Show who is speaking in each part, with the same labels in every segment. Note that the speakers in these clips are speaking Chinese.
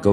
Speaker 1: 各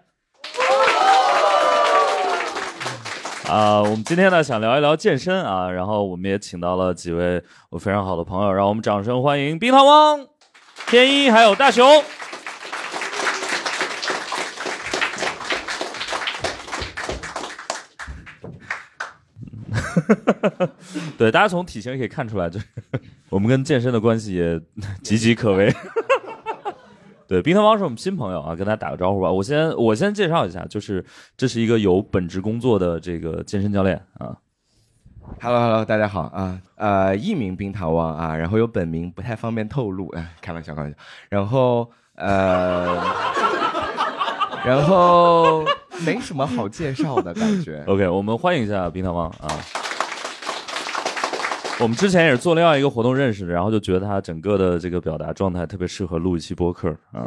Speaker 1: 啊、我们今天呢想聊一聊健身啊，然后我们也请到了几位我非常好的朋友，让我们掌声欢迎冰糖汪、天一还有大熊。 对，大家从体型也可以看出来，就是我们跟健身的关系也岌岌可危。对，冰糖汪是我们新朋友啊，跟大家打个招呼吧。我先我先介绍一下，就是这是一个有本职工作的这个健身教练啊。
Speaker 2: Hello Hello，大家好啊，呃，艺名冰糖汪啊，然后有本名不太方便透露， 哎，开玩笑开玩笑，然后呃，然后没什么好介绍的感觉，
Speaker 1: OK，我们欢迎一下冰糖汪啊。我们之前也是做另外一个活动认识的，然后就觉得他整个的这个表达状态特别适合录一期播客啊。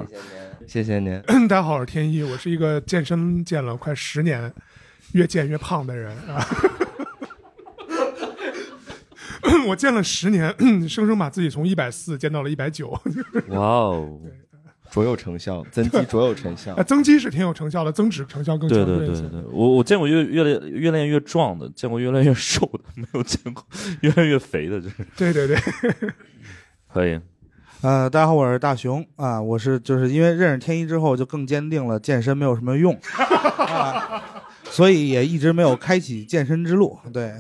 Speaker 2: 谢谢您。
Speaker 3: 大家好，我是天一，我是一个健身健了快十年，越健越胖的人啊。 我健了十年， 生生把自己从一百四健到了一百九，
Speaker 1: 哇哦，
Speaker 2: 卓有成效，增肌卓有成效
Speaker 3: 啊，增肌是挺有成效的，增脂成效更
Speaker 1: 对
Speaker 3: 强
Speaker 1: 对
Speaker 3: 烈一
Speaker 1: 对
Speaker 3: 些。
Speaker 1: 对，我我见过越越练越练越壮的，见过越练越瘦的， 没有见过越练越肥的，就是
Speaker 3: 对对对，
Speaker 1: 可以。
Speaker 4: 呃，大家好，我是大熊啊，我是就是因为认识天一之后，就更坚定了健身没有什么用，啊、所以也一直没有开启健身之路。对，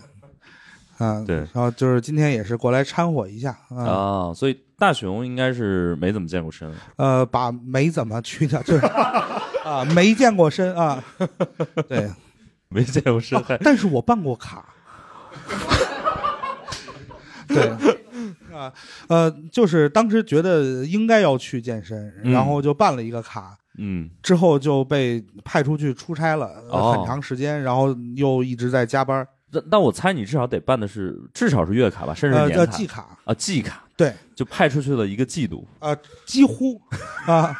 Speaker 4: 啊，
Speaker 1: 对
Speaker 4: 然后就是今天也是过来掺和一下啊，
Speaker 1: 啊，所以大熊应该是没怎么健过身，
Speaker 4: 呃，把没怎么去掉， 就是啊，没健过身啊，对， 啊
Speaker 1: 没健过身还
Speaker 4: 但是我办过卡。 对，啊，呃，就是当时觉得应该要去健身，
Speaker 1: 嗯
Speaker 4: 然后就办了一个卡，
Speaker 1: 嗯
Speaker 4: 之后就被派出去出差了、呃
Speaker 1: 哦
Speaker 4: 很长时间，然后又一直在加班儿，
Speaker 1: 但但我猜你至少得办的是至少是月卡吧，甚至是
Speaker 4: 呃，
Speaker 1: 年
Speaker 4: 叫
Speaker 1: 卡、
Speaker 4: 季卡，
Speaker 1: 啊季卡，
Speaker 4: 对，
Speaker 1: 就派出去了一个季度。
Speaker 4: 呃，几乎啊，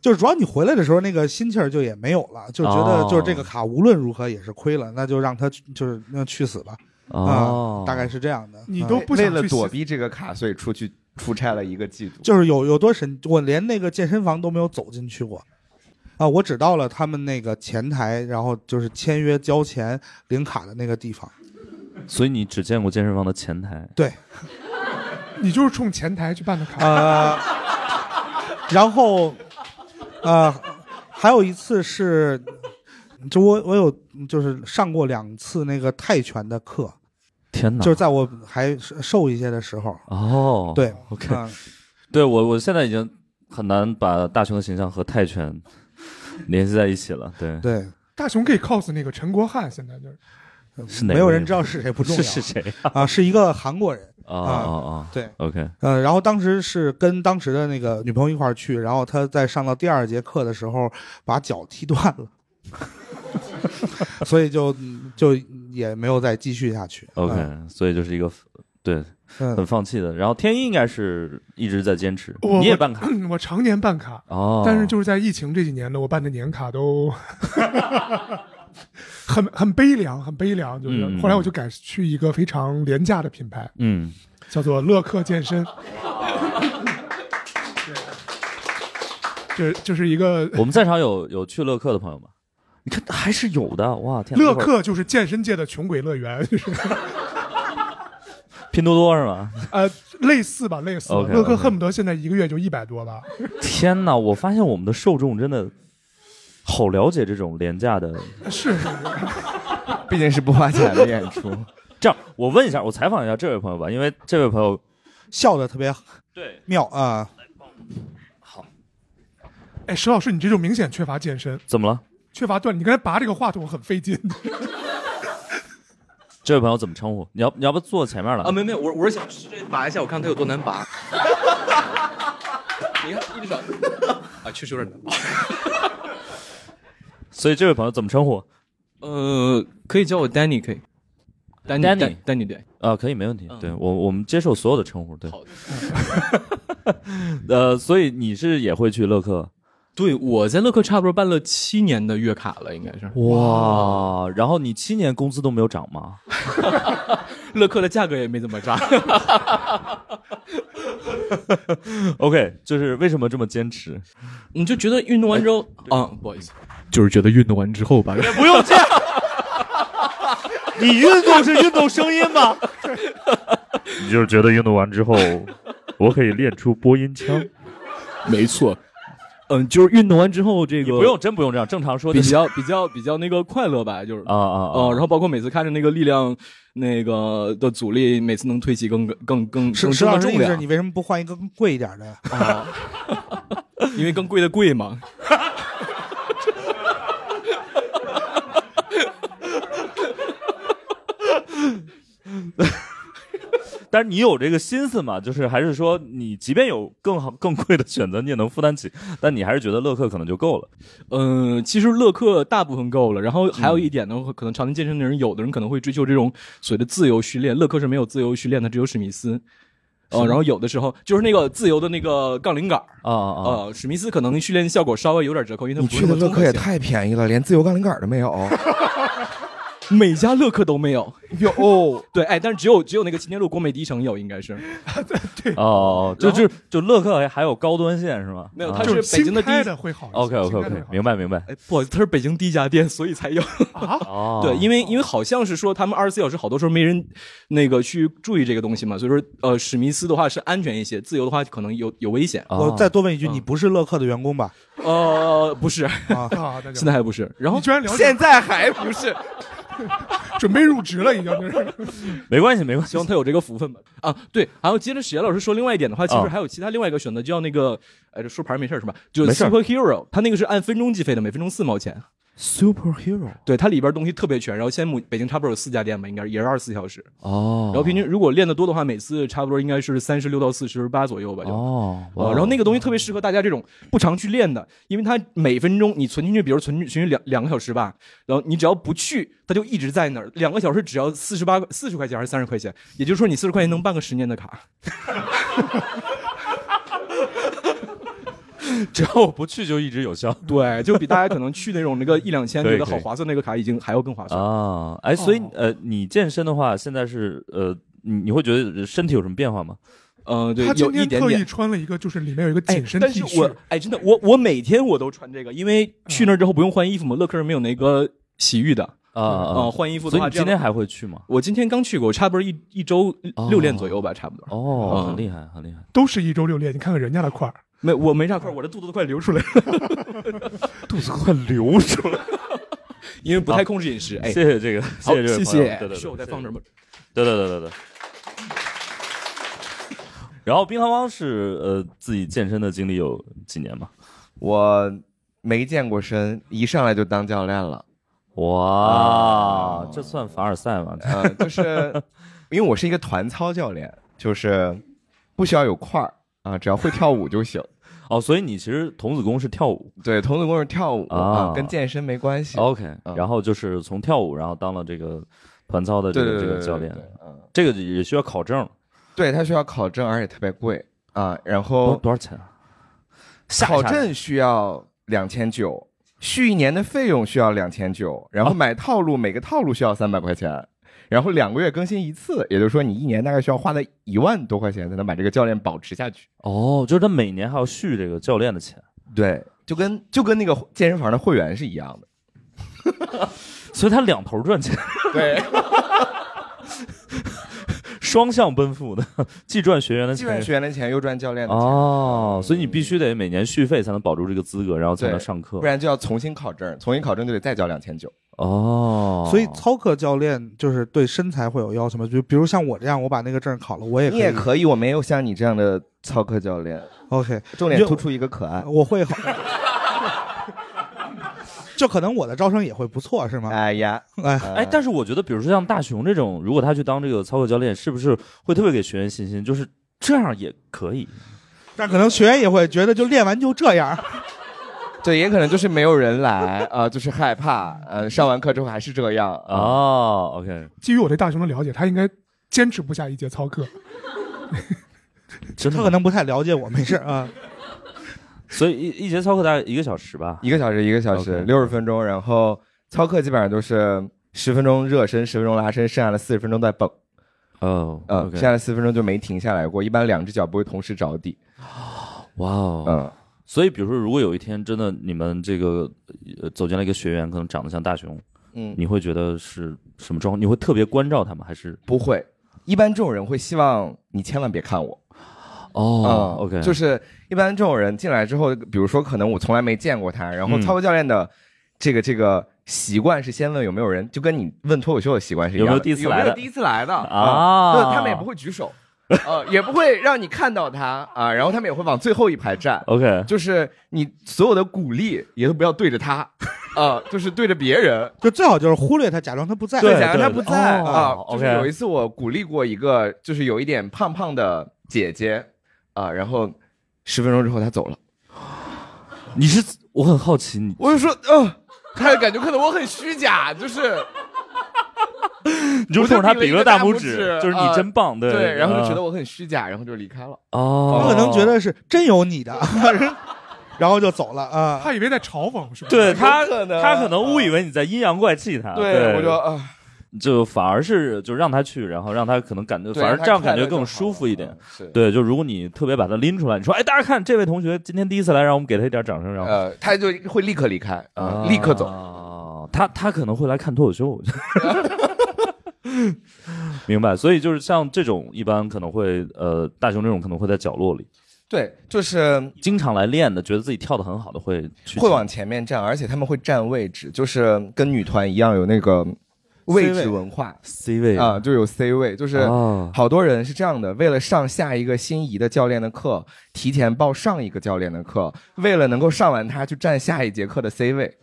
Speaker 4: 就是主要你回来的时候那个心气儿就也没有了，就觉
Speaker 1: 哦
Speaker 4: 得就是这个卡无论如何也是亏了，那就让他去就是那去死吧，
Speaker 1: 哦，
Speaker 4: 啊，大概是这样的。
Speaker 3: 你
Speaker 4: 啊
Speaker 3: 都不想
Speaker 2: 为了
Speaker 3: 去
Speaker 2: 躲
Speaker 3: 洗
Speaker 2: 避这个卡，所以出去出差了一个季度，
Speaker 4: 就是有有多神，我连那个健身房都没有走进去过。啊，我只到了他们那个前台，然后就是签约交钱领卡的那个地 方。
Speaker 1: 所以你只见过健身房的前台。
Speaker 4: 对，
Speaker 3: 你就是冲前台去办的卡。
Speaker 4: 呃，然后，呃，还有一次是，就我我有就是上过两次那个泰拳的课，
Speaker 1: 天哪！
Speaker 4: 就是在我还瘦一些的时候，
Speaker 1: 哦，
Speaker 4: 对
Speaker 1: ，OK，
Speaker 4: 嗯
Speaker 1: 对我我现在已经很难把大熊的形象和泰拳 联系在一起了。对，
Speaker 4: 对，
Speaker 3: 大熊可以 cos 那个陈国汉，现在就是
Speaker 1: 是哪
Speaker 4: 没有
Speaker 1: 位
Speaker 4: 人知道是谁不重要
Speaker 1: 是是谁啊？
Speaker 4: 啊，是一个韩国人，
Speaker 1: 哦哦哦，
Speaker 4: 啊对。
Speaker 1: ，OK，
Speaker 4: 呃，然后当时是跟当时的那个女朋友一块儿去，然后她在上到第二节课的时候把脚踢断了， 所以就嗯就也没有再继续下去。
Speaker 1: OK，、
Speaker 4: 嗯
Speaker 1: 所以就是一个对
Speaker 4: 嗯，
Speaker 1: 很放弃的。然后天一应该是一直在坚持，
Speaker 3: 我嗯
Speaker 1: 你也办卡
Speaker 3: 我常年办卡，
Speaker 1: 哦，
Speaker 3: 但是就是在疫情这几年呢，我办的年卡 都很很悲凉，很悲凉。就是、
Speaker 1: 嗯
Speaker 3: 后来我就改去一个非常廉价的品牌，
Speaker 1: 嗯，啊
Speaker 3: 叫做乐客健身。对， 这就是一个
Speaker 1: 我们在场有有去乐客的朋友吗？你看还是有的哇！天哪，
Speaker 3: 乐
Speaker 1: 一会儿
Speaker 3: 客就是健身界的穷鬼乐园，就是
Speaker 1: 拼多多是吗？
Speaker 3: 呃类似吧，类似吧。
Speaker 1: OK，
Speaker 3: 乐客
Speaker 1: OK
Speaker 3: 恨不得现在一个月就一百多吧。
Speaker 1: 天哪！我发现我们的受众真的好了解这种廉价的
Speaker 3: 是，是
Speaker 2: 毕竟是不花钱的演出。
Speaker 1: 这样，我问一下，我采访一下这位朋友吧，因为这位朋友
Speaker 4: 笑的特别
Speaker 1: 对
Speaker 4: 妙啊！
Speaker 3: 哎，石老师，你这就明显缺乏健身，
Speaker 1: 怎么了？
Speaker 3: 缺乏锻炼。你刚才拔这个话筒很费劲。
Speaker 1: 这位朋友怎么称呼？你要你要不坐前面来？
Speaker 5: 啊，没有没有，我我是想试着拔一下，我看它有多难 拔。你看，一只手，啊，确实有点难拔。
Speaker 1: 所以这位朋友怎么称呼？
Speaker 5: 呃，可以叫我 Danny 可以。丹尼
Speaker 1: Danny
Speaker 5: 丹丹尼对，
Speaker 1: 啊，可以，没问题。
Speaker 5: 嗯
Speaker 1: 对我，我们接受所有的称呼。对，
Speaker 5: 好的。
Speaker 1: 呃，所以你是也会去乐客
Speaker 5: 对，我在乐客差不多办了七年的月卡了，应该是。
Speaker 1: 哇？然后你 七年工资都没有涨吗？
Speaker 5: 乐客的价格也没怎么 涨。
Speaker 1: OK，就是为什么这么坚持？
Speaker 5: 你就觉得运动完之后，啊，
Speaker 1: 嗯
Speaker 5: 不好意思，就是觉得运动完之后吧，
Speaker 1: 不用 这样，你运动是运动声音吗？
Speaker 6: 哎你就是觉得运动完之后， 我可以练出播音腔。
Speaker 5: 没错，嗯，就是运动完之后这
Speaker 1: 你
Speaker 5: 个
Speaker 1: 不用，真不用这样，正常说就
Speaker 5: 比
Speaker 1: 行。
Speaker 5: 较比较比较那个快乐吧，就是
Speaker 1: 啊啊
Speaker 5: 哦，
Speaker 1: 啊！
Speaker 5: 然后包括每次看着那个力量那个的阻力，每次能推起更更更
Speaker 4: 石
Speaker 5: 更
Speaker 4: 石
Speaker 1: 啊
Speaker 5: 重
Speaker 4: 老
Speaker 5: 的
Speaker 4: 师
Speaker 5: 重
Speaker 4: 意思，
Speaker 5: 量
Speaker 4: 你，为什么不换一个更贵一点的？
Speaker 5: 啊，因为更贵的贵嘛。
Speaker 1: 但是你有这个心思吗？就是还是说，你即便有更好、更贵的选择，你也能负担起，但你还是觉得乐客可能就够了。
Speaker 5: 嗯，其实乐客大部分够了，然后还有一点呢，可能常年健身的人，有的人可能会追求这种所谓的自由训练，乐客是没有自由训练的，只有史密斯。呃，然后有的时候就是那个自由的那个杠铃杆儿，
Speaker 1: 啊啊！
Speaker 5: 呃，史密斯可能训练效果稍微有点折扣，因为它
Speaker 2: 你
Speaker 5: 不是
Speaker 2: 去
Speaker 5: 那
Speaker 2: 的
Speaker 5: 么
Speaker 2: 乐
Speaker 5: 综
Speaker 2: 客
Speaker 5: 合
Speaker 2: 也
Speaker 5: 性
Speaker 2: 太便宜了，连自由杠铃杆都没 有。
Speaker 5: 每家乐客都没有，
Speaker 2: 有，
Speaker 5: 对，哎，但是只有只有那个青年路国美第一城有，应该是
Speaker 1: 哦哦，哦，就
Speaker 5: 然后
Speaker 1: 就就乐客还还有高端线是吗？
Speaker 5: 没有
Speaker 1: 啊
Speaker 5: 它
Speaker 3: 就是
Speaker 5: 北京
Speaker 3: 新
Speaker 5: 的第一
Speaker 3: 开的会好一些。
Speaker 1: OK OK
Speaker 3: 新开的会
Speaker 1: OK，
Speaker 3: 好一些，
Speaker 1: 明白明白。
Speaker 5: 哎，不好意思，它是北京第一家店，所以才有。
Speaker 1: 哦
Speaker 5: 对，因为因为好像是说他们二十四小时好多时候没人那个去注意这个东西嘛，所以说呃，史密斯的话是安全一些，自由的话可能有有危
Speaker 1: 哦
Speaker 5: 险。
Speaker 4: 我再多问一句，
Speaker 5: 嗯
Speaker 4: 你不是乐客的员工吧？
Speaker 5: 呃，不是，
Speaker 4: 啊
Speaker 3: 啊，大
Speaker 5: 现
Speaker 3: 家
Speaker 5: 在还不是。然后
Speaker 3: 你居然 了解
Speaker 2: 现，在还不是？
Speaker 3: 准备入职了，已经就是。
Speaker 1: 没关系没关系
Speaker 5: 希望他有这个福分吧。啊，对，还有接着史岩老师说另外一点的话，其实
Speaker 1: 啊
Speaker 5: 还有其他另外一个选择，就叫那个，哎，这说牌没事儿是吧？就
Speaker 1: 没
Speaker 5: 是
Speaker 1: 事儿
Speaker 5: Superhero，它那个是按分钟计费的，每分钟四毛钱。
Speaker 1: ，Superhero
Speaker 5: 对，它里边东西特别全。然后现在目北京差不多有四家店吧，应该是也是二十四小时。
Speaker 1: 哦，
Speaker 5: 然后平均如果练得多的话，每次差不多应该是三十六到四十八左右吧，就。
Speaker 1: 哦，
Speaker 5: 啊，然后那个东西特别适合大家这种不常去练的，因为它每分钟你存进去，比如存进去两两个小时吧，然后你只要不去，它就一直在那儿，两个小时只要四十八四十块钱还是三十块钱，也就是说你四十块钱能办个十年的 卡。
Speaker 1: 只要我不去就一直有效
Speaker 5: 对，就比大家可能去那种那个一两千
Speaker 1: 可
Speaker 5: 觉
Speaker 1: 以
Speaker 5: 得好
Speaker 1: 可以
Speaker 5: 划算那个卡已经还要更划算。
Speaker 1: 啊。
Speaker 3: 哦
Speaker 1: 哎，所以呃，你健身的话，现在是呃，你你会觉得身体有什么变化吗？
Speaker 5: 嗯、对
Speaker 3: 他，
Speaker 5: 有
Speaker 3: 今
Speaker 5: 一
Speaker 3: 天
Speaker 5: 点
Speaker 3: 特意
Speaker 5: 点。
Speaker 3: 穿了一个，就是里面有一个
Speaker 5: 哎
Speaker 3: 紧身，
Speaker 5: 但
Speaker 3: T
Speaker 5: 是
Speaker 3: 恤
Speaker 5: 我，哎，真的，我我每天我都穿这个，因为去那儿之后不用换衣服嘛，乐客是没有那个洗浴的，
Speaker 1: 啊
Speaker 5: 啊，
Speaker 1: 啊，
Speaker 5: 换衣服
Speaker 1: 所
Speaker 5: 的
Speaker 1: 以
Speaker 5: 话，
Speaker 1: 你今
Speaker 5: 这样
Speaker 1: 天还会去吗？
Speaker 5: 我今天刚去过，差不多一一周
Speaker 1: 哦
Speaker 5: 六练左右吧，差不多。
Speaker 1: 哦，
Speaker 5: 嗯
Speaker 1: 很厉害，很厉害。
Speaker 3: 都是一周六练，你看看人家的块儿，
Speaker 5: 没，我没啥块儿， 我这肚子都快流出来了，
Speaker 1: 肚子快流出来。
Speaker 5: 因为不太控制饮食。哎，
Speaker 1: 谢谢这个，谢
Speaker 5: 好
Speaker 1: 谢这位朋友。
Speaker 5: 谢
Speaker 1: 对对
Speaker 5: 谢，
Speaker 1: 对，
Speaker 5: 是我再
Speaker 1: 谢谢
Speaker 5: 放这儿吧。
Speaker 1: 对对对对对。然后冰糖汪是呃自己健身的经历有几年吗？
Speaker 2: 我没健过身，一上来就当教练了。嗯
Speaker 1: 哇，这算凡尔赛吗？
Speaker 2: 呃，就是因为我是一个团操教练，就是不需要有块儿 啊，只要会跳舞就行。
Speaker 1: 哦，所以你其实童子功是跳舞
Speaker 2: 对，童子功是跳舞
Speaker 1: 啊
Speaker 2: 啊，跟健身没关系。
Speaker 1: ，OK，
Speaker 2: 嗯
Speaker 1: 然后就是从跳舞，然后当了这个团操的这
Speaker 2: 对
Speaker 1: 个
Speaker 2: 对
Speaker 1: 这
Speaker 2: 对
Speaker 1: 个
Speaker 2: 对，
Speaker 1: 教
Speaker 2: 对
Speaker 1: 练，，
Speaker 2: 嗯，
Speaker 1: 这个也需要考证，
Speaker 2: 对他需要考证，而且特别贵啊。
Speaker 1: 多
Speaker 2: 然后
Speaker 1: 多少钱啊？下
Speaker 2: 考
Speaker 1: 下
Speaker 2: 证需要两千九，续一年的费用需要两千九，然后买套路，每个套路需要三百块钱。然后两个月更新一次，也就是说你一年大概需要花在一万多块钱才能把这个教练保持下去。
Speaker 1: 哦，就是他每年还要续这个教练的钱，
Speaker 2: 对，就跟就跟那个健身房的会员是一样的。
Speaker 1: 所以他两头赚钱，
Speaker 2: 对，
Speaker 1: 双向奔赴的，既赚学员的
Speaker 2: 既赚
Speaker 1: 钱。
Speaker 2: 学员的钱又赚教练的钱，
Speaker 1: 哦，所以你必须得每年续费才能保住这个资格，然后才能
Speaker 2: 对
Speaker 1: 上课
Speaker 2: 不。然就要重新考证，重新考证就得再交两千九。
Speaker 1: 哦，
Speaker 4: 所以操课教练就是对身材会有要求吗？就比如像我这样，我把那个证考了，我也可
Speaker 2: 你
Speaker 4: 以。
Speaker 2: 也可以，我没有像你这样的操课教练，
Speaker 4: OK，
Speaker 2: 重点突出一个可爱。
Speaker 4: 我会好。 就可能我的招生也会不错，是吗？
Speaker 2: 哎呀，
Speaker 4: 哎，
Speaker 1: 哎，但是我觉得，比如说像大熊这种，如果他去当这个操课教练，是不是会特别给学员信心？就是这样也可以。
Speaker 4: 但可能学员也会觉得就练完就这样。
Speaker 2: 对，也可能就是没有人来啊、就是害怕，呃，上完课之后还是这样啊。
Speaker 1: 哦，OK，
Speaker 3: 基于我对大雄的了解，他应该坚持不下一节操课。
Speaker 1: 真的
Speaker 4: 他可能不太了解我，没事啊。
Speaker 1: 所以一一节操课大概一个小时吧。
Speaker 2: 一个小时一个小时
Speaker 1: OK
Speaker 2: 六十分钟，然后操课基本上都是十分钟热身，十分钟拉伸，剩下的四十分钟在蹦，
Speaker 1: 哦
Speaker 2: 嗯、
Speaker 1: ，OK，
Speaker 2: 剩下的四十分钟就没停下来过，一般两只脚不会同时着地，
Speaker 1: 哇哦，
Speaker 2: 嗯，
Speaker 1: 所以比如说，如果有一天真的你们这个、呃走进了一个学员，可能长得像大熊，
Speaker 2: 嗯
Speaker 1: 你会觉得是什么状况？你会特别关照他吗？还是
Speaker 2: 不会。一般这种人会希望你千万别看我，
Speaker 1: 哦、
Speaker 2: 嗯
Speaker 1: o k
Speaker 2: 就是一般这种人进来之后，比如说可能我从来没见过他，然后
Speaker 1: 嗯
Speaker 2: 操课教练的这个这个习惯是先问有没有人，就跟你问脱口秀的习惯是一样的，
Speaker 1: 有没有第一次
Speaker 2: 有
Speaker 1: 来
Speaker 2: 没
Speaker 1: 的
Speaker 2: 有第一次来的
Speaker 1: 啊
Speaker 2: 对，他们也不会举手，呃，也不会让你看到他啊，然后他们也会往最后一排站，
Speaker 1: OK，
Speaker 2: 就是你所有的鼓励也都不要对着他， 啊，就是对着别人，
Speaker 4: 就最好就是忽略他，假装他不在。
Speaker 1: 对
Speaker 2: 假如他不在
Speaker 1: 哦
Speaker 2: 啊。
Speaker 1: OK
Speaker 2: 就是有一次我鼓励过一个，就是有一点胖胖的姐姐啊，然后十分钟之后她走了，
Speaker 1: 你是我呃很好奇你，
Speaker 2: 我就说，嗯，她感觉可能我很虚假，就是
Speaker 1: 你就冲着他比个拇
Speaker 2: 我就比了一个大拇指啊呃
Speaker 1: 就是你真棒，对嗯
Speaker 2: 对，然后就觉得
Speaker 1: 我
Speaker 2: 我很虚假，然后就离开了。
Speaker 1: 哦，
Speaker 4: 他可能觉得是真有你的， 然后就走了啊。
Speaker 3: 他以为在嘲讽是吧？
Speaker 1: 对他
Speaker 2: 有可能啊
Speaker 1: 他可能误以为你在阴阳怪气他，对，
Speaker 2: 我就啊，
Speaker 1: 就反而是就让他去，然后让他可能感觉，
Speaker 2: 对
Speaker 1: 反而
Speaker 2: 她
Speaker 1: 这样
Speaker 2: 快乐
Speaker 1: 感觉
Speaker 2: 就好
Speaker 1: 更舒服一点
Speaker 2: 了。。是，
Speaker 1: 对，就如果你特别把他拎出来，你说，哎，大家看这位同学今天第一次来，让我们给他一点掌声，然后
Speaker 2: 呃，她就会立刻离开啊，立刻走。
Speaker 1: 走。他他可能会来看脱口秀， 我觉得明白。所以就是像这种，一般可能会呃，大熊这种可能会在角落里，
Speaker 2: 对，就是
Speaker 1: 经常来练的，觉得自己跳的很好的会去
Speaker 2: 会往前面站，而且他们会占位置，就是跟女团一样有那个位
Speaker 4: C 位
Speaker 2: 置文化
Speaker 1: C 位
Speaker 2: 啊，就有 C 位，就是
Speaker 1: 哦
Speaker 2: 好多人是这样的，为了上下一个心仪的教练的课，提前报上一个教练的课，为了能够上完他，去占下一节课的 C 位。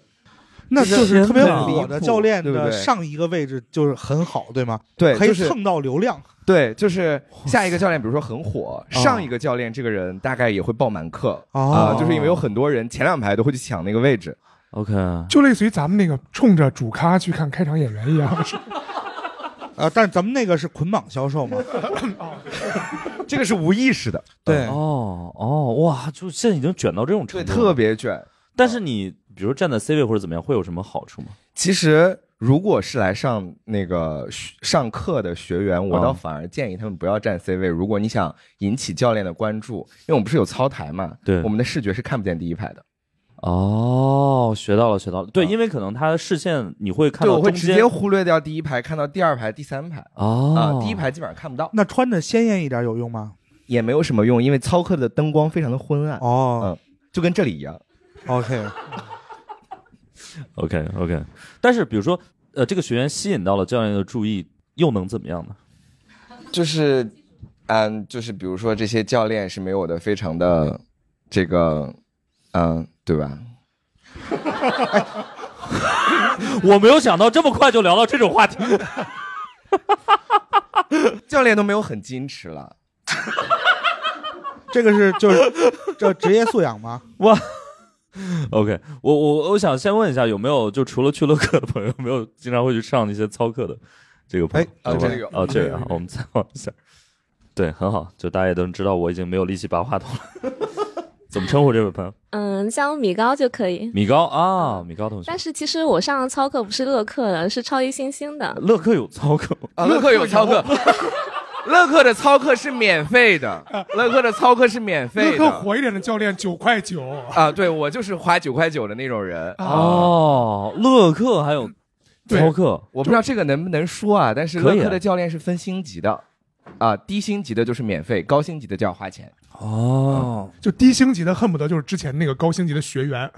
Speaker 4: 那就是特别
Speaker 2: 天哪
Speaker 4: 火的教练
Speaker 2: 对不
Speaker 4: 的
Speaker 2: 对
Speaker 4: 上一个位置就是很好，哦对吗？
Speaker 2: 对，
Speaker 4: 可以
Speaker 2: 就是
Speaker 4: 蹭到流量。
Speaker 2: 对，就是下一个教练，比如说很火，
Speaker 1: 哦
Speaker 2: 上一个教练这个人大概也会报满课
Speaker 4: 哦
Speaker 2: 啊，就是因为有很多人前两排都会去抢那个位置。
Speaker 1: OK，
Speaker 3: 就类似于咱们那个冲着主咖去看开场演员一样， 是
Speaker 4: 啊，但是咱们那个是捆绑销售嘛，
Speaker 2: 这个是无意识的，
Speaker 4: 对，
Speaker 1: 哦哦，哇，就现在已经卷到这种程
Speaker 2: 对，
Speaker 1: 度了，
Speaker 2: 特别卷。
Speaker 1: 但是你比如说站在 C 位或者怎么样，会有什么好处吗？
Speaker 2: 其实如果是来上那个学上课的学员，我
Speaker 1: 哦
Speaker 2: 倒反而建议他们不要站 C 位。如果你想引起教练的关注，因为我们不是有操台嘛，
Speaker 1: 对
Speaker 2: 我们的视觉是看不见第一排的，
Speaker 1: 哦，学到了，学到了。对，
Speaker 2: 啊
Speaker 1: 因为可能他的视线你会看
Speaker 2: 对，
Speaker 1: 到
Speaker 2: 我会
Speaker 1: 中
Speaker 2: 直
Speaker 1: 间
Speaker 2: 接忽略掉第一排，看到第二排、第三排。啊
Speaker 1: 哦，，
Speaker 2: 第一排基本上看不到，
Speaker 4: 那穿着鲜艳一点有用吗？
Speaker 2: 也没有什么用，因为操课的灯光非常的昏暗，嗯
Speaker 4: 哦
Speaker 2: 就跟这里一样。
Speaker 4: ，OK，
Speaker 1: OK OK，但是比如说，呃，这个学员吸引到了教练的注意，又能怎么样呢？
Speaker 2: 就是，嗯，就是比如说这些教练是没有我的非常的这个，嗯，对吧？
Speaker 1: 我没有想到这么快就聊到这种话题。
Speaker 2: 教练都没有很矜持了。
Speaker 4: 这个是就是这职业素养吗？
Speaker 1: OK，我我我想先问一下，有没有就除了去乐课的朋友，有没有经常会去上一些操课的这个朋友？
Speaker 2: 哎啊这个有
Speaker 1: 啊，这个啊，我们再往下。对，很好，就大家也都知道我已经没有力气拔话筒了。怎么称呼这位朋友？
Speaker 7: 嗯，像米高就可以。
Speaker 1: 米高啊，米高同学
Speaker 7: 但。是其实我上的操课不是乐课的，是超级新星的。
Speaker 1: 乐课有操课吗，
Speaker 2: 啊，乐课有操课，乐课的操课是免费的，乐课的操课是免
Speaker 3: 乐
Speaker 2: 费
Speaker 3: 课
Speaker 2: 的。
Speaker 3: 火一点的教练九块九，
Speaker 2: 啊，对我就是花九块九的那种人。
Speaker 3: 啊
Speaker 2: 啊
Speaker 1: 哦，乐课还有
Speaker 3: 对
Speaker 1: 操课，
Speaker 2: 我不知道这个能不能说啊，但是
Speaker 1: 可
Speaker 2: 乐
Speaker 1: 以啊
Speaker 2: 课的教练是分星级的，啊，低星级的就是免费，高星级的就要花钱。
Speaker 1: 哦，
Speaker 3: 就低星级的恨不得就是之前那个高星级的学员，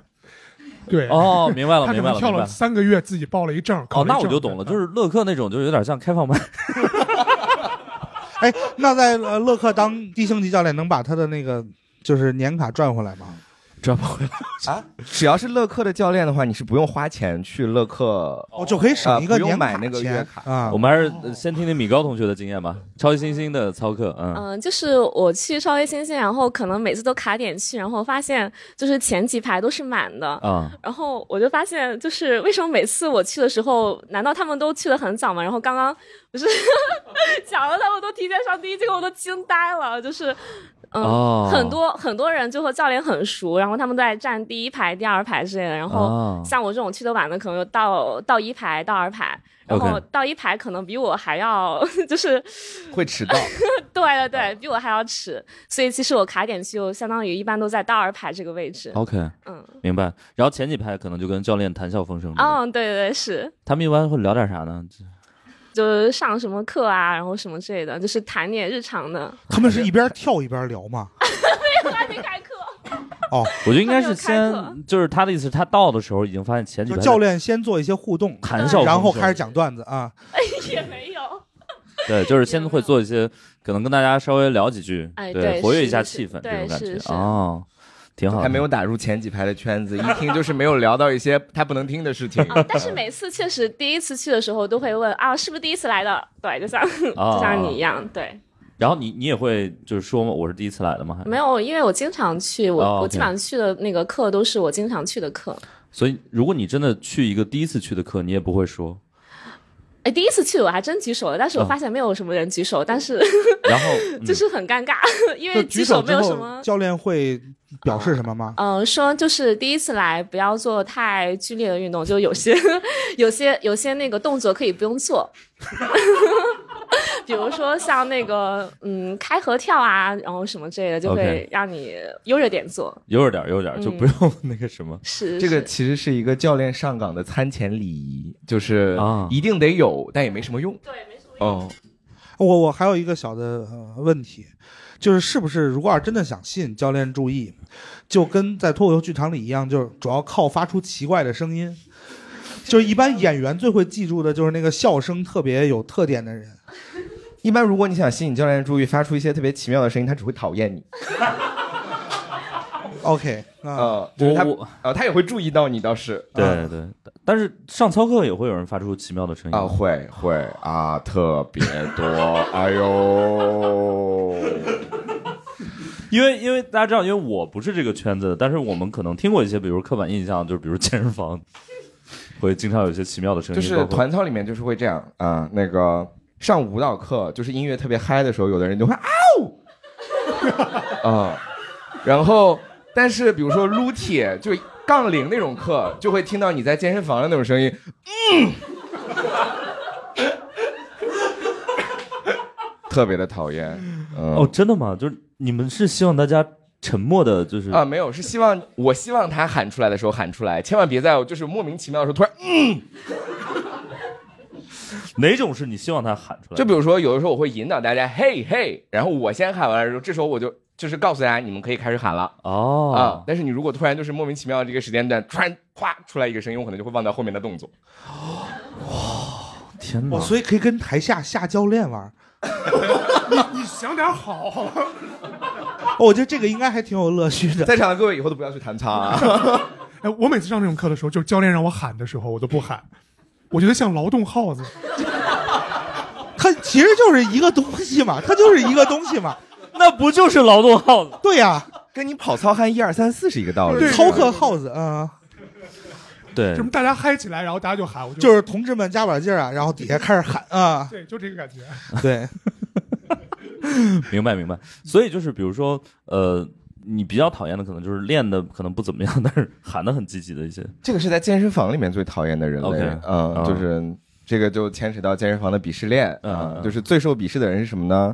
Speaker 3: 对，
Speaker 1: 哦，明白了，
Speaker 3: 他可
Speaker 1: 明白
Speaker 3: 能
Speaker 1: 了，
Speaker 3: 跳
Speaker 1: 明
Speaker 3: 了
Speaker 1: 白了。
Speaker 3: 三个月，自己报了一证，考
Speaker 1: 哦，那
Speaker 3: 一
Speaker 1: 我
Speaker 3: 证
Speaker 4: 嗯
Speaker 1: 就懂了，就是乐课那种，就有点像开放麦。
Speaker 4: 哎，那在呃乐客当低星级教练能把他的那个就是年卡赚回来吗？
Speaker 1: 抓不回来
Speaker 2: 啊！只要是乐客的教练的话，你是不用花钱去乐客，
Speaker 4: 哦就可以省一个
Speaker 2: 呃不用
Speaker 4: 年
Speaker 2: 买
Speaker 4: 卡
Speaker 2: 那个
Speaker 4: 钱
Speaker 2: 月卡
Speaker 4: 啊
Speaker 1: 我们还是呃先听听米高同学的经验吧。超级星星的操课，嗯，
Speaker 7: 嗯、就是我去超微星星，然后可能每次都卡点去，然后发现就是前几排都是满的。
Speaker 1: 啊
Speaker 7: 然后我就发现，就是为什么每次我去的时候，难道他们都去的很早吗？然后刚刚不是 讲了，他们都提前上第一，结果我都惊呆了，就是。嗯，
Speaker 1: 哦
Speaker 7: 很多很多人就和教练很熟，然后他们都在站第一排、第二排之类的。然后
Speaker 1: 哦
Speaker 7: 像我这种去的晚的，可能就到到一排、到二排，然后
Speaker 1: OK
Speaker 7: 到一排可能比我还要 就是
Speaker 2: 会 迟到。
Speaker 7: 对对对，比我还要迟，所以其实我卡点就相当于一般都在大二排这个位置。
Speaker 1: ，OK，
Speaker 7: 嗯，
Speaker 1: 明白。然后前几排可能就跟教练谈笑风生，
Speaker 7: 嗯，对对对，是，
Speaker 1: 他们一般会聊点啥呢？
Speaker 7: 就是上什么课啊，然后什么之类的，就是谈点日常 的。
Speaker 4: 他们是一边跳一边聊哦嘛？
Speaker 7: 没有，还没开课。
Speaker 1: 我觉得应该是
Speaker 7: 他没有开
Speaker 1: 先，就是他的意思，是他到的时候已经发现前几
Speaker 4: 就
Speaker 1: 排
Speaker 4: 教练先做一些互动，
Speaker 1: 谈笑风生，
Speaker 4: 然后开始讲段子啊。
Speaker 7: 哎也没有。
Speaker 1: 对，就是先会做一些，可能跟大家稍微聊几句，
Speaker 7: 哎
Speaker 1: 对，
Speaker 7: 对
Speaker 1: 活跃一
Speaker 7: 是
Speaker 1: 下
Speaker 7: 是
Speaker 1: 气氛这
Speaker 7: 对
Speaker 1: 种感觉
Speaker 7: 是是
Speaker 1: 哦，挺好的。
Speaker 2: 还没有打入前几排的圈子，一听就是没有聊到一些他不能听的事情。
Speaker 7: 嗯，但是每次确实第一次去的时候都会问啊，是不是第一次来的？对，就像、
Speaker 1: 哦
Speaker 7: 就像你一样，对，
Speaker 1: 然后你你也会就是说吗？我是第一次来的吗？还是
Speaker 7: 没。有，因为我经常去，我、
Speaker 1: 哦
Speaker 7: 我
Speaker 1: OK
Speaker 7: 基本上去的那个课都是我经常去的课。
Speaker 1: 所以如果你真的去一个第一次去的课，你也不会说。
Speaker 7: 哎，第一次去我还真举手了，但是我
Speaker 1: 嗯
Speaker 7: 发现没有什么人举手，但是。
Speaker 1: 然后、嗯
Speaker 7: 就是很尴尬，因
Speaker 4: 就
Speaker 7: 为
Speaker 4: 举
Speaker 7: 举
Speaker 4: 手
Speaker 7: 手没
Speaker 4: 之
Speaker 7: 有什
Speaker 4: 后，
Speaker 7: 么。
Speaker 4: 教练会表示什么吗？
Speaker 7: 嗯、说就是第一次来，不要做太剧烈的运动，就有些、 有些、有些那个动作可以不用做， 比如说像那个嗯开合跳啊，然后什么之类的，就
Speaker 1: OK
Speaker 7: 会让你悠着点做。
Speaker 1: 悠着点儿，悠着点儿，就
Speaker 7: 嗯
Speaker 1: 不用那个什么。
Speaker 7: 是
Speaker 2: 这个
Speaker 7: 是
Speaker 2: 其实是一个教练上岗的餐前礼仪，就是
Speaker 1: 啊
Speaker 2: 一定得有，但也没什么用。
Speaker 7: 对，没什么。
Speaker 2: 哦，
Speaker 4: 我我还有一个小的、呃、问题，就是是不是如果要真的想吸引教练注意，就跟在脱口秀剧场里一样，就是主要靠发出奇怪的声音。就是一般演员最会记住的就是那个笑声特别有特点的人，
Speaker 2: 一般如果你想吸引教练注意，发出一些特别奇妙的声音，他只会讨厌你。
Speaker 4: OK 啊、
Speaker 2: 呃，就是他
Speaker 1: 我我，
Speaker 2: 呃，他也会注意到你，倒是。
Speaker 1: 对
Speaker 4: 啊
Speaker 1: 对，但是上操课也会有人发出奇妙的声音
Speaker 2: 啊，会会啊，特别多，哎呦，
Speaker 1: 因为因为大家知道，因为我不是这个圈子的，但是我们可能听过一些，比如刻板印象，就是比如健身 房会经常有一些奇妙的声音，
Speaker 2: 就是
Speaker 1: 包括
Speaker 2: 团操里面就是会这样啊、那个上舞蹈课，就是音乐特别嗨的时候，有的人就会啊 呜，啊、然后但是比如说撸铁就杠铃那种课，就会听到你在健身房的那种声音，嗯， 特别的讨厌，嗯、
Speaker 1: 哦，真的吗？就是你们是希望大家沉默的，就是
Speaker 2: 啊，没有，是希望我希望他喊出来的时候喊出来，千万别在我就是莫名其妙的时候突然，嗯
Speaker 1: 哪种是你希望他喊出来的？
Speaker 2: 就比如说有的时候我会引导大家，嘿嘿，然后我先喊完了之后，这时候我就就是告诉大家你们可以开始喊了啊、
Speaker 1: 哦，
Speaker 2: 但是你如果突然就是莫名其妙的这个时间段，突然咵出来一个声音，我可能就会忘掉后面的动作。
Speaker 1: 天哪
Speaker 4: 我！哦所以可以跟台下下教练玩。
Speaker 3: 你想点好，
Speaker 4: 哦我觉得这个应该还挺有乐趣的。
Speaker 2: 在场的各位以后都不要去弹擦、啊，
Speaker 3: 哎，我每次上这种课的时候，就是教练让我喊的时候，我都不喊，我觉得像劳动号子。
Speaker 4: 它其实就是一个东西嘛，它就是一个东西嘛。
Speaker 1: 那不就是劳动号子？
Speaker 4: 对呀、
Speaker 2: 跟你跑操汉一二三四是一个道理。
Speaker 3: 对
Speaker 4: 操课耗子啊、
Speaker 1: 对
Speaker 3: 什，么大家嗨起来，然后大家就喊，我就
Speaker 4: 就是同志们加把劲儿啊，然后底下开始喊啊，
Speaker 3: 对，就这个感觉。
Speaker 4: 对。
Speaker 1: 明白明白。所以就是比如说，呃，你比较讨厌的可能就是练的可能不怎么样，但是喊的很积极的一些。
Speaker 2: 这个是在健身房里面最讨厌的人类
Speaker 1: OK，
Speaker 2: 嗯
Speaker 1: 啊
Speaker 2: 就是这个就牵扯到健身房的鄙视链
Speaker 1: 嗯
Speaker 2: 啊、
Speaker 1: 嗯
Speaker 2: 就是最受鄙视的人是什么呢？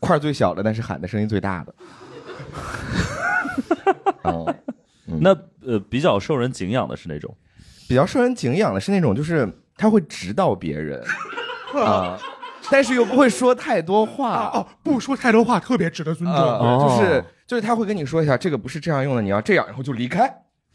Speaker 2: 块儿最小的，但是喊的声音最大的。嗯，
Speaker 1: 那呃，比较受人敬仰的是哪种？
Speaker 2: 比较受人敬仰的是那种，就是他会指导别 人啊、但是又不会说太多话。
Speaker 3: 哦，不说太多话特别值得尊重。
Speaker 2: 啊
Speaker 1: 哦
Speaker 2: 就是就是他会跟你说一下，这个不是这样用的，你要这样，然后就离开。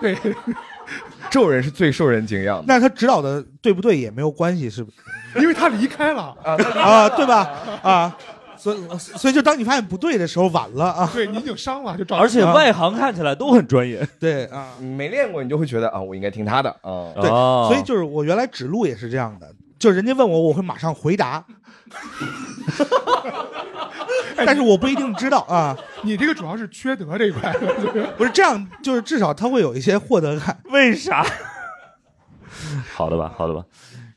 Speaker 3: 对，
Speaker 2: 这种人是最受人敬仰的
Speaker 4: 那他指导 的对不对也没有关系，是不是？
Speaker 3: 因为他离开了，
Speaker 2: 啊。他
Speaker 4: 啊，对吧？啊，所以所以就当你发现不对的时候，晚了啊。
Speaker 3: 对你已经伤了，就
Speaker 1: 而且外行看起来都很专业。
Speaker 4: 对啊，
Speaker 2: 你没练过，你就会觉得啊，我应该听他的啊。
Speaker 4: 对，
Speaker 1: 哦
Speaker 4: 所以就是我原来指路也是这样的，就是人家问我，我会马上 回答，但是我不一定知道啊。
Speaker 3: 你这个主要是缺德这一块，
Speaker 4: 不是这样，就是至少他会有一些获得感。
Speaker 1: 为啥？好的吧，好的吧。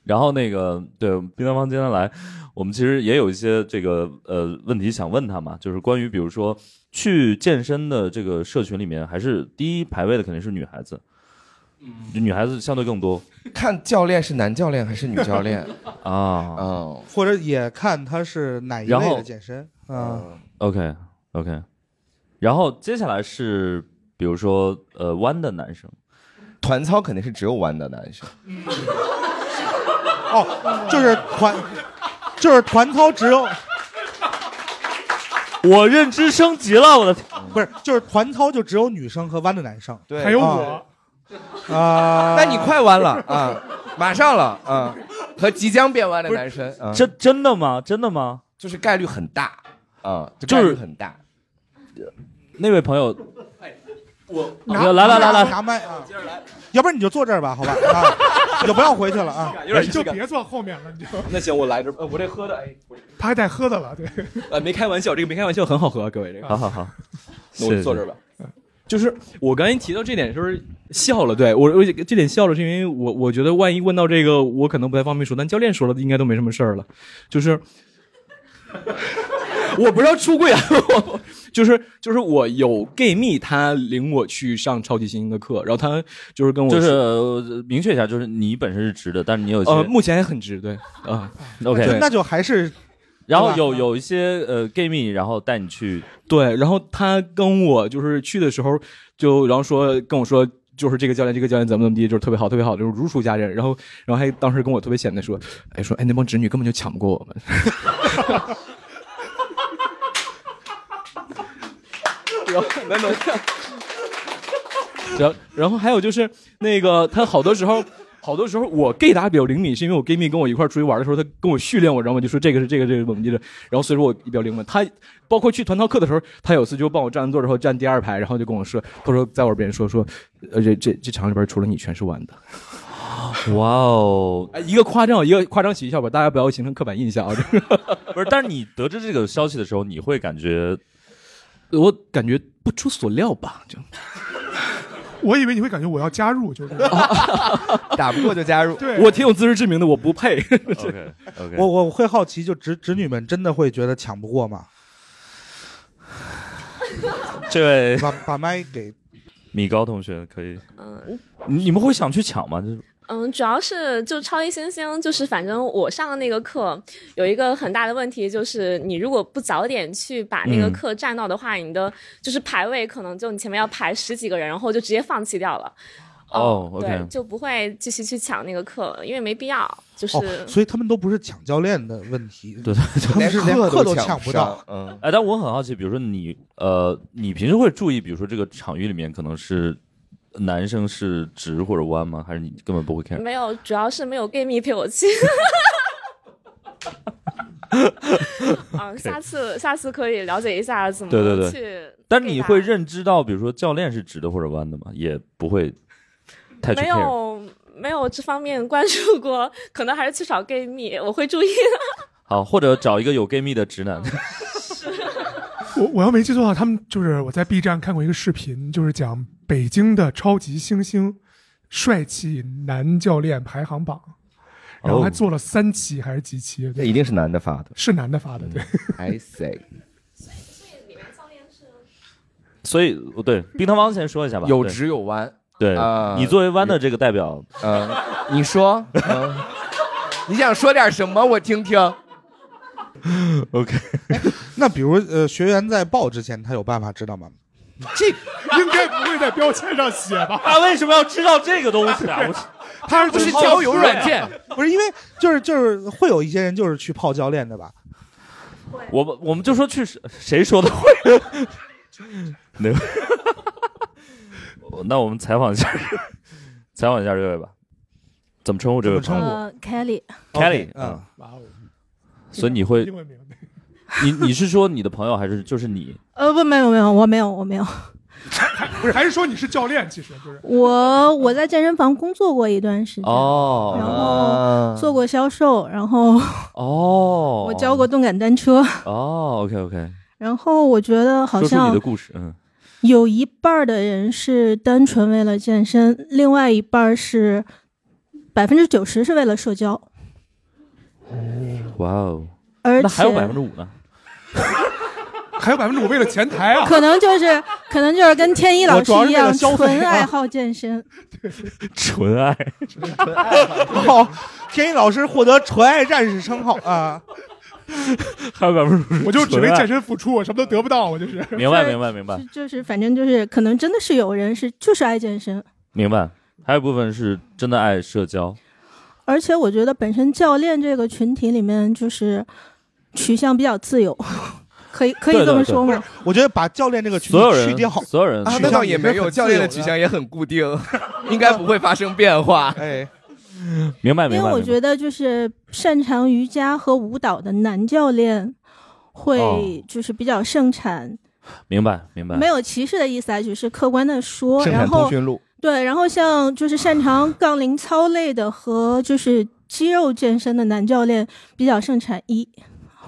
Speaker 1: 然后那个对冰糖方今天来，我们其实也有一些这个呃问题想问他嘛，就是关于比如说去健身的这个社群里面，还是第一排位的肯定是女孩子，女孩子相对更多
Speaker 2: 看教练是男教练还是女教练？
Speaker 1: 啊。
Speaker 2: 嗯，
Speaker 4: 或者也看他是哪一
Speaker 1: 然
Speaker 4: 类
Speaker 1: 后
Speaker 4: 的健身啊。
Speaker 1: OK OK，然后接下来是比如说呃弯的男生，
Speaker 2: 团操肯定是只有弯的男生。
Speaker 4: 哦， 就是 团，就是团操只有
Speaker 1: 我认知升级了，我的天，
Speaker 4: 不是，就是团操就只有女生和弯的男生
Speaker 2: 对
Speaker 3: 还有
Speaker 4: 哦
Speaker 3: 我，
Speaker 4: 啊。
Speaker 2: 那你快 弯了啊，马上了啊，和即将变弯的男生，啊
Speaker 1: 真真的吗？真的吗？
Speaker 2: 就是概率很大啊，这
Speaker 1: 就是
Speaker 2: 概率很大。
Speaker 1: 那位朋友，
Speaker 4: 拿
Speaker 1: 来来来来
Speaker 4: 拿麦啊，要不然你就坐这儿吧，好吧啊， 就不要回去了啊。
Speaker 5: 有
Speaker 1: 哎
Speaker 5: 点
Speaker 3: 哎你
Speaker 5: 仪
Speaker 3: 就
Speaker 5: 式感。
Speaker 3: 别坐后面了，你就
Speaker 5: 那行，我来这，呃，我这喝的，哎，我这
Speaker 3: 他还带喝的了，对，
Speaker 5: 呃，没开玩笑，这个没开玩笑，很好喝啊，各位，这个
Speaker 1: 好好好，
Speaker 5: 那我
Speaker 1: 谢
Speaker 5: 就
Speaker 1: 谢
Speaker 5: 坐这儿吧。就是我刚才提到这点的时候笑了，对我我这点笑了是因为我我觉得万一问到这个我可能不太方便说，但教练说了应该都没什么事儿了，就是。 我不知道出柜啊， 我就是就是我有 gay 蜜，她领我去上超级新星的课，然后她就是跟我
Speaker 1: 就是
Speaker 5: 说
Speaker 1: 呃明确一下，就是你本身是直的，但是你有一些、嗯
Speaker 5: 呃目前还很直对啊、
Speaker 1: OK，
Speaker 5: 对
Speaker 4: 那就还是
Speaker 1: 然后
Speaker 4: 对吧
Speaker 1: 有有一些呃 gay 蜜，然后带 你去，
Speaker 5: 对，然后他跟我就是去的时候就，然后说跟我说。就是这个教练，这个教练怎么怎么地，就是特别好，特别好，就是如数家珍。然后，然后还当时跟我特别显摆说，哎，说哎那帮侄女根本就抢不过我们。然后能能这样。然后然后还有就是那个他好多时候。好多时候我 gay 打比较灵敏，是因为我 gay 蜜跟我一块儿出去玩的时候，他跟我训练我，然后我就说这个是这个这个怎么地的，然后所以说我比较灵敏。他包括去团操课的时候，他有次就帮我占座的时候站第二排，然后就跟我说，他说在我耳边说说，呃这这这场里边除了你全是弯的，
Speaker 1: 哇哦，
Speaker 5: 哎一个夸张一个夸张喜剧效果，大家不要形成刻板印象啊。这个
Speaker 1: 不是，但是你得知这个消息的时候，你会感觉
Speaker 5: 我感觉不出所料吧，就
Speaker 3: 我以为你会感觉我要加入，就是
Speaker 2: 打不过就加入。
Speaker 3: 对，
Speaker 5: 我挺有自知之明的，我不配。
Speaker 1: OK OK，
Speaker 4: 我我会好奇，就侄侄女们真的会觉得抢不过吗？
Speaker 1: 这位
Speaker 4: 把把麦给
Speaker 1: 米高同学可以，
Speaker 7: 嗯
Speaker 1: 你你们会想去抢吗？就是
Speaker 7: 嗯，主要是就超级新星，就是反正我上的那个课有一个很大的问题，就是你如果不早点去把那个
Speaker 1: 嗯
Speaker 7: 课占到的话，你的就是排位可能就你前面要排十几个人，然后就直接放弃掉了。
Speaker 1: 哦
Speaker 7: 嗯
Speaker 1: OK
Speaker 7: 对，就不会继续去抢那个课，因为没必要。就是、
Speaker 4: 哦，所以他们都不是抢教练的问题，
Speaker 1: 对
Speaker 4: 他们是连课都抢不到。
Speaker 2: 上，嗯，
Speaker 1: 哎，但我很好奇，比如说你呃，你平时会注意，比如说这个场域里面可能是男生是直或者弯吗？还是你根本不会 care？
Speaker 7: 没有，主要是没有 gay 蜜陪我 去。嗯，下次下次可以了解一下怎么
Speaker 1: 对对对
Speaker 7: 去。
Speaker 1: 但是你会认知到，比如说教练是直的或者弯的吗？也不会太去
Speaker 7: 没
Speaker 1: care。
Speaker 7: 有没有这方面关注过，可能还是去找 gay 蜜，我会注意。
Speaker 1: 好，或者找一个有 gay 蜜的直男。
Speaker 7: 嗯
Speaker 3: 我我要没记错的话，他们就是我在 B 站看过一个视频，就是讲北京的超级新星帅气男教练排行榜，然后
Speaker 1: 哦
Speaker 3: 还做了三期还是几期，
Speaker 2: 那
Speaker 3: 对，
Speaker 2: 一定是男的发的。
Speaker 3: 是男的发的，对，
Speaker 1: 嗯
Speaker 2: I say，
Speaker 1: 所以对冰糖王先说一下吧。
Speaker 2: 有
Speaker 1: 对
Speaker 2: 直有弯。
Speaker 1: 对、
Speaker 2: 啊
Speaker 1: 你作为弯的这个代表，
Speaker 2: 嗯，你说，嗯， 你想说点什么？我听听。
Speaker 4: 那比如呃，学员在报之前，他有办法知道吗？
Speaker 3: 应该不会在标签上写吧？
Speaker 1: 他为什么要知道这个东西啊？我
Speaker 3: 他
Speaker 2: 不是交友软件，
Speaker 4: 不是因为就是就是会有一些人就是去泡教练的吧？
Speaker 1: 我们我们就说去谁谁说的会？那个， 那我们采访一下，采访一下这位吧。怎么称呼这位
Speaker 4: 怎么称
Speaker 1: 朋友嗯
Speaker 4: 呼
Speaker 8: 呃，Kelly，
Speaker 1: ？Kelly，
Speaker 4: 嗯，
Speaker 3: 哇哦，
Speaker 1: 所以你会
Speaker 3: 英文名
Speaker 1: 你你是说你的朋友还是就是 你？
Speaker 8: 呃，不，没有没有，我没有，我没有。
Speaker 3: 不是，还是说你是教练？其实就是
Speaker 8: 我我在健身房工作过一段时间，
Speaker 1: 哦，
Speaker 8: 然后做过销售，然后
Speaker 1: 哦，
Speaker 8: 我教过动感单车，
Speaker 1: 哦，OK OK，
Speaker 8: 然后我觉得好
Speaker 1: 说出你
Speaker 8: 像
Speaker 1: 的故事，嗯，
Speaker 8: 有一半儿的人是单纯为了健身，另外一半儿是百分之九十是为了社交，
Speaker 1: 哇哦，
Speaker 8: 而
Speaker 1: 那还有
Speaker 8: 且
Speaker 1: 百分之五呢，
Speaker 3: 还有百分之五为了前台啊，
Speaker 8: 可能就是可能就是跟天一老师一样，
Speaker 3: 我主要是为了消费啊
Speaker 8: 纯爱好健 身。
Speaker 1: 纯爱，
Speaker 4: 哦，天一老师获得“纯爱战士”称号啊！
Speaker 1: 还有百分之五，
Speaker 3: 我就只为
Speaker 8: 啊
Speaker 3: 健
Speaker 1: 身。
Speaker 3: 身付出，我什么都得不到，我就是。
Speaker 1: 明白明白明白
Speaker 8: 就就是反正就是可能真的是有人是就是爱健身，
Speaker 1: 明白，还有一部分是真的爱社交，
Speaker 8: 而且我觉得本身教练这个群体里面就是取向比较自由，可以可以
Speaker 1: 对
Speaker 8: 这
Speaker 1: 对
Speaker 8: 么
Speaker 1: 对
Speaker 8: 说吗？
Speaker 4: 我觉得把教练这个群
Speaker 1: 所有
Speaker 4: 体
Speaker 1: 人
Speaker 4: 去掉，
Speaker 1: 所有人
Speaker 4: 啊
Speaker 2: 那倒也没有，
Speaker 4: 很自由
Speaker 2: 教练的取向也很固定， 应该不会发生变化。
Speaker 4: 哎，
Speaker 1: 明白明白，
Speaker 8: 因为我
Speaker 1: 明白
Speaker 8: 觉得就是擅长瑜伽和舞蹈的男教练
Speaker 1: 哦
Speaker 8: 会就是比较盛产，
Speaker 1: 明白明白，
Speaker 8: 没有歧视的意思啊，只是客观的说。
Speaker 2: 生产
Speaker 8: 然
Speaker 2: 通
Speaker 8: 后
Speaker 2: 讯录，
Speaker 8: 对，然后像就是擅长杠铃操类的和就是肌肉健身的男教练比较盛产一，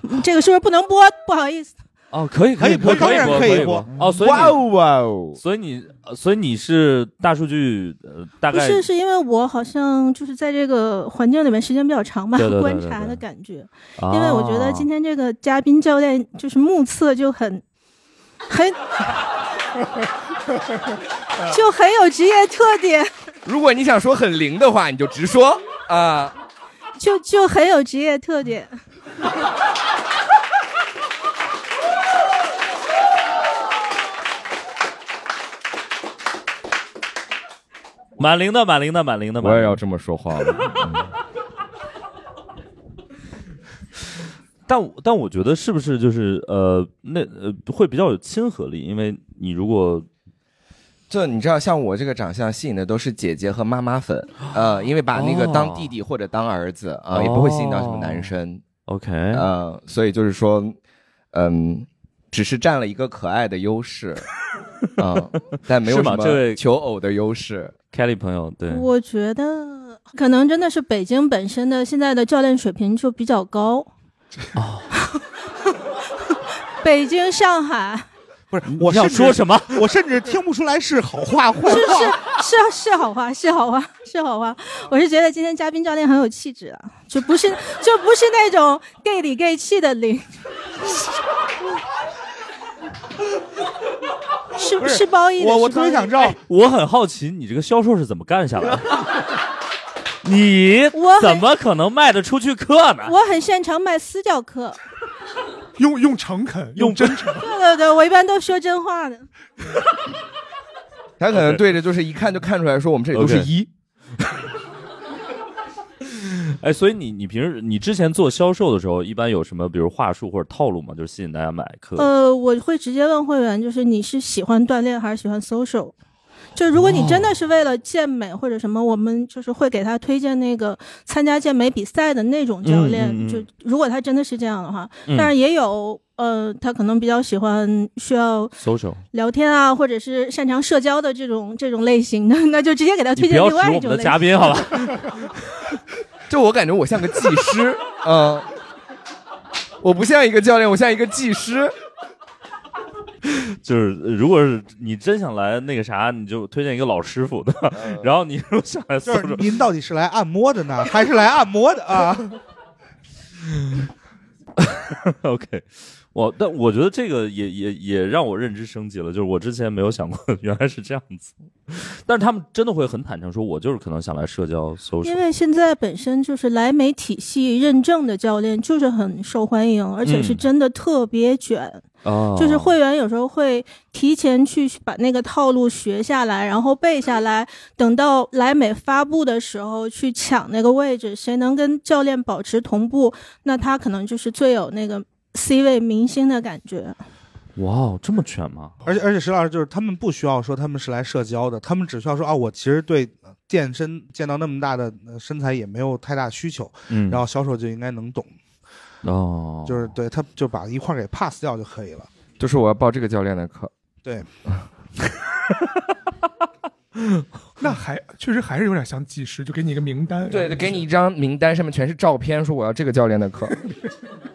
Speaker 8: 嗯这个是不是不能播？不好意思，
Speaker 1: 哦，可以
Speaker 4: 可以
Speaker 1: 以
Speaker 4: 播
Speaker 1: 可
Speaker 4: 当然
Speaker 1: 播
Speaker 4: 可以
Speaker 1: 以
Speaker 4: 播
Speaker 1: 哦，所以
Speaker 2: 哇
Speaker 1: 你
Speaker 2: 哦哇哦！
Speaker 1: 所以你呃所以你是大数据呃大
Speaker 8: 不
Speaker 1: 概
Speaker 8: 是，是因为我好像就是在这个环境里面时间比较长吧，
Speaker 1: 对对对
Speaker 8: 观
Speaker 1: 对
Speaker 8: 察
Speaker 1: 对啊
Speaker 8: 的感觉。
Speaker 1: 因
Speaker 8: 因为我觉得今天这个嘉宾教练就是目测就很 很就很有职业特点，
Speaker 2: 如果你想说很灵的话，你就直说啊。
Speaker 8: 就就很有职业特点。
Speaker 1: 满零的满零的满零的，满
Speaker 2: 我
Speaker 1: 龄
Speaker 2: 也要这么说话了。
Speaker 1: 但我但我觉得是不是就是呃那呃会比较有亲和力，因为你如果
Speaker 2: 就你知道，像我这个长相吸引的都是姐姐和妈妈粉，呃，因为把那个当弟弟或者当儿子啊、呃也不会吸引到什么男生，
Speaker 1: 哦 OK，、
Speaker 2: 呃，所以就是说，嗯，只是占了一个可爱的优势， 啊、但没有
Speaker 1: 是
Speaker 2: 什
Speaker 1: 吗这
Speaker 2: 么
Speaker 1: 位
Speaker 2: 求偶的优势。
Speaker 1: Kelly 朋友对，
Speaker 8: 我觉得可能真的是北京本身的现在的教练水平就比较高。北京、上海
Speaker 4: 不是，我
Speaker 1: 你想
Speaker 4: 甚至
Speaker 1: 说什么？
Speaker 4: 我甚至听不出来是好话坏
Speaker 8: 是
Speaker 4: 话。
Speaker 8: 是是是好话，是好话，啊是好话。我是觉得今天嘉宾教练很有气质啊，就不是就不是那种 gay 里 gay 气的零，是是褒义的。
Speaker 4: 我我
Speaker 8: 是
Speaker 4: 特
Speaker 8: 褒
Speaker 4: 别
Speaker 8: 义的
Speaker 4: 想知道，
Speaker 1: 哎我很好奇你这个销售是怎么干 下来的？你
Speaker 8: 我很
Speaker 1: 怎么可能卖得出去课呢？
Speaker 8: 我很擅长卖私教课，
Speaker 3: 用用诚恳，用真诚，
Speaker 8: 对对对，我一般都说真话的。
Speaker 2: 他可能对着就是一看就看出来说我们这里都是
Speaker 1: OK
Speaker 2: 一
Speaker 1: 哎，所以你你平时你之前做销售的时候，一般有什么比如话术或者套路吗？就是吸引大家买课。
Speaker 8: 呃，我会直接问会员，就是你是喜欢锻炼还是喜欢 social？就如果你真的是为了健美或者什么，我们就是会给他推荐那个参加健美比赛的那种教
Speaker 1: 嗯
Speaker 8: 练。
Speaker 1: 嗯嗯
Speaker 8: 就如果他真的是这样的话，
Speaker 1: 嗯
Speaker 8: 但是也有呃，他可能比较喜欢需要
Speaker 1: social，
Speaker 8: 聊天啊，或者是擅长社交的这种这种类型的，那就直接给他
Speaker 1: 你
Speaker 8: 推
Speaker 1: 不
Speaker 8: 荐
Speaker 1: 要
Speaker 8: 另
Speaker 1: 指
Speaker 8: 外
Speaker 1: 我
Speaker 8: 一
Speaker 1: 们
Speaker 8: 种类型。
Speaker 1: 的嘉宾好吧？
Speaker 2: 就我感觉我像个技师， 嗯、我不像一个教练，我像一个技师。
Speaker 1: 就是呃如果是你真想来那个啥，你就推荐一个老师傅的。然后你如果想 来
Speaker 4: 就
Speaker 1: social，
Speaker 4: 是您到底是来按摩的呢，还是来按摩的啊？
Speaker 1: OK，我但我觉得这个也也也让我认知升级了，就是我之前没有想过 原来是这样子，但是他们真的会很坦诚说，我就是可能想来社交 social，
Speaker 8: 因为现在本身就是莱美体系认证的教练就是很受欢迎，而且是
Speaker 1: 嗯
Speaker 8: 真的特别卷。
Speaker 1: 哦
Speaker 8: 就是会员有时候会提前去把那个套路学下来，然后背下来，等到莱美发布的时候去抢那个位置，谁能跟教练保持同步，那他可能就是最有那个 C 位明星的感觉。
Speaker 1: 哇哦，这么卷吗？
Speaker 4: 而且而且，石老师就是他们不需要说他们是来社交的，他们只需要说啊，我其实对健身见到那么大的呃身材也没有太大需求，
Speaker 1: 嗯
Speaker 4: 然后销售就应该能懂。
Speaker 1: 哦，
Speaker 4: 就是对，他就把一块儿给 pass 掉就可以了。
Speaker 2: 就是我要报这个教练的课。
Speaker 4: 对，
Speaker 3: 那还确实还是有点想几十，就给你一个名单。
Speaker 2: 对，就给你一张名单，上面全是照片，说我要这个教练的课。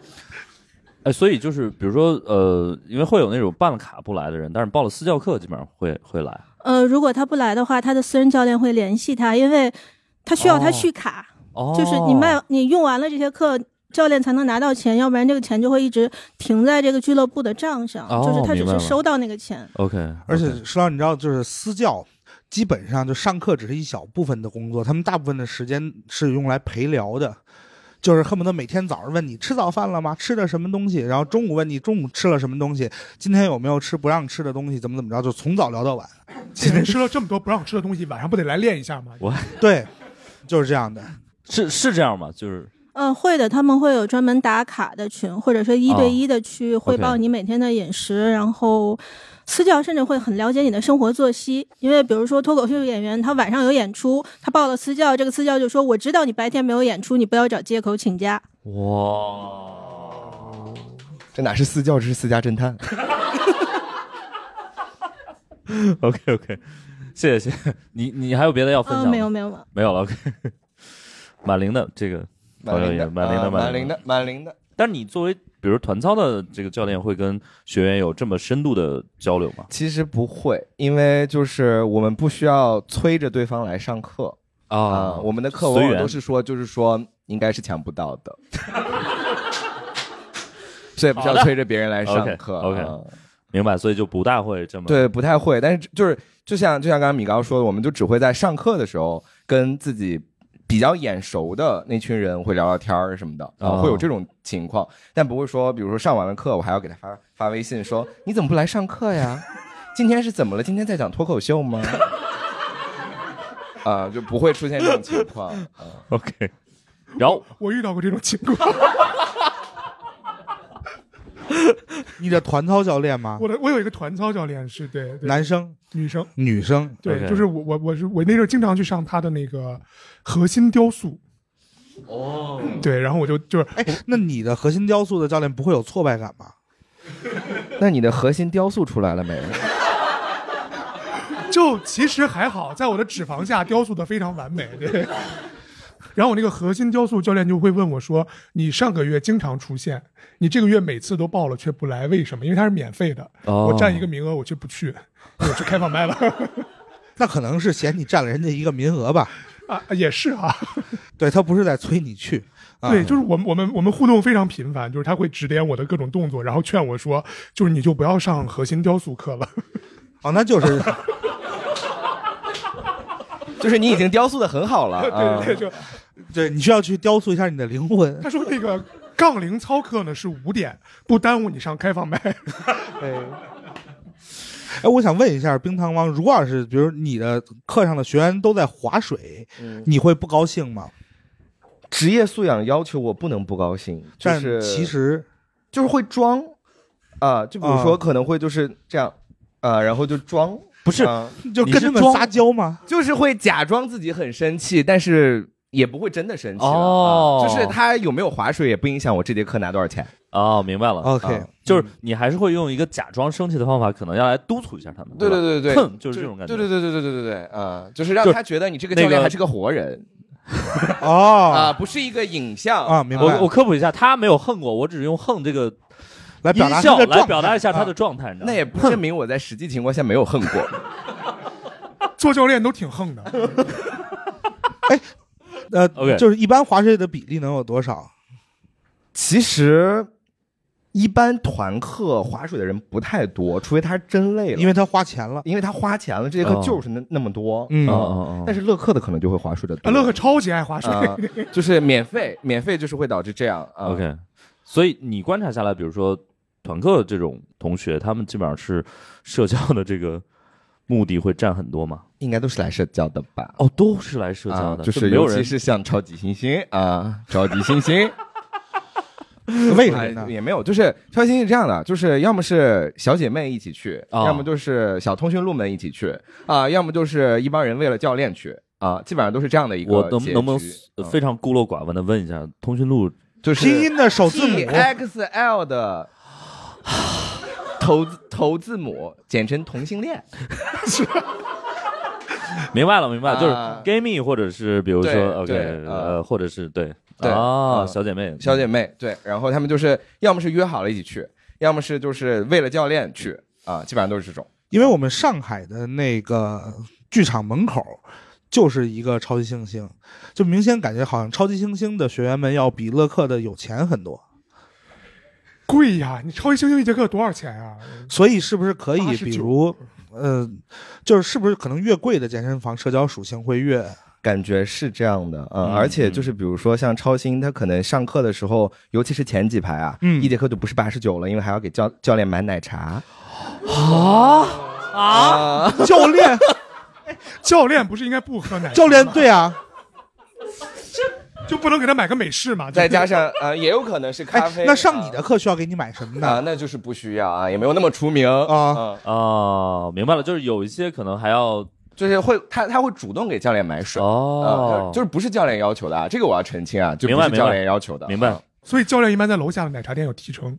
Speaker 1: 哎，所以就是比如说呃，因为会有那种办了卡不来的人，但是报了私教课基本上会会来。
Speaker 8: 呃，如果他不来的话，他的私人教练会联系他，因为他需要他续卡，
Speaker 1: 哦
Speaker 8: 就是你卖你用完了这些课，教练才能拿到钱，要不然这个钱就会一直停在这个俱乐部的账上，
Speaker 4: 哦
Speaker 8: 就是他只
Speaker 4: 明白
Speaker 8: 是
Speaker 4: 了
Speaker 8: 收到那个钱。
Speaker 1: OK，
Speaker 4: 而且石老师，你知道，就是私教基本上就上课只是一小部分的工作，他们大部分的时间是用来陪聊的，就是恨不得每天早上问你吃早饭了吗？吃的什么东西？然后中午问你中午吃了什么东西？今天有没有吃不让吃的东西？怎么怎么着？就从早聊到晚。
Speaker 3: 今天吃了这么多不让吃的东西，晚上不得来练一下吗？
Speaker 1: 我
Speaker 4: 对，就是这样的。
Speaker 1: 是是这样吗？就是
Speaker 8: 呃，会的，他们会有专门打卡的群，或者说一
Speaker 4: 哦
Speaker 8: 对一的去汇报
Speaker 1: OK
Speaker 8: 你每天的饮食，然后私教甚至会很了解你的生活作息，因为比如说脱口秀演员，他晚上有演出，他报了私教，这个私教就说我知道你白天没有演出，你不要找借口请假。
Speaker 1: 哇，
Speaker 2: 这哪是私教，这是私家侦探。
Speaker 1: OK OK，谢谢谢谢你，你还有别的要分享
Speaker 8: 嗯、
Speaker 1: 吗？
Speaker 8: 没有没有了。
Speaker 1: 没有了。OK，马玲的这个
Speaker 2: 马
Speaker 1: 朋友
Speaker 2: 林
Speaker 1: 也
Speaker 2: 的，
Speaker 1: 马玲
Speaker 2: 啊
Speaker 1: 的
Speaker 2: 马林的，马林的。
Speaker 1: 但你作为比如团操的这个教练，会跟学员有这么深度的交流吗？
Speaker 2: 其实不会，因为就是我们不需要催着对方来上课
Speaker 1: 啊、
Speaker 2: 我们的
Speaker 1: 随
Speaker 2: 课往往
Speaker 1: 缘
Speaker 2: 都是说，就是说应该是抢不到的， 所以不需要催着别人来上课。
Speaker 1: OK，,
Speaker 2: 啊
Speaker 1: o k 明白，所以就不大会这么
Speaker 2: 对，不太会。但是就是就像就像刚刚米高说的，我们就只会在上课的时候跟自己比较眼熟的那群人会聊聊天儿什么的啊、
Speaker 1: 哦
Speaker 2: 会有这种情况，但不会说，比如说上完了课，我还要给他发发微信说你怎么不来上课呀？今天是怎么了？今天在讲脱口秀吗？ 啊、就不会出现这种 情况。
Speaker 1: OK，然后
Speaker 3: 我遇到过这种情况，
Speaker 4: 你的团操教练吗？
Speaker 3: 我的我有一个团操教练是对对
Speaker 4: 男生、
Speaker 3: 女生，
Speaker 4: 女生，
Speaker 3: 对就是我我我是我那时候经常去上他的那个核心雕塑，
Speaker 4: 哦
Speaker 3: 对，然后我就就是，
Speaker 4: 哎，那你的核心雕塑的教练不会有挫败感吗？
Speaker 2: 那你的核心雕塑出来了没？
Speaker 3: 就其实还好，在我的脂肪下雕塑的非常完美。对。 然后我那个核心雕塑教练就会问我说：“你上个月经常出现，你这个月每次都报了却不来，为什么？因为它是免费的，
Speaker 1: 哦
Speaker 3: 我占一个名额我却不去，我去开放麦了。
Speaker 4: 那可能是嫌你占了人家一个名额吧？
Speaker 3: 啊，也是啊，
Speaker 4: 对他不是在催你去，啊、
Speaker 3: 对，就是我们我们我们互动非常频繁，就是他会指点我的各种动作，然后劝我说，就是你就不要上核心雕塑课了。
Speaker 4: 哦，那就是
Speaker 2: 就是你已经雕塑的很好了啊。
Speaker 3: 对对对，就
Speaker 4: 对你需要去雕塑一下你的灵魂
Speaker 3: 他。说那个杠铃操课呢是五点，不耽误你上开放 麦。
Speaker 4: 哎，我想问一下冰糖王，如果要是比如你的课上的学员都在划水，你会不高兴吗？
Speaker 2: 职业素养要求我不能不高兴，就
Speaker 4: 但
Speaker 2: 是
Speaker 4: 其实
Speaker 2: 就是会装啊，就比如
Speaker 4: 啊
Speaker 2: 说可能会就是这样啊，然后就装，
Speaker 1: 不是
Speaker 2: 啊
Speaker 4: 就
Speaker 1: 你
Speaker 4: 跟
Speaker 1: 是
Speaker 4: 他们
Speaker 1: 装
Speaker 4: 撒娇吗？
Speaker 2: 就是会假装自己很生气，但是也不会真的生气了
Speaker 1: 哦
Speaker 2: 啊就是他有没有划水也不影响我这节课拿多少钱。
Speaker 1: 哦，明白了。
Speaker 4: OK，、
Speaker 2: 啊
Speaker 1: 就是你还是会用一个假装生气的方法，可能要来督促一下他们。
Speaker 2: 对
Speaker 1: 吧
Speaker 2: 对对对，
Speaker 1: 哼，就是这种感觉。
Speaker 2: 对对对对对对对对啊，就是让
Speaker 1: 就是
Speaker 2: 他觉得你这个
Speaker 1: 那
Speaker 2: 教练
Speaker 1: 个
Speaker 2: 还是个活人啊，
Speaker 4: 哦
Speaker 2: 不是一个影像
Speaker 4: 啊，明白
Speaker 1: 我我科普一下，他没有恨过，我只是用“恨”这个
Speaker 4: 来表
Speaker 1: 音
Speaker 4: 达
Speaker 1: 效
Speaker 4: 他的
Speaker 1: 来
Speaker 4: 状
Speaker 1: 表达
Speaker 4: 态
Speaker 1: 一下他
Speaker 4: 啊
Speaker 1: 的状态，你知道
Speaker 2: 那
Speaker 1: 吗？
Speaker 2: 也不证明我在实际情况下没有恨过。
Speaker 3: 做教练都挺横 的，
Speaker 4: 呃
Speaker 1: OK
Speaker 4: 就是一般划水的比例能有多少？
Speaker 2: 其实一般团课划水的人不太多，除非他真累了，
Speaker 4: 因为他花钱了。
Speaker 2: 因为他花钱了，这节课
Speaker 1: 哦
Speaker 2: 就是那那么多。
Speaker 4: 嗯
Speaker 1: 哦
Speaker 2: 啊
Speaker 1: 哦哦
Speaker 2: 但是乐课的可能就会划水的多。
Speaker 3: 乐可超级爱划水。
Speaker 2: 啊，就是免费，免费就是会导致这样啊。
Speaker 1: OK，所以你观察下来，比如说团课这种同学，他们基本上是社交的这个目的会占很多吗？
Speaker 2: 应该都是来社交的吧？
Speaker 1: 哦，都是来社交
Speaker 2: 啊，
Speaker 1: 的，
Speaker 2: 就是
Speaker 1: 没有
Speaker 2: 尤其
Speaker 1: 人
Speaker 2: 是像超级星星啊，超级星星，
Speaker 4: 为什么呢
Speaker 2: 哎？也没有，就是超级星星是这样的，就是要么是小姐妹一起去，
Speaker 1: 哦
Speaker 2: 要么就是小通讯录们一起去啊，要么就是一帮人为了教练去啊，基本上都是这样的一个
Speaker 1: 我能呃
Speaker 2: 结
Speaker 1: 能不能
Speaker 2: 局
Speaker 1: 非常孤陋寡闻的问一下，通讯录
Speaker 2: 就是
Speaker 4: 拼音的首字母
Speaker 2: XL 的头字头字母，简称同性恋。
Speaker 1: 明白了，明白了，就是
Speaker 2: 啊
Speaker 1: gay 蜜，或者是比如
Speaker 2: 对
Speaker 1: 说 OK，
Speaker 2: 对啊
Speaker 1: 呃，或者是对
Speaker 2: 对
Speaker 1: 啊，
Speaker 2: 嗯
Speaker 1: 小姐妹，
Speaker 2: 小姐妹，对，然后他们就是要么是约好了一起去，要么是就是为了教练去啊，基本上都是这种。
Speaker 4: 因为我们上海的那个剧场门口就是一个超级星星，就明显感觉好像超级星星的学员们要比乐课的有钱很多，
Speaker 3: 贵呀！你超级猩猩一节课多少钱啊？
Speaker 4: 所以是不是可以，
Speaker 3: 89
Speaker 4: 比如，呃，就是是不是可能越贵的健身房社交属性会越
Speaker 2: 感觉是这样的，呃、嗯，而且就是比如说像超星，他可能上课的时候，尤其是前几排啊，
Speaker 4: 嗯
Speaker 2: 一节课就不是八十九了，因为还要给教教练买奶茶。
Speaker 4: 啊啊？ 教练，
Speaker 3: 教练不是应该不喝奶茶吗？
Speaker 4: 教练，对啊，
Speaker 3: 就不能给他买个美式嘛？
Speaker 2: 再加上呃，也有可能是咖
Speaker 4: 哎
Speaker 2: 啡。，
Speaker 4: 那上
Speaker 2: 啊
Speaker 4: 你的课需要给你买什么
Speaker 2: 啊、
Speaker 4: 呢？
Speaker 2: 那就是不需要啊，也没有那么出名啊、
Speaker 4: 啊
Speaker 1: 哦，明白了，就是有一些可能还要
Speaker 2: 就是会他他会主动给教练买水。
Speaker 1: 哦
Speaker 2: 呃，，就是不是教练要求的啊，这个我要澄清啊，就
Speaker 1: 明
Speaker 2: 不
Speaker 1: 白
Speaker 2: 是
Speaker 1: 明白
Speaker 2: 教练要求的，
Speaker 1: 明白
Speaker 2: 啊。
Speaker 3: 所以教练一般在楼下的奶茶店有提成。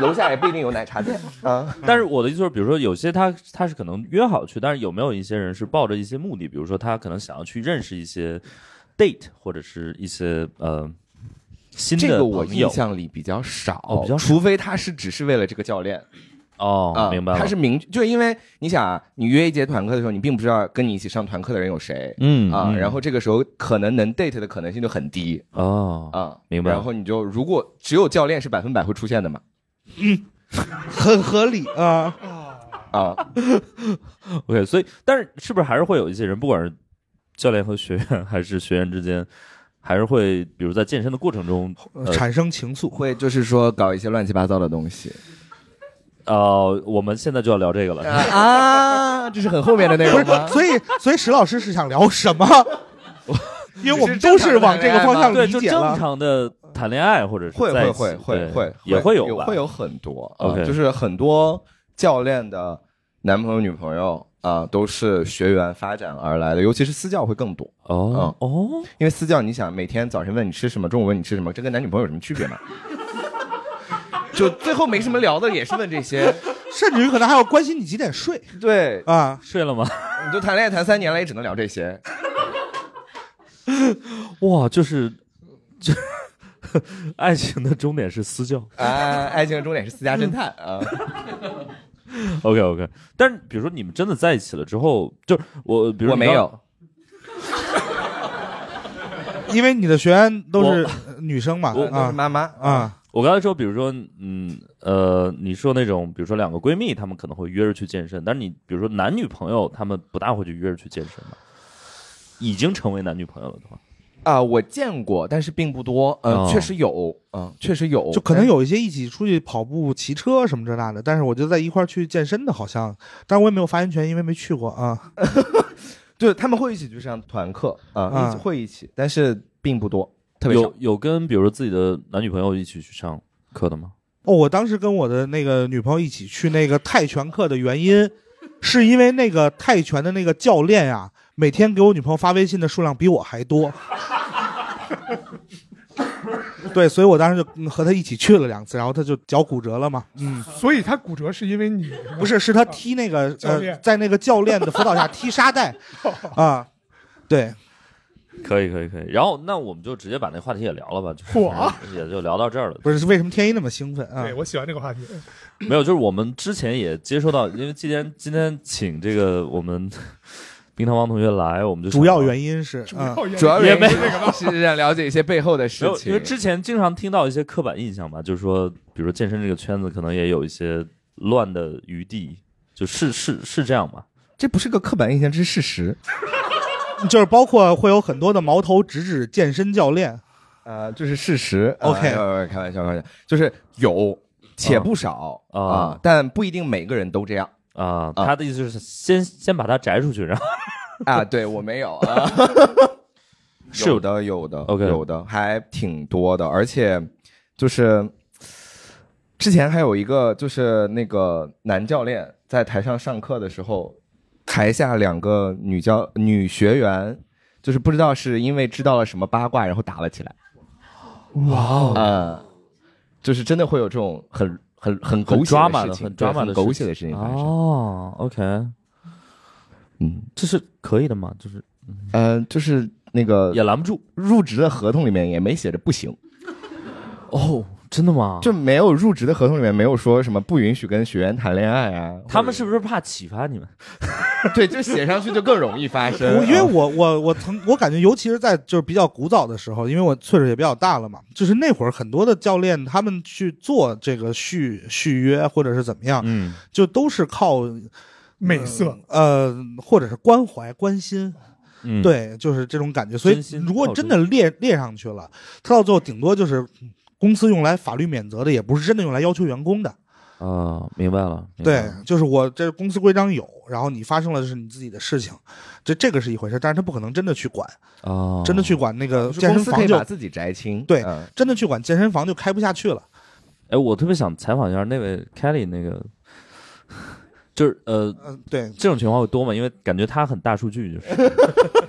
Speaker 2: 楼下也不一定有奶茶店啊，
Speaker 1: 但是我的意思就是，比如说有些他他是可能约好去，但是有没有一些人是抱着一些目的，比如说他可能想要去认识一些 date 或者是一些呃新的
Speaker 2: 这个我
Speaker 1: 朋
Speaker 2: 印
Speaker 1: 友
Speaker 2: 象里比较少，
Speaker 1: 哦比较少
Speaker 2: 除非他是只是为了这个教练
Speaker 1: 哦
Speaker 2: 啊，，
Speaker 1: 明白了，
Speaker 2: 他是明，就是因为你想啊，你约一节团课的时候，你并不知道跟你一起上团课的人有谁
Speaker 1: 嗯
Speaker 2: 啊，
Speaker 1: 嗯
Speaker 2: 然后这个时候可能能 date 的可能性就很低
Speaker 1: 哦
Speaker 2: 啊，
Speaker 1: 明白
Speaker 2: 然后你就如果只有教练是百分百会出现的嘛
Speaker 4: 嗯很合理啊。
Speaker 2: 啊，
Speaker 1: OK，所以但是是不是还是会有一些人，不管是教练和学员，还是学员之间，还是会比如在健身的过程中，呃
Speaker 4: 产生情愫，
Speaker 2: 会就是说搞一些乱七八糟的东西
Speaker 1: 呃，我们现在就要聊这个了。
Speaker 2: 啊，这是很后面的内
Speaker 4: 不
Speaker 2: 容
Speaker 4: 是
Speaker 2: 吗？？
Speaker 4: 所以，所以石老师是想聊什 么？因为我们
Speaker 2: 只是
Speaker 4: 都
Speaker 2: 正常
Speaker 4: 是往这个方向
Speaker 1: 对，
Speaker 4: 理
Speaker 1: 就
Speaker 4: 解
Speaker 1: 正
Speaker 4: 了。
Speaker 1: 常的谈恋爱或者是
Speaker 2: 会
Speaker 1: 在
Speaker 2: 会
Speaker 1: 一起
Speaker 2: 会会
Speaker 1: 对
Speaker 2: 会
Speaker 1: 也
Speaker 2: 会
Speaker 1: 有吧，
Speaker 2: 会有很多啊，
Speaker 1: OK
Speaker 2: 就是很多教练的男朋友女朋友啊，都是学员发展而来的，尤其是私教会更多。啊
Speaker 1: 哦哦，
Speaker 2: 因为私教，你想每天早晨问你吃什么，中午问你吃什么，这跟男女朋友有什么区别吗？ 就最后没什么聊的，也是问这些。
Speaker 4: 甚至于可能还要关心你几点睡
Speaker 2: 对，
Speaker 4: 啊。
Speaker 1: 睡了吗？
Speaker 2: 你就谈恋爱谈三年了，也只能聊这些。
Speaker 1: 哇，就是就爱情的终点是私教。
Speaker 2: 啊，爱情的终点是私家侦探啊。
Speaker 1: OK OK，但是比如说你们真的在一起了之后，就是我，比如
Speaker 2: 我
Speaker 1: 你
Speaker 2: 没
Speaker 1: 刚
Speaker 2: 有，
Speaker 4: 因为你的学员都是呃女生嘛
Speaker 2: 我都是
Speaker 4: 啊
Speaker 2: 妈妈啊。
Speaker 4: 啊，
Speaker 1: 我刚才说，比如说，嗯呃，你说那种，比如说两个闺蜜，她们可能会约着去健身，但是你比如说男女朋友，她们不大会去约着去健身吧？已经成为男女朋友了的话，
Speaker 2: 啊，我见过，但是并不多。嗯
Speaker 1: 哦，
Speaker 2: 确实有，嗯，确实有，
Speaker 4: 就可能有一些一起出去跑步、骑车什么这那的，但是我就在一块儿去健身的，好像，但我也没有发言权，因为没去过啊。
Speaker 2: 对，他们会一起去上团课啊，一起
Speaker 4: 嗯
Speaker 2: 会一起，但是并不多，特别少
Speaker 1: 有。有跟比如说自己的男女朋友一起去上课的吗？
Speaker 4: 哦，我当时跟我的那个女朋友一起去那个泰拳课的原因，是因为那个泰拳的那个教练呀、每天给我女朋友发微信的数量比我还多。对，所以我当时就嗯和他一起去了两次，然后他就脚骨折了嘛。嗯
Speaker 3: 所以他骨折是因为你啊
Speaker 4: 不是，是他踢那个
Speaker 3: 教
Speaker 4: 呃
Speaker 3: 练，哦
Speaker 4: 在那个教练的辅导下踢 沙袋啊，对，
Speaker 1: 可以可以可以。然后那我们就直接把那话题也聊了吧，就是
Speaker 3: 嚯
Speaker 1: 也就聊到这儿了。
Speaker 4: 不是是为什么天一那么兴奋啊
Speaker 3: 对？我喜欢这个话题。
Speaker 1: 没有，就是我们之前也接收到，因为既然今天请这个我们冰糖王同学来，我们就
Speaker 4: 主要
Speaker 1: 因。
Speaker 4: 原因是
Speaker 3: 主
Speaker 4: 啊
Speaker 3: 要，原因
Speaker 2: 主要
Speaker 1: 也
Speaker 2: 原因
Speaker 1: 没
Speaker 2: 是想了解一些背后的事
Speaker 1: 没有，因为
Speaker 2: 情。
Speaker 1: 之前经常听到一些刻板印象吧，就是说，比如说健身这个圈子可能也有一些乱的余地，就是是是这样吗？
Speaker 2: 这不是个刻板印象，这是事实。
Speaker 4: 就是包括会有很多的矛头直指健身教练，
Speaker 2: 呃，就是事实。呃
Speaker 4: OK
Speaker 2: 呃开玩笑，开玩笑，就是有，且不少
Speaker 1: 啊
Speaker 2: 啊，但不一定每个人都这样
Speaker 1: 啊、
Speaker 2: 啊
Speaker 1: 他的意思就是先先把它摘出去，然后
Speaker 2: 啊。对我没有啊，
Speaker 1: 是
Speaker 2: 有的，有的
Speaker 1: OK
Speaker 2: 有的还挺多的，而且就是之前还有一个就是那个男教练在台上上课的时候，台下两个女教女学员就是不知道是因为知道了什么八卦，然后打了起来。
Speaker 3: 哇哦，
Speaker 2: 呃，就是真的会有这种很很很
Speaker 1: 嗯很
Speaker 2: 狗血
Speaker 1: drama
Speaker 2: 事
Speaker 1: 的
Speaker 2: 情，
Speaker 1: 很
Speaker 2: 对
Speaker 1: drama 的
Speaker 2: 狗血的事情发生。
Speaker 1: 哦，OK，
Speaker 2: 嗯，
Speaker 1: 这是可以的嘛？就是
Speaker 2: 呃，就是那个
Speaker 1: 也拦不住
Speaker 2: 入职的合同里面也没写着不行，
Speaker 1: 哦，真的吗？
Speaker 2: 就没有入职的合同里面没有说什么不允许跟学员谈恋爱啊。
Speaker 1: 他们是不是怕启发你们？
Speaker 2: 对，就写上去就更容易发 生。
Speaker 4: 我因为
Speaker 2: 啊
Speaker 4: 我我我曾我感觉，尤其是在就是比较古早的时候，因为我岁数也比较大了嘛，就是那会儿很多的教练他们去做这个续续约或者是怎么样，
Speaker 1: 嗯，
Speaker 4: 就都是靠
Speaker 3: 美色，
Speaker 4: 呃或者是关怀关心，
Speaker 1: 嗯，
Speaker 4: 对，就是这种感觉。所以
Speaker 1: 真心
Speaker 4: 如果
Speaker 1: 靠
Speaker 4: 真的列列上去了，他到最后顶多就是公司用来法律免责的，也不是真的用来要求员工的。
Speaker 1: 啊，明白了。明白
Speaker 4: 对
Speaker 1: 了，
Speaker 4: 就是我这公司规章有，然后你发生了就是你自己的事情，这这个是一回事，但是他不可能真的去管，
Speaker 1: 哦，
Speaker 4: 真的去管那个
Speaker 2: 就是
Speaker 4: 健
Speaker 2: 公
Speaker 4: 身
Speaker 2: 司可
Speaker 4: 房
Speaker 2: 以
Speaker 4: 就
Speaker 2: 把自己摘清。
Speaker 4: 对
Speaker 2: 嗯
Speaker 4: 真的去管健身房就开不下去了。
Speaker 1: 哎，我特别想采访一下那位 Kelly 那个，就是呃，
Speaker 4: 嗯，对，
Speaker 1: 这种情况会多吗？因为感觉他很大数据，就是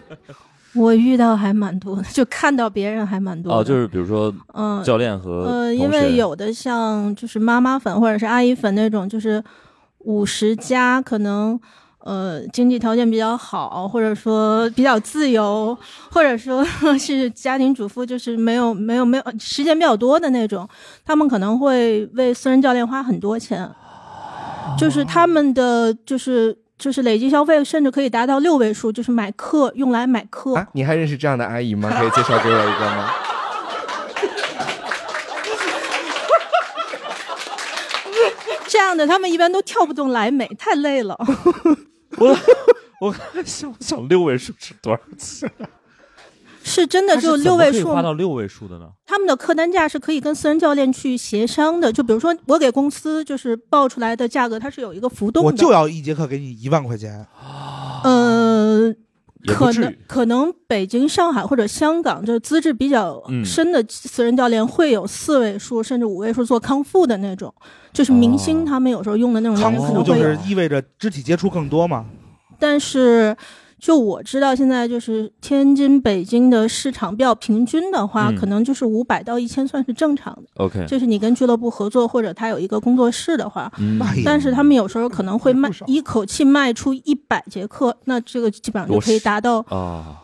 Speaker 8: 我遇到还蛮多的，就看到别人还蛮多的。
Speaker 1: 哦，就是比如说
Speaker 8: 嗯
Speaker 1: 教练和
Speaker 8: 呃，因
Speaker 1: 同学
Speaker 8: 为有的像就是妈妈粉或者是阿姨粉那种，就是五十加，可能呃经济条件比较好，或者说比较自由，或者说 是家庭主妇，就是没有没有没有时间比较多的那种，他们可能会为私人教练花很多钱，就是他们的就是。就是累计消费甚至可以达到六位数，就是买课用来买课。
Speaker 2: 啊，你还认识这样的阿姨吗？可以介绍给我一个 吗？
Speaker 8: 这样的，他们一般都跳不动莱美，太累了。
Speaker 1: 我 想想六位数是多少钱？
Speaker 8: 是真的就六位数
Speaker 1: 花到六位数的呢？
Speaker 8: 他们的客单价是可以跟私人教练去协商的。就比如说，我给公司就是报出来的价格，它是有一个浮动的。
Speaker 4: 我就要一节课给你一万块钱，
Speaker 8: 呃，
Speaker 1: 也不
Speaker 8: 可
Speaker 1: 至
Speaker 8: 能
Speaker 1: 于。
Speaker 8: 可能北京、上海或者香港，就是资质比较
Speaker 1: 嗯
Speaker 8: 深的私人教练会有四位数甚至五位数做康复的那种，就是明星
Speaker 1: 哦
Speaker 8: 他们有时候用的那种
Speaker 4: 康
Speaker 8: 人可
Speaker 4: 复
Speaker 2: 哦
Speaker 8: 能
Speaker 4: 就
Speaker 8: 会有。
Speaker 4: 是意味着肢体接触更多嘛。
Speaker 8: 但是就我知道，现在就是天津、北京的市场比较平均的话，
Speaker 1: 嗯
Speaker 8: 可能就是五百到一千算是正常的。
Speaker 1: OK，
Speaker 8: 就是你跟俱乐部合作，或者他有一个工作室的话，
Speaker 1: 嗯
Speaker 4: 那也
Speaker 8: 但是他们有时候可能会卖
Speaker 3: 不少
Speaker 8: 一口气卖出一百节课，那这个基本上就可以达到
Speaker 1: 啊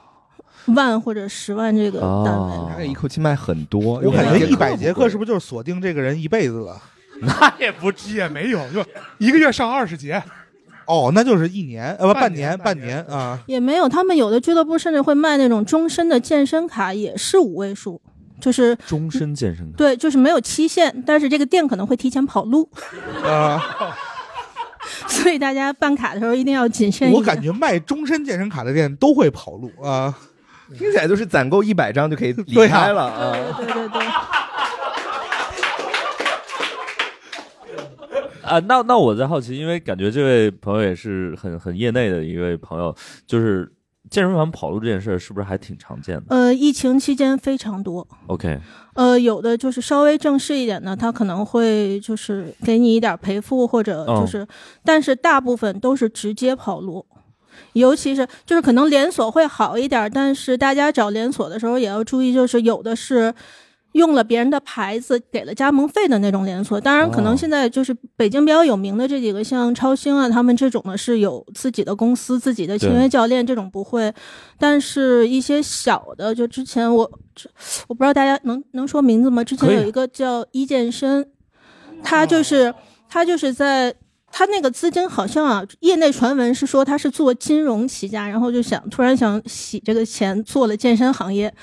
Speaker 8: 万或者十万这个
Speaker 2: 哦
Speaker 8: 单位。
Speaker 1: 啊
Speaker 2: 他，一口气卖很多，
Speaker 4: 我感
Speaker 2: 因为
Speaker 4: 觉
Speaker 2: 节
Speaker 4: 一百节课是
Speaker 2: 不
Speaker 4: 不是就是锁定这个人一辈子 了？
Speaker 1: 那也不至于。
Speaker 3: 也没有，就一个月上二十节，
Speaker 4: 哦，那就是一年呃不半
Speaker 3: 半年
Speaker 4: 半
Speaker 3: 半
Speaker 4: 年
Speaker 3: 年
Speaker 4: 啊，
Speaker 8: 也没有，他们有的俱乐部甚至会卖那种终身的健身卡，也是五位数，
Speaker 1: 嗯
Speaker 8: 就是
Speaker 1: 终身健身卡，
Speaker 8: 对，就是没有期限，但是这个店可能会提前跑路，
Speaker 4: 啊，
Speaker 8: 所以大家办卡的时候一定要谨慎一点。
Speaker 4: 我感觉卖终身健身卡的店都会跑路啊。
Speaker 2: 是听起来就是攒够一百张就可以离
Speaker 4: 对啊
Speaker 2: 开了啊？
Speaker 8: 对对对，
Speaker 1: 啊，那那我在好奇，因为感觉这位朋友也是很很业内的一位朋友，就是健身房跑路这件事儿是不是还挺常见的
Speaker 8: 呃，疫情期间非常多，
Speaker 1: ？OK，
Speaker 8: 呃，有的就是稍微正式一点的，他可能会就是给你一点赔付，或者
Speaker 1: 哦
Speaker 8: 就是，但是大部分都是直接跑路。尤其是就是可能连锁会好一点，但是大家找连锁的时候也要注意，就是有的是用了别人的牌子给了加盟费的那种连锁。当然，可
Speaker 1: 哦
Speaker 8: 能现在就是北京比较有名的这几个，像超星啊，他们这种的是有自己的公司、自己的签约
Speaker 1: 对
Speaker 8: 教练，这种不会。但是一些小的，就之前我我不知道大家能能说名字吗？之前
Speaker 1: 可以
Speaker 8: 有一个叫一健身，他
Speaker 4: 哦
Speaker 8: 就是他就是在他那个资金好像啊，业内传闻是说他是做金融起家，然后就想突然想洗这个钱，做了健身行业。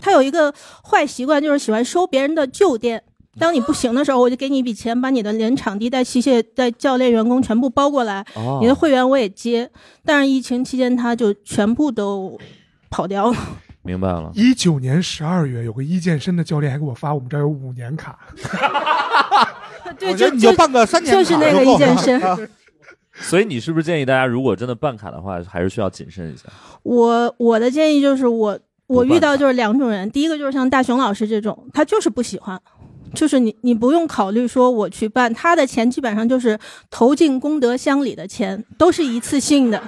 Speaker 8: 他有一个坏习惯，就是喜欢收别人的旧店。当你不行的时候，我就给你一笔钱，把你的连场地、带器械、带教练、员工全部包过来，
Speaker 1: 哦
Speaker 8: 你的会员我也接。但是疫情期间，他就全部都跑掉了。
Speaker 1: 明白了。
Speaker 3: 一九年十二月，有个一健身的教练还给我发，我们这儿有五年卡，
Speaker 8: 对，
Speaker 4: 我觉
Speaker 8: 就
Speaker 4: 哦得你就办个三年卡
Speaker 8: 就是那个
Speaker 4: 够
Speaker 8: 一健
Speaker 4: 了
Speaker 8: 身
Speaker 4: 啊
Speaker 1: 所以你是不是建议大家，如果真的办卡的话，还是需要谨慎一下？
Speaker 8: 我我的建议就是我我
Speaker 1: 不办
Speaker 8: 遇到就是两种人，第一个就是像大熊老师这种，他就是不喜欢，就是你你不用考虑说我去办，他的钱基本上就是投进功德箱里的钱，都是一次性 的。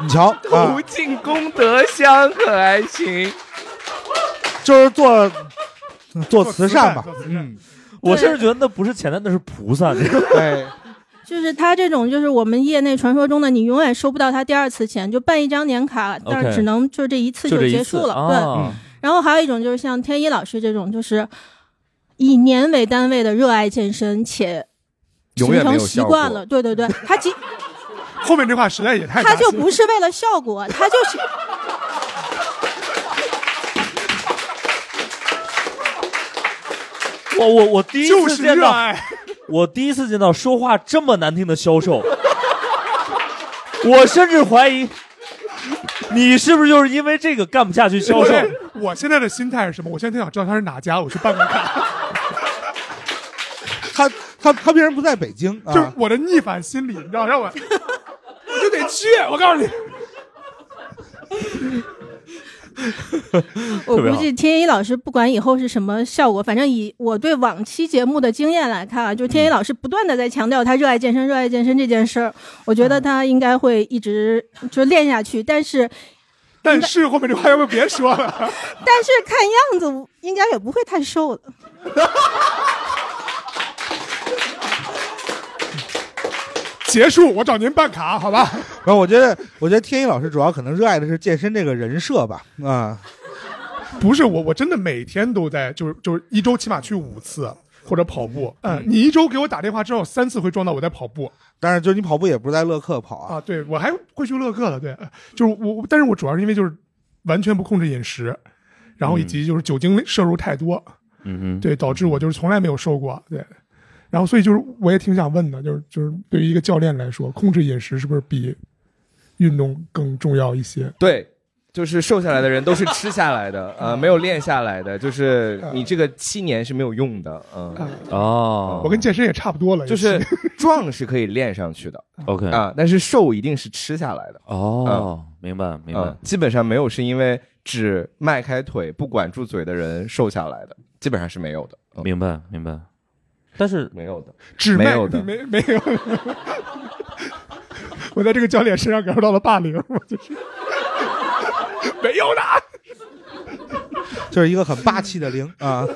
Speaker 4: 你瞧，啊
Speaker 2: 不进功德箱可还行？
Speaker 4: 就是做嗯做慈善吧
Speaker 3: 做慈善做慈，善
Speaker 4: 嗯，
Speaker 1: 我甚至觉得那不是钱的，那是菩萨。
Speaker 4: 哎，
Speaker 8: 就是他这种，就是我们业内传说中的，你永远收不到他第二次钱，就办一张年卡，但是只能就这一次
Speaker 1: 就这一
Speaker 8: 结束
Speaker 1: 次
Speaker 8: 了。
Speaker 1: 啊
Speaker 2: 嗯
Speaker 8: 对，然后还有一种就是像天一老师这种，就是以年为单位的热爱健身，且
Speaker 2: 永
Speaker 8: 形
Speaker 2: 远没
Speaker 8: 成
Speaker 2: 有
Speaker 8: 习
Speaker 2: 效果
Speaker 8: 惯了。对对 对，他即
Speaker 3: 后面这话实在也太
Speaker 8: 他就不是为了效果，他就是。
Speaker 1: 我我我第一
Speaker 3: 就
Speaker 1: 次
Speaker 3: 是
Speaker 1: 见
Speaker 3: 热
Speaker 1: 到，
Speaker 3: 爱，
Speaker 1: 我第一次见到说话这么难听的销售，我甚至怀疑你是不是就是因为这个干不下去销售。
Speaker 3: 对我现在的心态是什么？我现在就想知道他是哪家，我去办个卡。
Speaker 4: 他他他别人不在北京
Speaker 3: 就是，
Speaker 4: 啊
Speaker 3: 我的逆反心理，你知道，让我我就得去。我告诉你，
Speaker 8: 我
Speaker 1: 特别
Speaker 8: 估
Speaker 1: 好
Speaker 8: 计天一老师不管以后是什么效果，反正以我对往期节目的经验来看啊，就天一老师不断的在强调他热爱健身、热爱健身这件事儿，我觉
Speaker 1: 嗯
Speaker 8: 得他应该会一直就练下去。但是，
Speaker 3: 但是后面这话要不别说了。
Speaker 8: 但是看样子应该也不会太瘦的。
Speaker 3: 结束，我找您办卡，好吧？
Speaker 4: 然后我觉得，我觉得天一老师主要可能热爱的是健身这个人设吧，啊，
Speaker 3: 不是我，我真的每天都在，就是就是一周起码去五次或者跑步。嗯，你一周给我打电话之后，三次会撞到我在跑步
Speaker 4: 当然，就是你跑步也不是在乐客跑啊，
Speaker 3: 啊。对我还会去乐客的，对，呃就是我，我但是我主要是因为就是完全不控制饮食，然后以
Speaker 4: 嗯
Speaker 3: 及就是酒精摄入太多，
Speaker 1: 嗯
Speaker 3: 对，导致我就是从来没有瘦过，对。然后，所以就是我也挺想问的，就是就是对于一个教练来说，控制饮食是不是比运动更重要一些？
Speaker 2: 对，就是瘦下来的人都是吃下来的，呃，没有练下来的，就是
Speaker 3: 嗯
Speaker 2: 你这个七年是没有用的，嗯、
Speaker 1: 哼，哦，
Speaker 3: 我跟健身也差不多了，
Speaker 2: 就
Speaker 3: 也
Speaker 2: 是壮是可以练上去的
Speaker 1: OK，
Speaker 2: 啊、但是瘦一定是吃下来的，
Speaker 1: 哦，明白明
Speaker 2: 嗯、
Speaker 1: 白。
Speaker 2: 基本上没有是因为只迈开腿不管住嘴的人瘦下来的，基本上是没有的，嗯
Speaker 1: 明白明白。但是
Speaker 2: 没有的，
Speaker 3: 只卖
Speaker 2: 没有的
Speaker 3: 没没有。 我在这个教练身上感受到了霸凌，我就是没有的。
Speaker 4: 就是一个很霸气的零啊。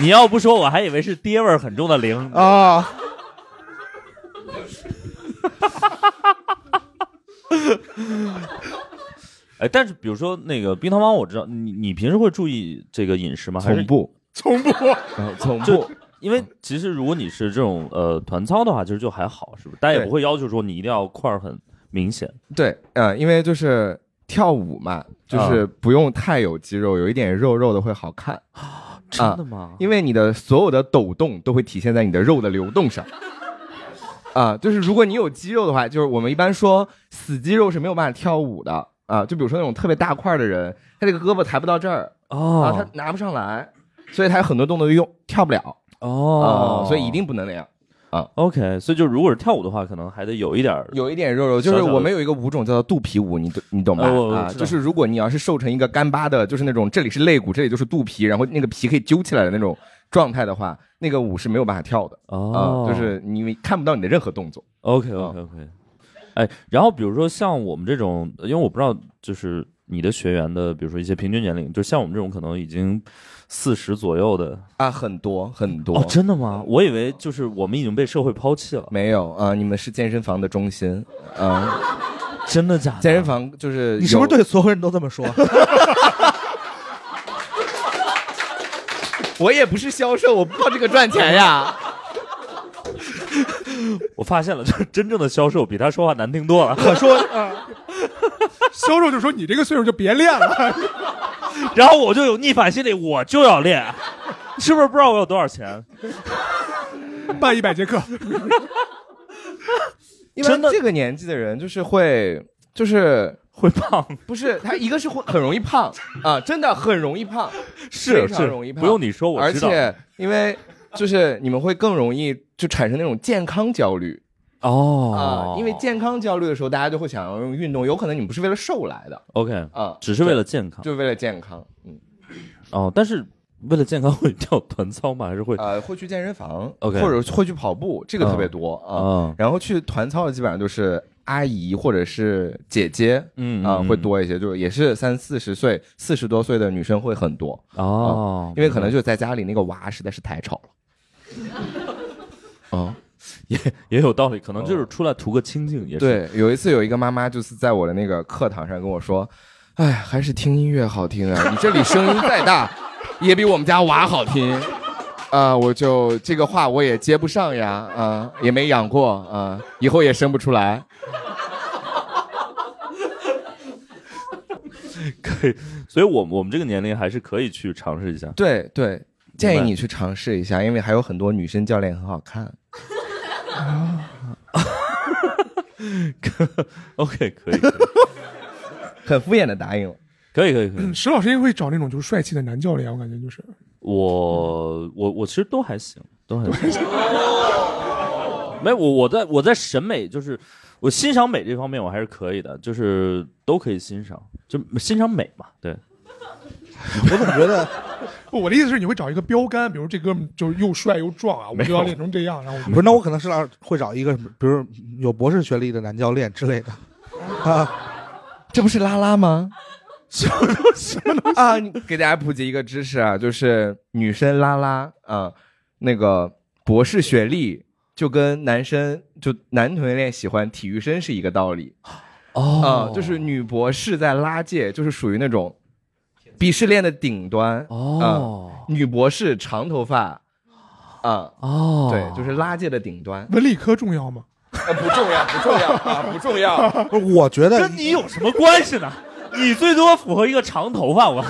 Speaker 1: 你要不说，我还以为是爹味儿很重的零。
Speaker 4: 啊。
Speaker 1: 哎，但是比如说那个冰糖王，我知道你你平时会注意这个饮食吗？还是
Speaker 2: 从不，
Speaker 3: 从不，
Speaker 2: 嗯从
Speaker 1: 就
Speaker 2: 不，
Speaker 1: 因为其实如果你是这种呃团操的话，其实就还好，是不是？大家也
Speaker 2: 对
Speaker 1: 不会要求说你一定要块儿很明显。
Speaker 2: 对，呃，因为就是跳舞嘛，
Speaker 1: 啊
Speaker 2: 就是不用太有肌肉，有一点肉肉的会好看。真的
Speaker 1: 啊吗？
Speaker 2: 因为你的所有的抖动都会体现在你的肉的流动上。啊，就是如果你有肌肉的话，就是我们一般说死肌肉是没有办法跳舞的啊。就比如说那种特别大块的人，他这个胳膊抬不到这儿，啊，他
Speaker 1: 哦
Speaker 2: 拿不上来，所以他有很多动作就用跳不了
Speaker 1: 哦
Speaker 2: 啊，，所以一定不能那样。啊
Speaker 1: OK。所以就如果是跳舞的话，可能还得有一点儿
Speaker 2: 有一点肉肉，就
Speaker 1: 小
Speaker 2: 是
Speaker 1: 小的
Speaker 2: 我们有一个舞种叫做肚皮舞，你懂你懂吧？
Speaker 1: 哦我我
Speaker 2: 啊，
Speaker 1: 知道
Speaker 2: 就是如果你要是瘦成一个干巴的，就是那种这里是肋骨，这里就是肚皮，然后那个皮可以揪起来的那种状态的话，那个舞是没有办法跳的
Speaker 1: 哦
Speaker 2: 啊，，就是嗯你看不到你的任何动作。
Speaker 1: OK OK OK。哎，然后比如说像我们这种，因为我不知道就是你的学员的，比如说一些平均年龄，就像我们这种可能已经四十左右的
Speaker 2: 啊，很多很多，
Speaker 1: 哦，真的吗？我以为就是我们已经被社会抛弃了，
Speaker 2: 没有啊！你们是健身房的中心，啊，
Speaker 1: 真的假的？
Speaker 2: 健身房就是
Speaker 4: 你是不是
Speaker 2: 有
Speaker 4: 对所有人都这么说？
Speaker 2: 我也不是 销售，我不靠这个赚钱呀。
Speaker 1: 我发现了，就是真正的销售比他说话难听多了。
Speaker 4: 可 说嗯
Speaker 3: 销售就说你这个岁数就别练了，
Speaker 1: 然后我就有逆反心理，我就要练，是不是不知道我有多少钱？
Speaker 3: 办一百节课。
Speaker 2: 一般
Speaker 1: 真的
Speaker 2: 这个年纪的人就是会，就是
Speaker 1: 会胖
Speaker 2: 不是他一个是会很容易胖啊，真的很容易胖。
Speaker 1: 是
Speaker 2: 非常
Speaker 1: 是
Speaker 2: 容易，胖
Speaker 1: 不用你说，我
Speaker 2: 而
Speaker 1: 知道。
Speaker 2: 且因为就是你们会更容易就产生那种健康焦虑 啊、
Speaker 1: 哦，
Speaker 2: 因为健康焦虑的时候，大家就会想要用运动，有可能你们不是为了瘦来的
Speaker 1: OK，
Speaker 2: 啊，
Speaker 1: 只是为了健康
Speaker 2: 就为了健康，嗯，
Speaker 1: 哦，但是为了健康会跳团操吗？还是会啊？
Speaker 2: 呃，会去健身房
Speaker 1: OK
Speaker 2: 或者会去跑步，这个特别多啊。
Speaker 1: 哦
Speaker 2: 然后去团操的基本上就是阿姨或者是姐姐，
Speaker 1: 嗯
Speaker 2: 啊、
Speaker 1: 嗯
Speaker 2: 会多一些，就是也是三四十岁、四十多岁的女生会很多
Speaker 1: 哦
Speaker 2: 啊因为可能就在家里那个娃实在是太吵了。哦，
Speaker 1: 也也有道理，可能就是出来图个清静也是。
Speaker 2: 对，有一次有一个妈妈就是在我的那个课堂上跟我说：“哎，还是听音乐好听啊，你 这里声音再大，也比我们家娃好听。”啊，我就这个话我也接不上呀，啊，也没养过啊，以后也生不出来。
Speaker 1: 可以，所以我们我们这个年龄还是可以去尝试一下。
Speaker 2: 对对，建议你去尝试一下，因为还有很多女生教练很好 看。啊
Speaker 1: OK，可以，可以
Speaker 2: 很敷衍的答应了。
Speaker 1: 可以，可以，可以。
Speaker 3: 嗯，石老师应该会找那种就是帅气的男教练，我感觉就是
Speaker 1: 我我我其实都还行，都还行。没，我我在我在审美就是我欣赏美这方面我还是可以的，就是都可以欣赏，就欣赏美嘛。 对，
Speaker 3: 我怎么觉得？ 我的意思是，你会找一个标杆，比如这哥们就是又帅又壮啊，我就要练成这样。然后我
Speaker 4: 不是，那我可能是老会找一个，比如有博士学历的男教练之类的，啊，
Speaker 2: 这不是拉拉吗？
Speaker 4: 什么东西？
Speaker 2: 啊，你给大家普及一个知识啊，就是女生拉拉啊，那个博士学历就跟男生就男同性恋喜欢体育生是一个道理。
Speaker 1: 哦
Speaker 2: 啊，就是女博士在拉界就是属于那种鄙视链的顶端
Speaker 1: 哦、
Speaker 2: 啊女博士长头发啊
Speaker 1: 哦
Speaker 2: 对，就是拉界的顶端。
Speaker 3: 文理科重要吗？
Speaker 2: 不重要，不重要啊，不重要。
Speaker 4: 不是，我觉得
Speaker 1: 跟你有什么关系呢？你最多符合一个长头发， 我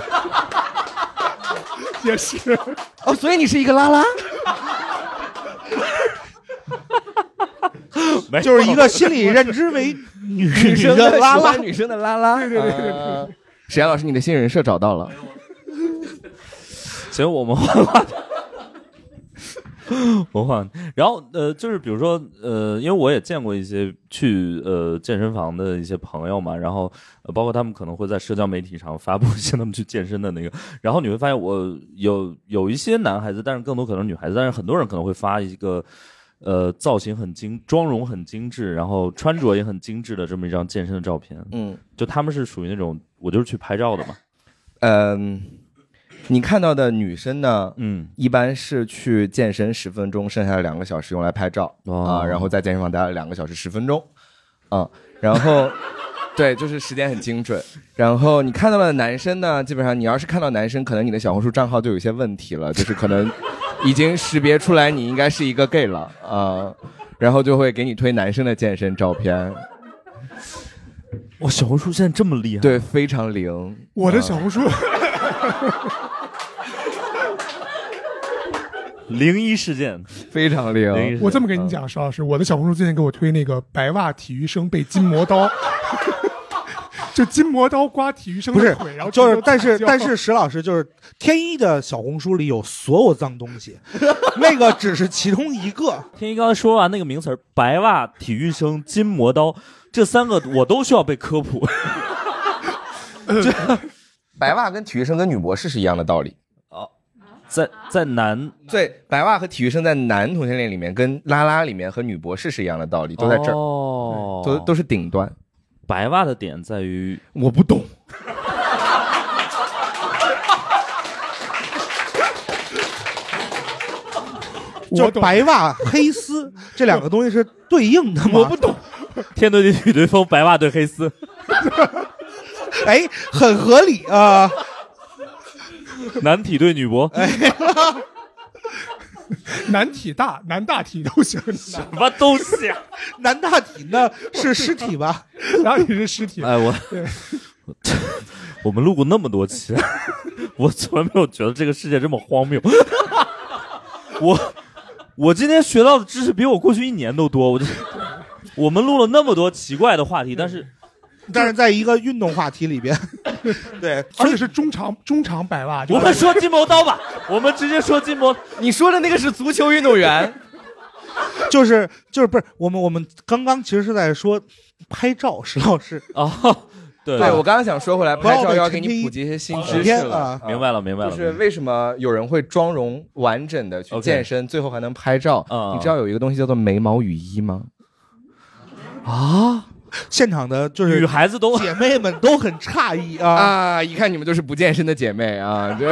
Speaker 3: 也是，
Speaker 2: 哦，所以你是一个拉拉，
Speaker 1: 没有
Speaker 4: 就是一个心理认知为女
Speaker 2: 女生
Speaker 4: 的
Speaker 2: 喜
Speaker 4: 拉
Speaker 2: 欢
Speaker 4: 拉，
Speaker 2: 女生的拉拉。对对对对对。沈阳老师，你的新人设找到了。
Speaker 1: 行，我们换话题。我换，然后呃，就是比如说呃，因为我也见过一些去呃健身房的一些朋友嘛，然后、呃包括他们可能会在社交媒体上发布一些他们去健身的那个，然后你会发现我有有一些男孩子，但是更多可能女孩子，但是很多人可能会发一个呃造型很精、妆容很精致，然后穿着也很精致的这么一张健身的照片，
Speaker 2: 嗯
Speaker 1: 就他们是属于那种我就是去拍照的嘛，
Speaker 2: 嗯，你看到的女生呢，
Speaker 1: 嗯，
Speaker 2: 一般是去健身十分钟，剩下的两个小时用来拍照啊、
Speaker 1: 哦
Speaker 2: 然后在健身房待了两个小时十分钟，啊、然后对，就是时间很精准。然后你看到的男生呢，基本上你要是看到男生，可能你的小红书账号就有一些问题了，就是可能已经识别出来你应该是一个 gay 了啊、然后就会给你推男生的健身照片，
Speaker 1: 哇，小红书现在这么厉害，
Speaker 2: 对，非常灵。啊
Speaker 3: 我的小红书，啊
Speaker 1: 零一事件。
Speaker 2: 非常
Speaker 1: 零一
Speaker 2: 灵
Speaker 1: 事，件
Speaker 3: 我这么跟你讲，石老师，我的小红书最近给我推那个白袜体育生被筋膜 刀，就筋膜刀刮体育生
Speaker 4: 不
Speaker 3: 的
Speaker 4: 是
Speaker 3: 腿，然后，
Speaker 4: 就
Speaker 3: 这
Speaker 4: 是
Speaker 3: 个，
Speaker 4: 但是
Speaker 3: 大叫
Speaker 4: 但是石老师就是天一的小红书里有所有脏东西， 那个只是其中一个。
Speaker 1: 天一刚才说完那个名词儿，白袜、体育生、筋膜刀，这三个我都需要被科 普。
Speaker 2: 白袜跟体育生跟女博士是一样的道理。
Speaker 4: 哦
Speaker 1: 在在男
Speaker 2: 对，白袜和体育生在男同性恋里面跟拉拉里面和女博士是一样的道理，都在这儿，
Speaker 1: 哦，
Speaker 2: 都都是顶端。
Speaker 1: 白袜的点在于，
Speaker 2: 我不懂，
Speaker 4: 就白袜、黑丝这两个东西是对应的吗？我不懂，
Speaker 1: 天对地，雨对风，白袜对黑 丝。
Speaker 4: 哎，很合理啊、
Speaker 1: 男体对女博，
Speaker 3: 哦
Speaker 4: 哎
Speaker 3: 男体大、男大体都行，
Speaker 1: 什么东西啊？
Speaker 4: 男大体那是尸体吧？
Speaker 3: 哪里是 尸体？
Speaker 1: 哎，我 我们录过那么多期， 我从来没有觉得这个世界这么荒谬。 我我今天学到的知识比我过去一年都多。我就我们录了那么多奇怪的话题，但是
Speaker 4: 但是在一个运动话题里边，对，
Speaker 3: 而且是中长中长白袜，就
Speaker 1: 我们说筋膜刀吧，我们直接说筋膜。
Speaker 2: 你说的那个是足球运动员，
Speaker 4: 就是就是不是我们我们刚刚其实是在说拍照，石老师
Speaker 1: 哦，对
Speaker 2: 对我刚刚想 说回来，
Speaker 4: 不要
Speaker 2: 拍照
Speaker 4: 被
Speaker 2: 要
Speaker 4: 陈
Speaker 2: 给
Speaker 4: 皮
Speaker 2: 你普及一些新
Speaker 4: 普
Speaker 2: 知识
Speaker 4: 遍
Speaker 2: 了
Speaker 4: 啊，
Speaker 1: 明白了，明白
Speaker 2: 就
Speaker 1: 了。
Speaker 2: 是为什么有人会妆容完整的去
Speaker 1: OK
Speaker 2: 健身，最后还能拍照
Speaker 1: 嗯？
Speaker 2: 你知道有一个东西叫做眉毛雨衣吗？
Speaker 1: 啊，
Speaker 4: 现场的就是
Speaker 2: 女孩子都
Speaker 4: 姐妹们都很诧
Speaker 1: 哦
Speaker 4: 异啊
Speaker 2: 啊！一看你们就是不健身的姐妹啊，就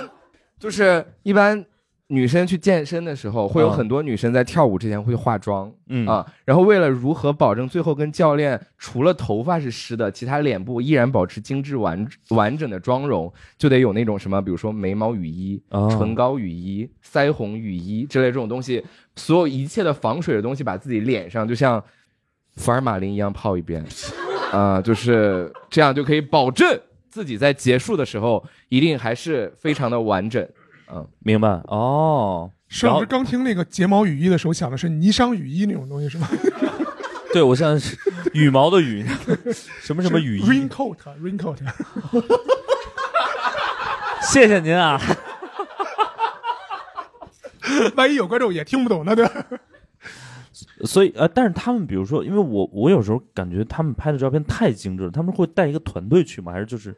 Speaker 2: 就是一般女生去健身的时候，会有
Speaker 4: 嗯
Speaker 2: 很多女生在跳舞之前会化妆，
Speaker 1: 嗯
Speaker 2: 啊，然后为了如何保证最后跟教练除了头发是湿的，其他脸部依然保持精致完完整的妆容，就得有那种什么，比如说眉毛雨衣、
Speaker 1: 哦
Speaker 2: 唇膏雨衣、腮红雨衣之类这种东西，所有一切的防水的东西，把自己脸上就像福尔马林一样泡一遍， 啊、就是这样就可以保证自己在结束的时候一定还是非常的完整，嗯，
Speaker 1: 明白哦。
Speaker 3: 石老师刚听那个睫毛雨衣的时候，想的是霓裳雨衣那种东西是吧？
Speaker 1: 对我像是羽毛的羽， 什么什么羽
Speaker 3: 是
Speaker 1: 衣。
Speaker 3: ？raincoat，raincoat，
Speaker 1: 谢谢您啊，
Speaker 3: 万一有观众也听不懂呢，对吧？
Speaker 1: 所以呃，但是他们比如说，因为我我有时候感觉他们拍的照片太精致了，他们会带一个团队去吗？还是 就是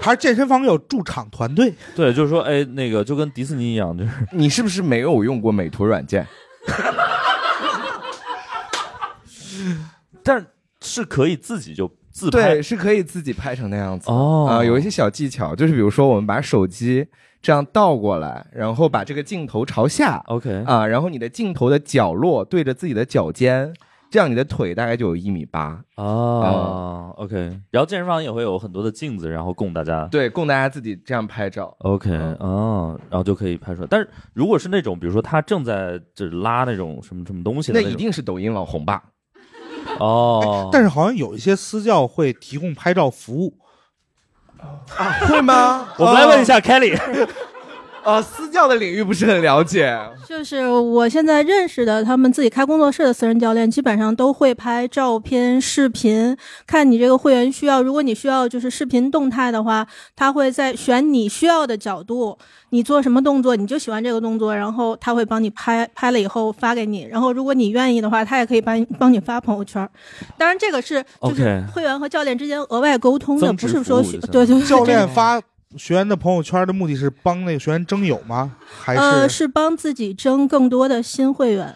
Speaker 4: 还是健身房有驻场团队？
Speaker 1: 对，就是说哎，那个就跟迪士尼一样，就是
Speaker 2: 你是不是没有用过美图软件？
Speaker 1: 但是可以自己就自拍
Speaker 2: 对，是可以自己拍成那样子的
Speaker 1: 哦
Speaker 2: 啊、有一些小技巧，就是比如说我们把手机这样倒过来，然后把这个镜头朝下
Speaker 1: ，OK
Speaker 2: 啊、然后你的镜头的角落对着自己的脚尖，这样你的腿大概就有一米八。啊
Speaker 1: 哦 o k 然后健身房也会有很多的镜子，然后供大家
Speaker 2: 对，供大家自己这样拍照。嗯
Speaker 1: OK 啊、哦然后就可以拍出来。但是如果是那种，比如说他正在就是拉那种什么什么东西的
Speaker 2: 那
Speaker 1: 种
Speaker 2: 一定是抖音网红吧？ 哎
Speaker 1: 哦。
Speaker 4: 但是好像有一些私教会提供拍照服务，
Speaker 2: 会吗？
Speaker 1: 我们来问一下 Kelly。
Speaker 2: 啊，私教的领域不是很了解。
Speaker 8: 就是我现在认识的，他们自己开工作室的私人教练，基本上都会拍照片、视频。看你这个会员需要，如果你需要就是视频动态的话，他会在选你需要的角度，你做什么动作，你就喜欢这个动作，然后他会帮你拍，拍了以后发给你。然后如果你愿意的话，他也可以帮你帮你发朋友圈。当然，这个是就是
Speaker 4: OK
Speaker 8: 会员和教练之间额外沟通的，
Speaker 4: 增
Speaker 8: 不
Speaker 4: 值
Speaker 8: 是说
Speaker 4: 服务
Speaker 8: 需
Speaker 4: 就
Speaker 8: 对
Speaker 4: 相
Speaker 8: 对对
Speaker 4: 教练发学员的朋友圈的目的是帮那个学员征友吗？还是、
Speaker 8: 呃是帮自己争更多的新会员。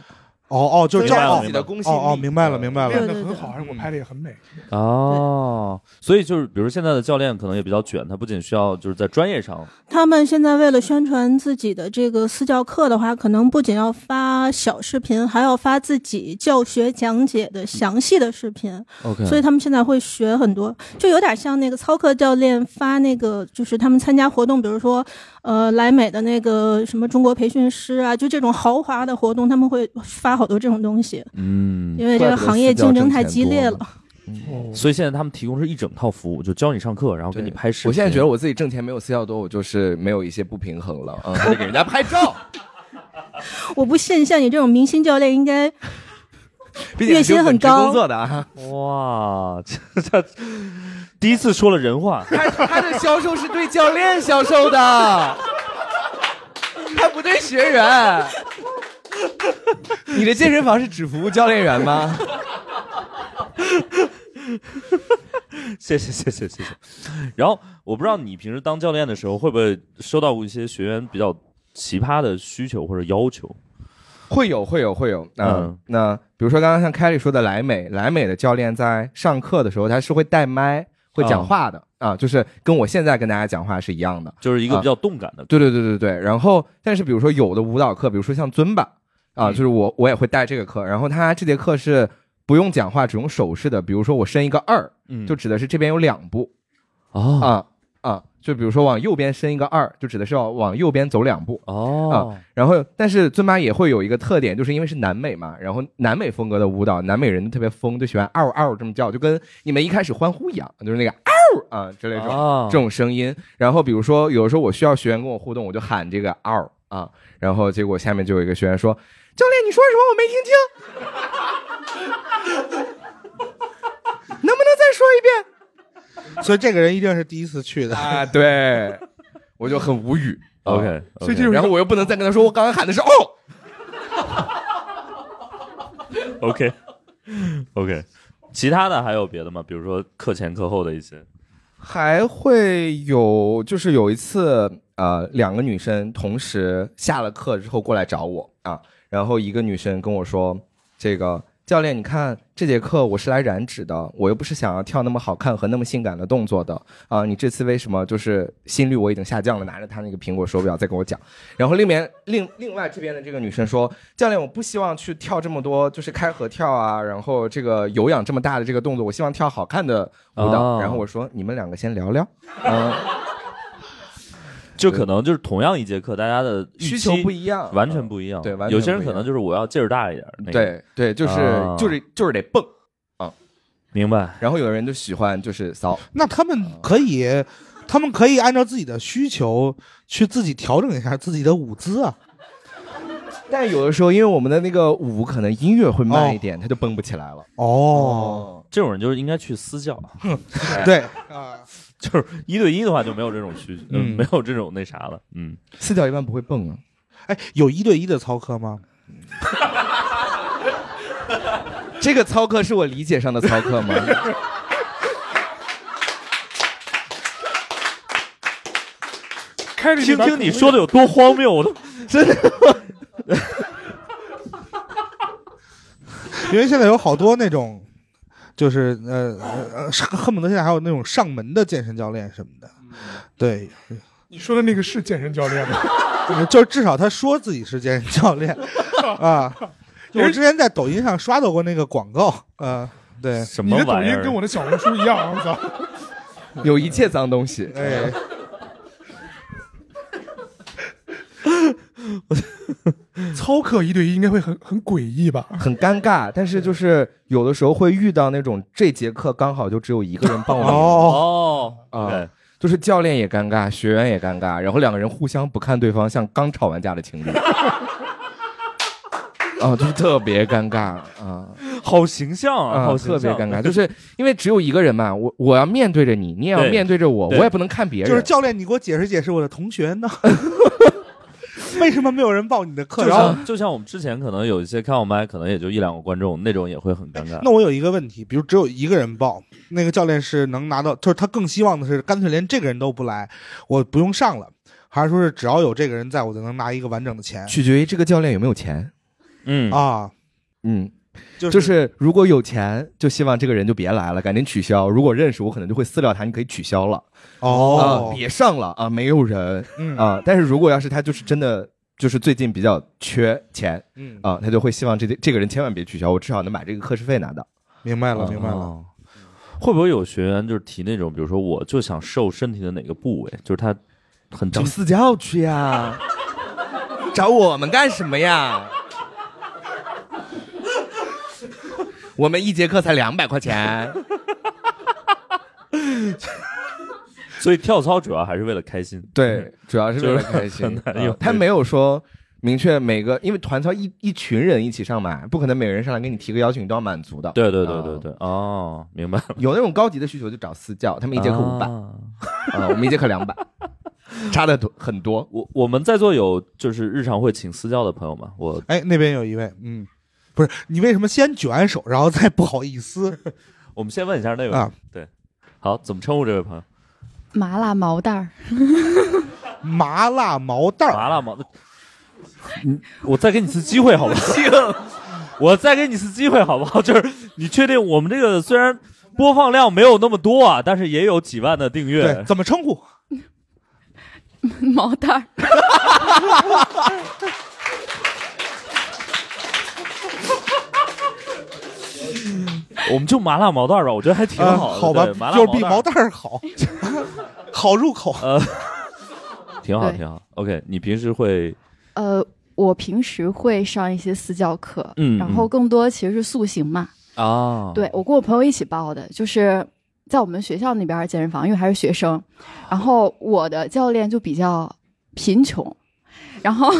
Speaker 4: 哦哦，就是
Speaker 8: 增
Speaker 4: 教
Speaker 8: 加
Speaker 4: 练
Speaker 8: 自己的公信力
Speaker 4: 哦哦，明
Speaker 2: 嗯
Speaker 4: 白了明白
Speaker 3: 练
Speaker 4: 了。
Speaker 3: 得很好，而且我拍的也很美。
Speaker 1: 哦，所以就是，比如说现在的教练可能也比较卷，他不仅需要就是在专业上，
Speaker 8: 他们现在为了宣传自己的这个私教课的话，可能不仅要发小视频，还要发自己教学讲解的详细的视频。
Speaker 9: OK
Speaker 8: 所以他们现在会学很多，就有点像那个操课教练发那个，就是他们参加活动，比如说呃莱美的那个什么中国培训师啊，就这种豪华的活动，他们会发好多这种东西，
Speaker 1: 嗯
Speaker 8: 因为这个行业竞争太激烈了。。
Speaker 2: 哦
Speaker 1: 所以现在他们提供是一整套服务，就教你上课，然后给你拍视频。
Speaker 2: 我现在觉得我自己挣钱没有私教多，我就是没有一些不平衡了。嗯，还得给人家拍照，
Speaker 8: 我不信，像你这种明星教练应该
Speaker 2: 毕竟
Speaker 8: 月
Speaker 2: 是
Speaker 8: 薪
Speaker 2: 有
Speaker 8: 很
Speaker 2: 本职
Speaker 8: 高，
Speaker 2: 工作的啊。
Speaker 1: 哇， 这这第一次说了人话，
Speaker 2: 他的销售是对教练销售的，他不对学员。你的健身房是只服务教练员 吗？嗯
Speaker 1: 谢谢谢谢谢谢。然后我不知道你平时当教练的时候会不会收到过一些学员比较奇葩的需求或者要求？
Speaker 2: 会有会有会有，嗯
Speaker 1: 嗯，
Speaker 2: 那比如说刚刚像凯里说的莱美，莱美的教练在上课的时候他是会带麦、会
Speaker 1: 哦
Speaker 2: 讲话的、啊，就是跟我现在跟大家讲话是一样的，
Speaker 1: 就是一个
Speaker 2: 啊
Speaker 1: 比较动感的。
Speaker 2: 对对对对对。然后，但是比如说有的舞蹈课，比如说像尊巴
Speaker 1: 嗯
Speaker 2: 啊，就是我我也会带这个课。然后他这节课是不用讲话，只用手势的。比如说我伸一个二，
Speaker 1: 嗯
Speaker 2: 就指的是这边有两步。
Speaker 1: 哦
Speaker 2: 啊啊，就比如说往右边伸一个二，就指的是要往右边走两步。
Speaker 1: 哦
Speaker 2: 啊，然后但是尊巴也会有一个特点，就是因为是南美嘛，然后南美风格的舞蹈，南美人特别疯，就喜欢嗷嗷这么叫，就跟你们一开始欢呼一样，就是那个嗷啊之类的这种、
Speaker 1: 哦
Speaker 2: 这种声音。然后比如说有的时候我需要学员跟我互动，我就喊这个嗷啊，然后结果下面就有一个学员说，教练你说什么我没听清，能不能再说一遍？
Speaker 4: 所以这个人一定是第一次去的
Speaker 2: 啊，对，我就很无语。啊
Speaker 1: OK，
Speaker 4: 所以这就是
Speaker 2: 然后我又不能再跟他说，我刚刚喊的是哦。
Speaker 1: OK OK，其他的还有别的吗？比如说课前课后的一些。
Speaker 2: 还会有，就是有一次，呃，两个女生同时下了课之后过来找我啊，然后一个女生跟我说，这个教练，你看这节课我是来燃脂的，我又不是想要跳那么好看和那么性感的动作的啊、你这次为什么就是心率我已经下降了？拿着他那个苹果手表在跟我讲，然后另面另另外这边的这个女生说，教练，我不希望去跳这么多，就是开合跳啊，然后这个有氧这么大的这个动作，我希望跳好看的舞蹈。
Speaker 1: 哦
Speaker 2: 然后我说，你们两个先聊 聊，
Speaker 4: 啊
Speaker 1: 就可能就是同样一节课，大家的预期
Speaker 2: 需求不一样嗯
Speaker 1: 完全不一样。
Speaker 2: 对完全
Speaker 1: 有些人
Speaker 2: 不一
Speaker 1: 可
Speaker 2: 样
Speaker 1: 能就是我要劲儿大一点儿。那个
Speaker 2: 嗯对对，就是、
Speaker 1: 啊
Speaker 2: 就是就是得蹦啊，
Speaker 1: 明白。
Speaker 2: 然后有人就喜欢就是骚，
Speaker 4: 那他们可以，他们可以按照自己的需求去自己调整一下自己的舞姿啊。
Speaker 2: 但有的时候因为我们的那个舞可能音乐会慢一点，他就蹦不起来了。
Speaker 4: 哦，
Speaker 1: 这种人就是应该去私 教。
Speaker 4: 对
Speaker 1: 啊， 就是一对一的话就没有这种需，嗯，
Speaker 4: 嗯
Speaker 1: 没有这种那啥了。嗯，
Speaker 2: 私教一般不会蹦啊。
Speaker 4: 哎，有一对一的操课吗？
Speaker 2: 这个操课是我理解上的操课 吗？
Speaker 3: 开着
Speaker 1: 听听你说的有多荒谬， 我都
Speaker 2: 真的。
Speaker 4: 因为现在有好多那种，就是呃呃，恨不得现在还有那种上门的健身教练什么的，
Speaker 2: 嗯
Speaker 4: 对，
Speaker 3: 你说的那个是健身教练吗？
Speaker 4: 呃 就是至少他说自己是健身 教练啊。我之前在抖音上刷到过那个广告，呃，对，
Speaker 1: 什
Speaker 3: 你
Speaker 1: 么
Speaker 3: 的抖
Speaker 1: 玩意
Speaker 3: 音
Speaker 1: 儿
Speaker 3: 跟？我的小红书一样，啊我操！
Speaker 2: 有一切脏东西。
Speaker 4: 哎，
Speaker 3: 操课一对一应该会很很诡异吧？
Speaker 2: 很尴尬，但是就是有的时候会遇到那种这节课刚好就只有一个人报名，
Speaker 4: 哦，
Speaker 1: 哦，
Speaker 2: 啊
Speaker 1: 对，
Speaker 2: 就是教练也尴尬，学员也尴尬，然后两个人互相不看对方，像刚吵完架的 情侣，啊，就是特别尴尬啊
Speaker 1: 好形象啊，
Speaker 2: 啊，
Speaker 1: 好
Speaker 2: 特别尴 尬，
Speaker 1: 就
Speaker 2: 就是因为只有一个人嘛，我我要面对着你，你也要
Speaker 1: 对
Speaker 2: 面对着我，
Speaker 1: 对
Speaker 2: 我也不能看别人，
Speaker 4: 就是教练，你给我解释解释，我的同学呢？ 为什么没有人报你的课？
Speaker 1: 就
Speaker 4: 然后
Speaker 1: 像就像我们之前可能有一些开我麦，可能也就一两个观众，那种也会很尴尬。
Speaker 4: 那我有一个问题，比如只有一个人报，那个教练是能拿到，就是他更希望的是干脆连这个人都不来，我不用上了，还是说是只要有这个人在，我就能拿一个完整的钱
Speaker 2: 取决于这个教练有没有钱，
Speaker 1: 嗯，
Speaker 4: 啊？
Speaker 2: 嗯，
Speaker 4: 就是
Speaker 2: 就是如果有钱，就希望这个人就别来了，赶紧取消；如果认识，我可能就会私聊他，你可以取消了。啊，
Speaker 4: 哦，
Speaker 2: 别上了啊，没有人
Speaker 4: 嗯
Speaker 2: 啊。但是如果要是他就是真的就是最近比较缺钱
Speaker 4: 嗯，
Speaker 2: 啊，他就会希望这这个人千万别取消，我至少能把这个课时费拿到。嗯
Speaker 4: 明白了，明白了。
Speaker 1: 哦。会不会有学员就是提那种，比如说我就想瘦身体的哪个部位，就是他很
Speaker 2: 找
Speaker 1: 精
Speaker 2: 私教去呀，找我们干什么呀？我们一节课才两百块钱，
Speaker 1: 所以跳操主要还是为了开心。
Speaker 2: 对，主要是为了开
Speaker 1: 就
Speaker 2: 心
Speaker 1: 是。很难有
Speaker 2: 啊他没有说明确每个，因为团操一一群人一起上嘛，不可能每个人上来给你提个要求你都要满足的。
Speaker 1: 对对对
Speaker 2: 啊
Speaker 1: 对对，哦，明白了。
Speaker 2: 有那种高级的需求就找私教，他们一节课五百
Speaker 1: 啊
Speaker 2: 啊，我们一节课 两百，差的多很多。
Speaker 1: 我我们在座有就是日常会请私教的朋友吗？我
Speaker 4: 哎，那边有一位，嗯，不是你为什么先举完手，然后再不好意思
Speaker 1: 我们先问一下那位，
Speaker 4: 啊？
Speaker 1: 好，怎么称呼这位朋友？
Speaker 9: 麻辣毛蛋儿，
Speaker 4: 麻辣毛蛋儿，
Speaker 1: 麻辣毛，嗯，我再给你一次机会好 不好？ 我再给你一次机会好不好？就是你确定我们这个虽然播放量没有那么多啊，但是也有几万的订
Speaker 4: 对，
Speaker 1: 阅。
Speaker 4: 怎么称呼？
Speaker 9: 毛蛋 儿，
Speaker 1: 我们就麻辣毛蛋儿吧，我觉得还挺
Speaker 4: 啊
Speaker 1: 好的，
Speaker 4: 好吧
Speaker 1: 对麻，辣
Speaker 4: 就是比毛
Speaker 1: 毛蛋
Speaker 4: 蛋儿 好，好入口。
Speaker 1: 儿呃挺好，
Speaker 9: 对
Speaker 1: 挺好。OK，你平时会
Speaker 9: 呃，我平时会上一些私教课，
Speaker 1: 嗯
Speaker 9: 然后
Speaker 1: 嗯
Speaker 9: 更多其实是塑形嘛，
Speaker 1: 啊？
Speaker 2: 哦
Speaker 9: 对，我跟我朋友一起报的，就是在我们学校那边儿健身房，因为还是学生，然后我的教练就比较贫穷，然后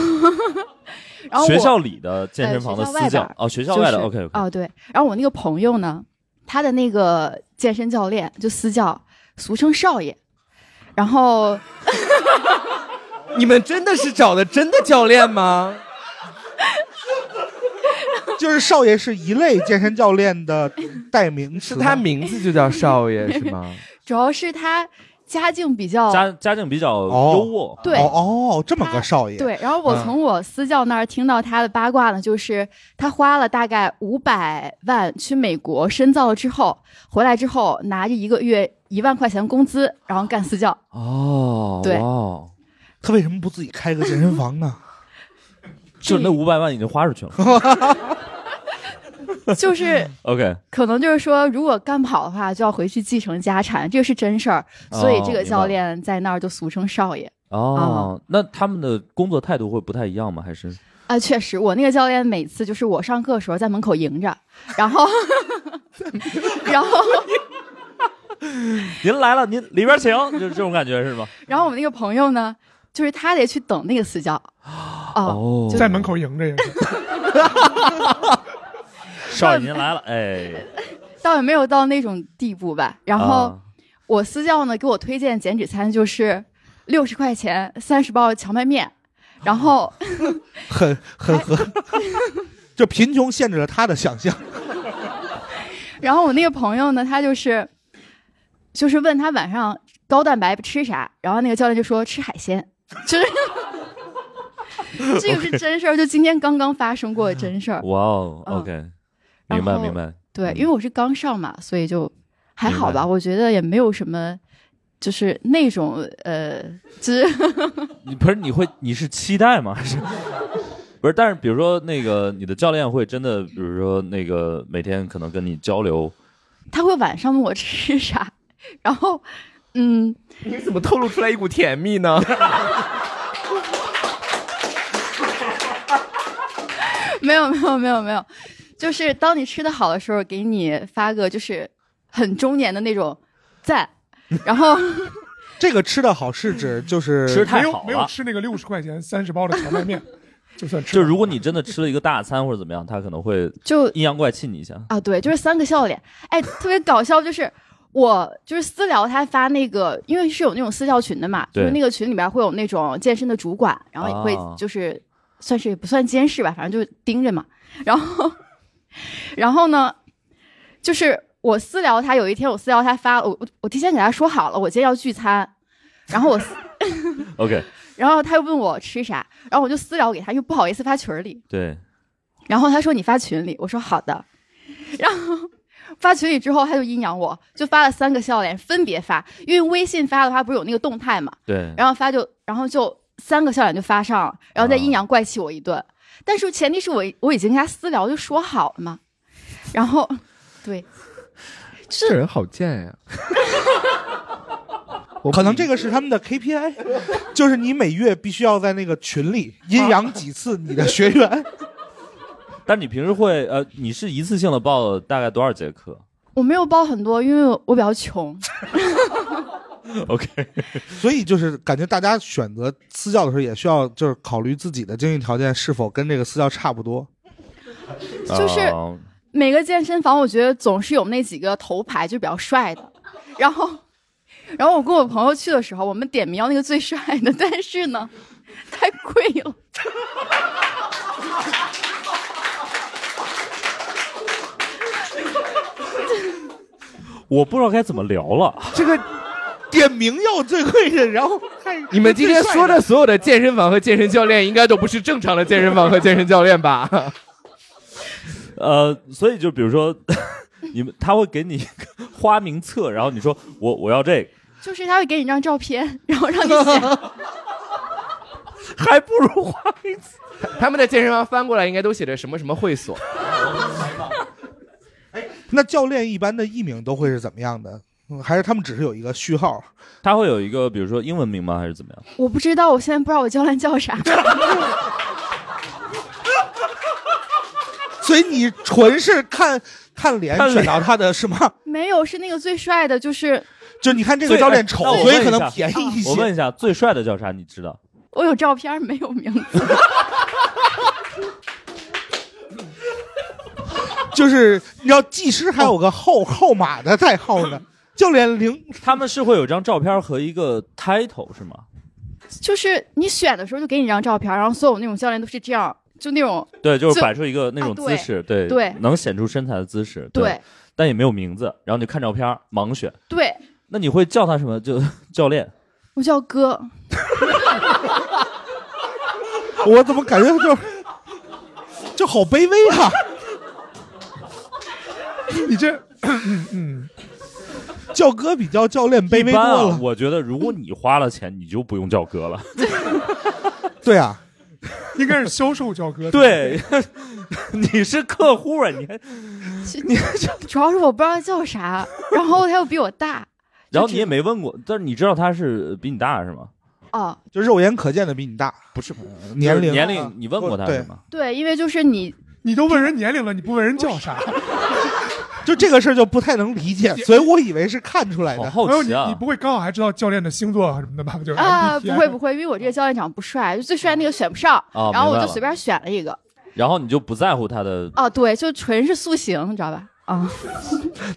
Speaker 9: 然后我
Speaker 1: 学校里的健身房的
Speaker 9: 呃学校
Speaker 1: 私
Speaker 9: 外
Speaker 1: 教
Speaker 9: 边
Speaker 1: 哦，学校
Speaker 9: 就
Speaker 1: 外
Speaker 9: 是
Speaker 1: 的 OK OK
Speaker 9: 哦对，然后我那个朋友呢，他的那个健身教练就私教，俗称少爷，然后
Speaker 2: 你们真的是找的真的教练吗？
Speaker 4: 就是少爷是一类健身教练的代名词
Speaker 2: 是
Speaker 4: 吗，
Speaker 2: 他名字就叫少爷是吗？
Speaker 9: 主要是他家境比较
Speaker 1: 家家境比较优渥，
Speaker 9: 对
Speaker 4: 哦哦，这么个少爷，嗯
Speaker 9: 对，然后我从我私教那儿听到他的八卦呢，就是他花了大概五百万去美国深造之后，回来之后拿着一个月一万块钱工资，然后干私 教。
Speaker 1: 哦，
Speaker 9: 对
Speaker 1: 哇哦
Speaker 4: 他为什么不自己开个健身房呢？
Speaker 1: 就那五百万已经花 出去了。
Speaker 9: 就是
Speaker 1: OK，
Speaker 9: 可能就是说，如果干不好的话，就要回去继承家产，这个是真事儿。
Speaker 1: 哦
Speaker 9: 所以这个
Speaker 1: 明白
Speaker 9: 教练在那儿就俗称少爷。
Speaker 1: 哦，那他们的工作态度会不太一样吗？还是
Speaker 9: 啊，确实，我那个教练每次就是我上课的时候在门口迎着，然 后，然后，
Speaker 1: 您来了，您里边请，就是这种感觉是吗？
Speaker 9: 然后我们那个朋友呢，就是他得去等那个私教，哦，
Speaker 1: 哦
Speaker 3: 在门口迎着也是，
Speaker 1: 少爷您来了， 哎，
Speaker 9: 倒也没有到那种地步吧。然后
Speaker 1: 啊
Speaker 9: 我私教呢给我推荐减脂餐，就是六十块钱三十包荞麦面，然 后
Speaker 4: 很很很，
Speaker 9: 哎
Speaker 4: 就贫穷限制了他的想象。
Speaker 9: 然后我那个朋友呢，他就是就是问他晚上高蛋白吃啥，然后那个教练就说吃海鲜，就是 这个是真事儿，就今天刚刚发生过的真事儿。
Speaker 1: 哇哦
Speaker 9: 嗯
Speaker 1: ，OK，
Speaker 9: 然
Speaker 1: 明白
Speaker 9: 后
Speaker 1: 明白，
Speaker 9: 对，因为我是刚上嘛，所以就还好
Speaker 1: 明
Speaker 9: 吧，
Speaker 1: 白
Speaker 9: 我觉得也没有什么。就是那种呃，就是
Speaker 1: 你不是你会你是期待吗？还是不是？但是比如说那个你的教练会真的，比如说那个每天可能跟你交流，
Speaker 9: 他会晚上问我吃啥，然后嗯，
Speaker 2: 你怎么透露出来一股甜蜜呢？
Speaker 9: 没有没有没有没有，就是当你吃的好的时候，给你发个就是很中年的那种赞， 然后
Speaker 4: 这个吃的好是指就是
Speaker 1: 吃
Speaker 3: 没
Speaker 1: 太
Speaker 3: 有
Speaker 1: 好
Speaker 3: 没有
Speaker 1: 了。
Speaker 3: 吃那个六十块钱三十包的荞麦面，就算吃
Speaker 1: 就
Speaker 3: 了。
Speaker 1: 如果你真的吃了一个大餐或者怎么样，他可能会
Speaker 9: 就
Speaker 1: 阴阳怪气你一下。
Speaker 9: 啊对，就是三个笑脸，哎，特别搞笑，就是我就是私聊他发那个，因为是有那种私教群的嘛，就
Speaker 1: 对
Speaker 9: 是那个群里边会有那种健身的主管，然后也
Speaker 1: 啊
Speaker 9: 会就是、算是也不算监视吧，反正就是盯着嘛，然后然后呢，就是我私聊他，有一天我私聊他发了，我我我提前给他说好了，我今天要聚餐，然后我私。
Speaker 1: OK，
Speaker 9: 然后他又问我吃啥，然后我就私聊给他，又不好意思发群里。
Speaker 1: 对，
Speaker 9: 然后他说你发群里，我说好的。然后发群里之后，他就阴阳我，就发了三个笑脸，分别发，因为微信发的话不是有那个动态嘛，
Speaker 1: 对，
Speaker 9: 然后发就然后就三个笑脸就发上了，然后再阴阳怪气我一顿。但是前提是我我已经跟他私聊就说好了嘛，然后对，就是
Speaker 2: 这人好贱 呀、我
Speaker 4: 可能这个是他们的 KPI，就是 你每月必须要在那个群里阴
Speaker 9: 哦
Speaker 4: 阳几次你的学员。
Speaker 1: 但你平时会呃，你是一次性的报大概多少节课
Speaker 9: 我没有报很多，因为我比较穷。
Speaker 1: ？OK，
Speaker 4: 所以就是感觉大家选择私教的时候，也需要就是考虑自己的经济条件是否跟这个私教差不多。
Speaker 9: 就是
Speaker 1: 哦
Speaker 9: 每个健身房，我觉得总是有那几个头牌就比较帅的。然后，然后我跟我朋友去的时候，我们点名要那个最帅的， 但是呢，太贵了。
Speaker 1: 我不知道该怎么聊了。
Speaker 4: 这个点名要最贵的，然后看
Speaker 2: 你们今天说的所有的健身房和健身教练，应该都不是正常的健身房和健身教练吧？
Speaker 1: 呃，所以就比如说， 你们他会给你一个花名册，然后你说我我要这个，
Speaker 9: 就是他会给你一张照片，然后让你 写。
Speaker 1: 还不如花名册。
Speaker 2: 他们的健身房翻过来应该都写着什么什么会 所，
Speaker 4: 那教练一般的艺名都会是怎么样的？嗯还是他们只是有一个序号？
Speaker 1: 他会有一个比如说英文名吗？还是怎么样？
Speaker 9: 我不知道，我现在不知道我教练叫 啥。
Speaker 4: 所以你纯是看看脸
Speaker 1: 看脸
Speaker 4: 选到他的是吗？
Speaker 9: 没有，是那个最帅的，就是
Speaker 4: 就你看这个
Speaker 1: 最
Speaker 4: 教练丑
Speaker 1: 哎那我，
Speaker 4: 所以
Speaker 1: 问一
Speaker 4: 可能
Speaker 1: 下啊
Speaker 4: 便宜一
Speaker 1: 我问
Speaker 4: 些。
Speaker 1: 一下，最帅的叫啥？你知道？
Speaker 9: 我有照片没有名字。
Speaker 4: 就是你知道，技师还有个号号码的代号呢。教练零
Speaker 1: 他们是会有一张照片和一个 title 是吗？
Speaker 9: 就是你选的时候就给你一张照片，然后所有那种教练都是这样，就那种
Speaker 1: 对，就是
Speaker 9: 最
Speaker 1: 摆出一个那种
Speaker 9: 啊
Speaker 1: 姿
Speaker 9: 对
Speaker 1: 势，对
Speaker 9: 对
Speaker 1: 能显出身材的姿势，
Speaker 9: 对
Speaker 1: 但也没有名字，然后你就看照片盲选。
Speaker 9: 对，
Speaker 1: 那你会叫他什么？就教练？
Speaker 9: 我叫哥，
Speaker 4: 我怎么感觉就 就好卑微 啊？
Speaker 3: 你这，嗯嗯，
Speaker 4: 叫哥比叫教练卑微
Speaker 1: 一
Speaker 4: 多
Speaker 1: 般啊
Speaker 4: 了。
Speaker 1: 我觉得如果你花了钱，你就不用叫哥了。
Speaker 4: 对啊，
Speaker 3: 应该是销售叫哥。
Speaker 1: 对， 你是客户啊，你还
Speaker 9: 主要是我不知道叫啥，然后他又比我大，
Speaker 1: 然后你也没问过，但是你知道他是比你大是吗？
Speaker 9: 哦，
Speaker 4: 就肉眼可见的比你大，呃
Speaker 1: 不是
Speaker 4: 年龄啊
Speaker 1: 年龄，你问过 他
Speaker 4: 对
Speaker 1: 是吗？
Speaker 9: 对，因为就是你，
Speaker 3: 你都问人年龄了，你不问人叫啥？
Speaker 4: 就这个事儿就不太能理解，所以我以为是看出来
Speaker 1: 好
Speaker 4: 的。
Speaker 3: 朋友，
Speaker 1: 好
Speaker 3: 你
Speaker 1: 奇啊
Speaker 3: 你！不会刚好还知道教练的星座啊什么的吧？就是
Speaker 9: 啊，不
Speaker 3: MBTI
Speaker 9: 会不会，因为我
Speaker 3: 嗯
Speaker 9: 这个教练长不帅，就最帅那个选不上，
Speaker 1: 哦
Speaker 9: 然后我
Speaker 1: 明
Speaker 9: 就
Speaker 1: 白了
Speaker 9: 随便选了一个。
Speaker 1: 然后你就不在乎他的，
Speaker 9: 哦，对，就纯是塑形，你知道吧？啊，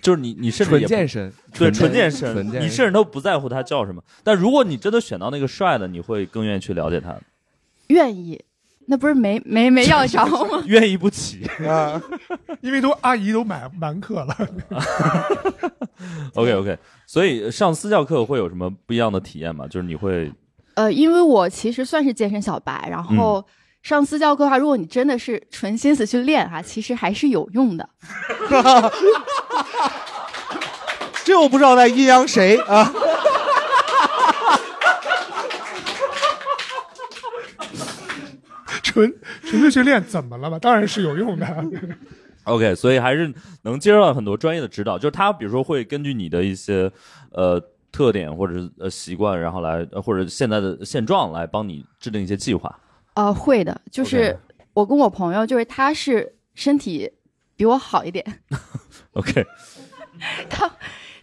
Speaker 1: 就是你你甚至
Speaker 2: 纯
Speaker 1: 也不
Speaker 2: 健身，
Speaker 1: 对纯健
Speaker 2: 纯
Speaker 1: 身，
Speaker 2: 健
Speaker 1: 你甚至都不在乎他叫什么。但如果你真的选到那个帅的，你会更愿意去了解他，
Speaker 9: 愿意，那不是没没没 要着吗？
Speaker 1: 愿意不起。
Speaker 4: 啊，
Speaker 3: 因为都阿姨都满满课了，
Speaker 1: OK OK，所以上私教课会有什么不一样的体验吗？就是你会
Speaker 9: 呃，因为我其实算是健身小白，然
Speaker 3: 嗯
Speaker 9: 后上私教课的话，如果你真的是纯心思去练哈、其实还是有 用的。
Speaker 4: 这我不知道在阴阳谁啊？
Speaker 3: 纯纯粹训练怎么了嘛？当然是有用的。
Speaker 1: OK，所以还是能接受到很多专业的指导，就是他比如说会根据你的一些呃特点或者是呃习惯，然后来呃或者现在的现状来帮你制定一些计划。
Speaker 9: 呃，会的，就
Speaker 1: OK
Speaker 9: 是我跟我朋友，就是他是身体比我好一点，
Speaker 1: OK，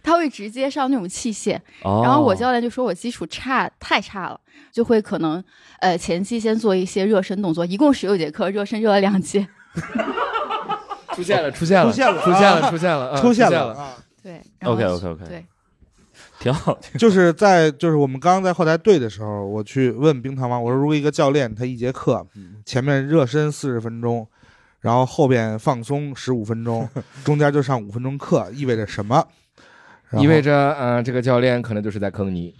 Speaker 9: 他会直接上那种器械，
Speaker 1: 哦，
Speaker 9: 然后我教练就说我基础差太差了，就会可能呃前期先做一些热身动作，一共十六节课，热身热了两节。
Speaker 2: 出现了，出现了，
Speaker 4: 出现了
Speaker 2: 出现
Speaker 4: 啊
Speaker 2: 了，出现了，啊
Speaker 4: 出现
Speaker 2: 了
Speaker 4: 了，啊，
Speaker 9: 对
Speaker 1: OK，OK，OK
Speaker 9: 对，
Speaker 1: 挺好，
Speaker 4: 就是在就是我们刚刚在后台对的时候，我去问冰糖王，我说如果一个教练他一节课
Speaker 2: 嗯
Speaker 4: 前面热身四十分钟，然后后边放松十五分 钟，中间就上五分钟课，意味着什么？然后
Speaker 2: 意味着，呃，这个教练可能就是在坑你。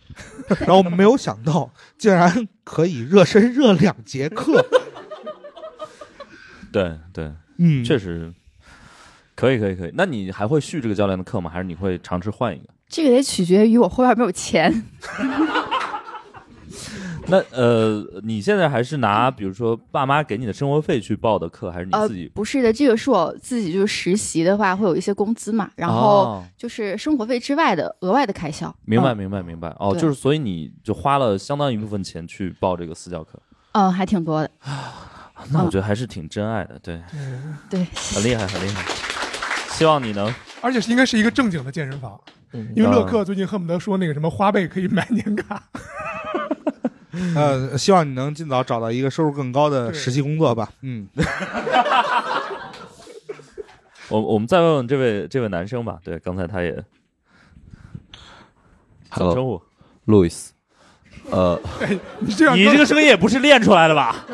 Speaker 4: 然后我们没有想到，竟然可以热身热两节 课，
Speaker 1: 对对，
Speaker 4: 嗯，
Speaker 1: 确实可以可以可以。那你还会续这个教练的课吗？还是你会尝试换一个？
Speaker 9: 这个得取决于我后边有没有钱。
Speaker 1: 那呃，你现在还是拿比如说爸妈给你的生活费去报的课， 还是你
Speaker 9: 呃
Speaker 1: 自己，？
Speaker 9: 不是的，这个是我自己就是实习的话会有一些工资嘛，然后
Speaker 1: 哦
Speaker 9: 就是生活费之外的额外的开销。
Speaker 1: 明白
Speaker 9: 嗯？
Speaker 1: 明白明白哦，
Speaker 9: 对
Speaker 1: 就是所以你就花了相当一部分钱去报这个私教课，
Speaker 9: 嗯，还挺多的。
Speaker 1: 那我
Speaker 9: 嗯
Speaker 1: 觉得还是挺真爱的，对，
Speaker 9: 对，
Speaker 1: 很厉害很厉害。希望你能
Speaker 3: 而且是应该是一个正经的健身房，
Speaker 1: 嗯
Speaker 3: 因
Speaker 1: 啊
Speaker 3: 为乐客最近恨不得说那个什么花呗可以买年卡，
Speaker 4: 呃，希望你能尽早找到一个收入更高的
Speaker 3: 对
Speaker 4: 实习工作吧。嗯，
Speaker 1: 我我们再问问这位这位男生吧，对，刚才他也怎么称呼？
Speaker 10: Hello，Louis，呃，
Speaker 3: 哎你这样
Speaker 1: 你这个声音也不是练出来的吧？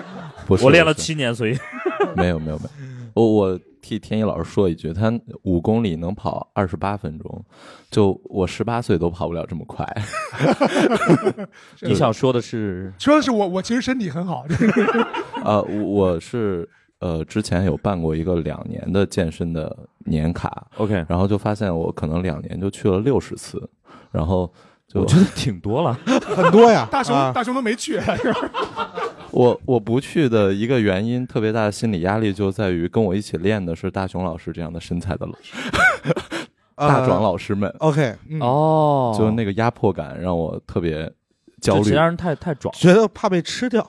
Speaker 10: 不是，
Speaker 1: 我练了
Speaker 10: 不是
Speaker 1: 七年，所以
Speaker 10: 没有没有没有，我我替天一老师说一句，他五公里能跑二十八分钟，就我十八岁都跑不了这么快。
Speaker 1: 你想说的是
Speaker 3: 说的是我我其实身体很好，
Speaker 10: 呃，我我是呃之前有办过一个两年的健身的年卡，
Speaker 1: OK，
Speaker 10: 然后就发现我可能两年就去了六十次，然后就
Speaker 1: 我觉得挺多了。
Speaker 4: 很多呀，
Speaker 3: 大熊、
Speaker 4: 啊
Speaker 3: 大熊都没去，
Speaker 10: 我我不去的一个原因，特别大的心理压力就在于跟我一起练的是大熊老师这样的身材的老 大壮。老师们，
Speaker 4: 呃 OK，嗯，
Speaker 1: 哦
Speaker 10: 就那个压迫感让我特别焦
Speaker 1: 就其
Speaker 10: 虑。
Speaker 1: 他人太太壮。
Speaker 4: 觉得怕被吃掉。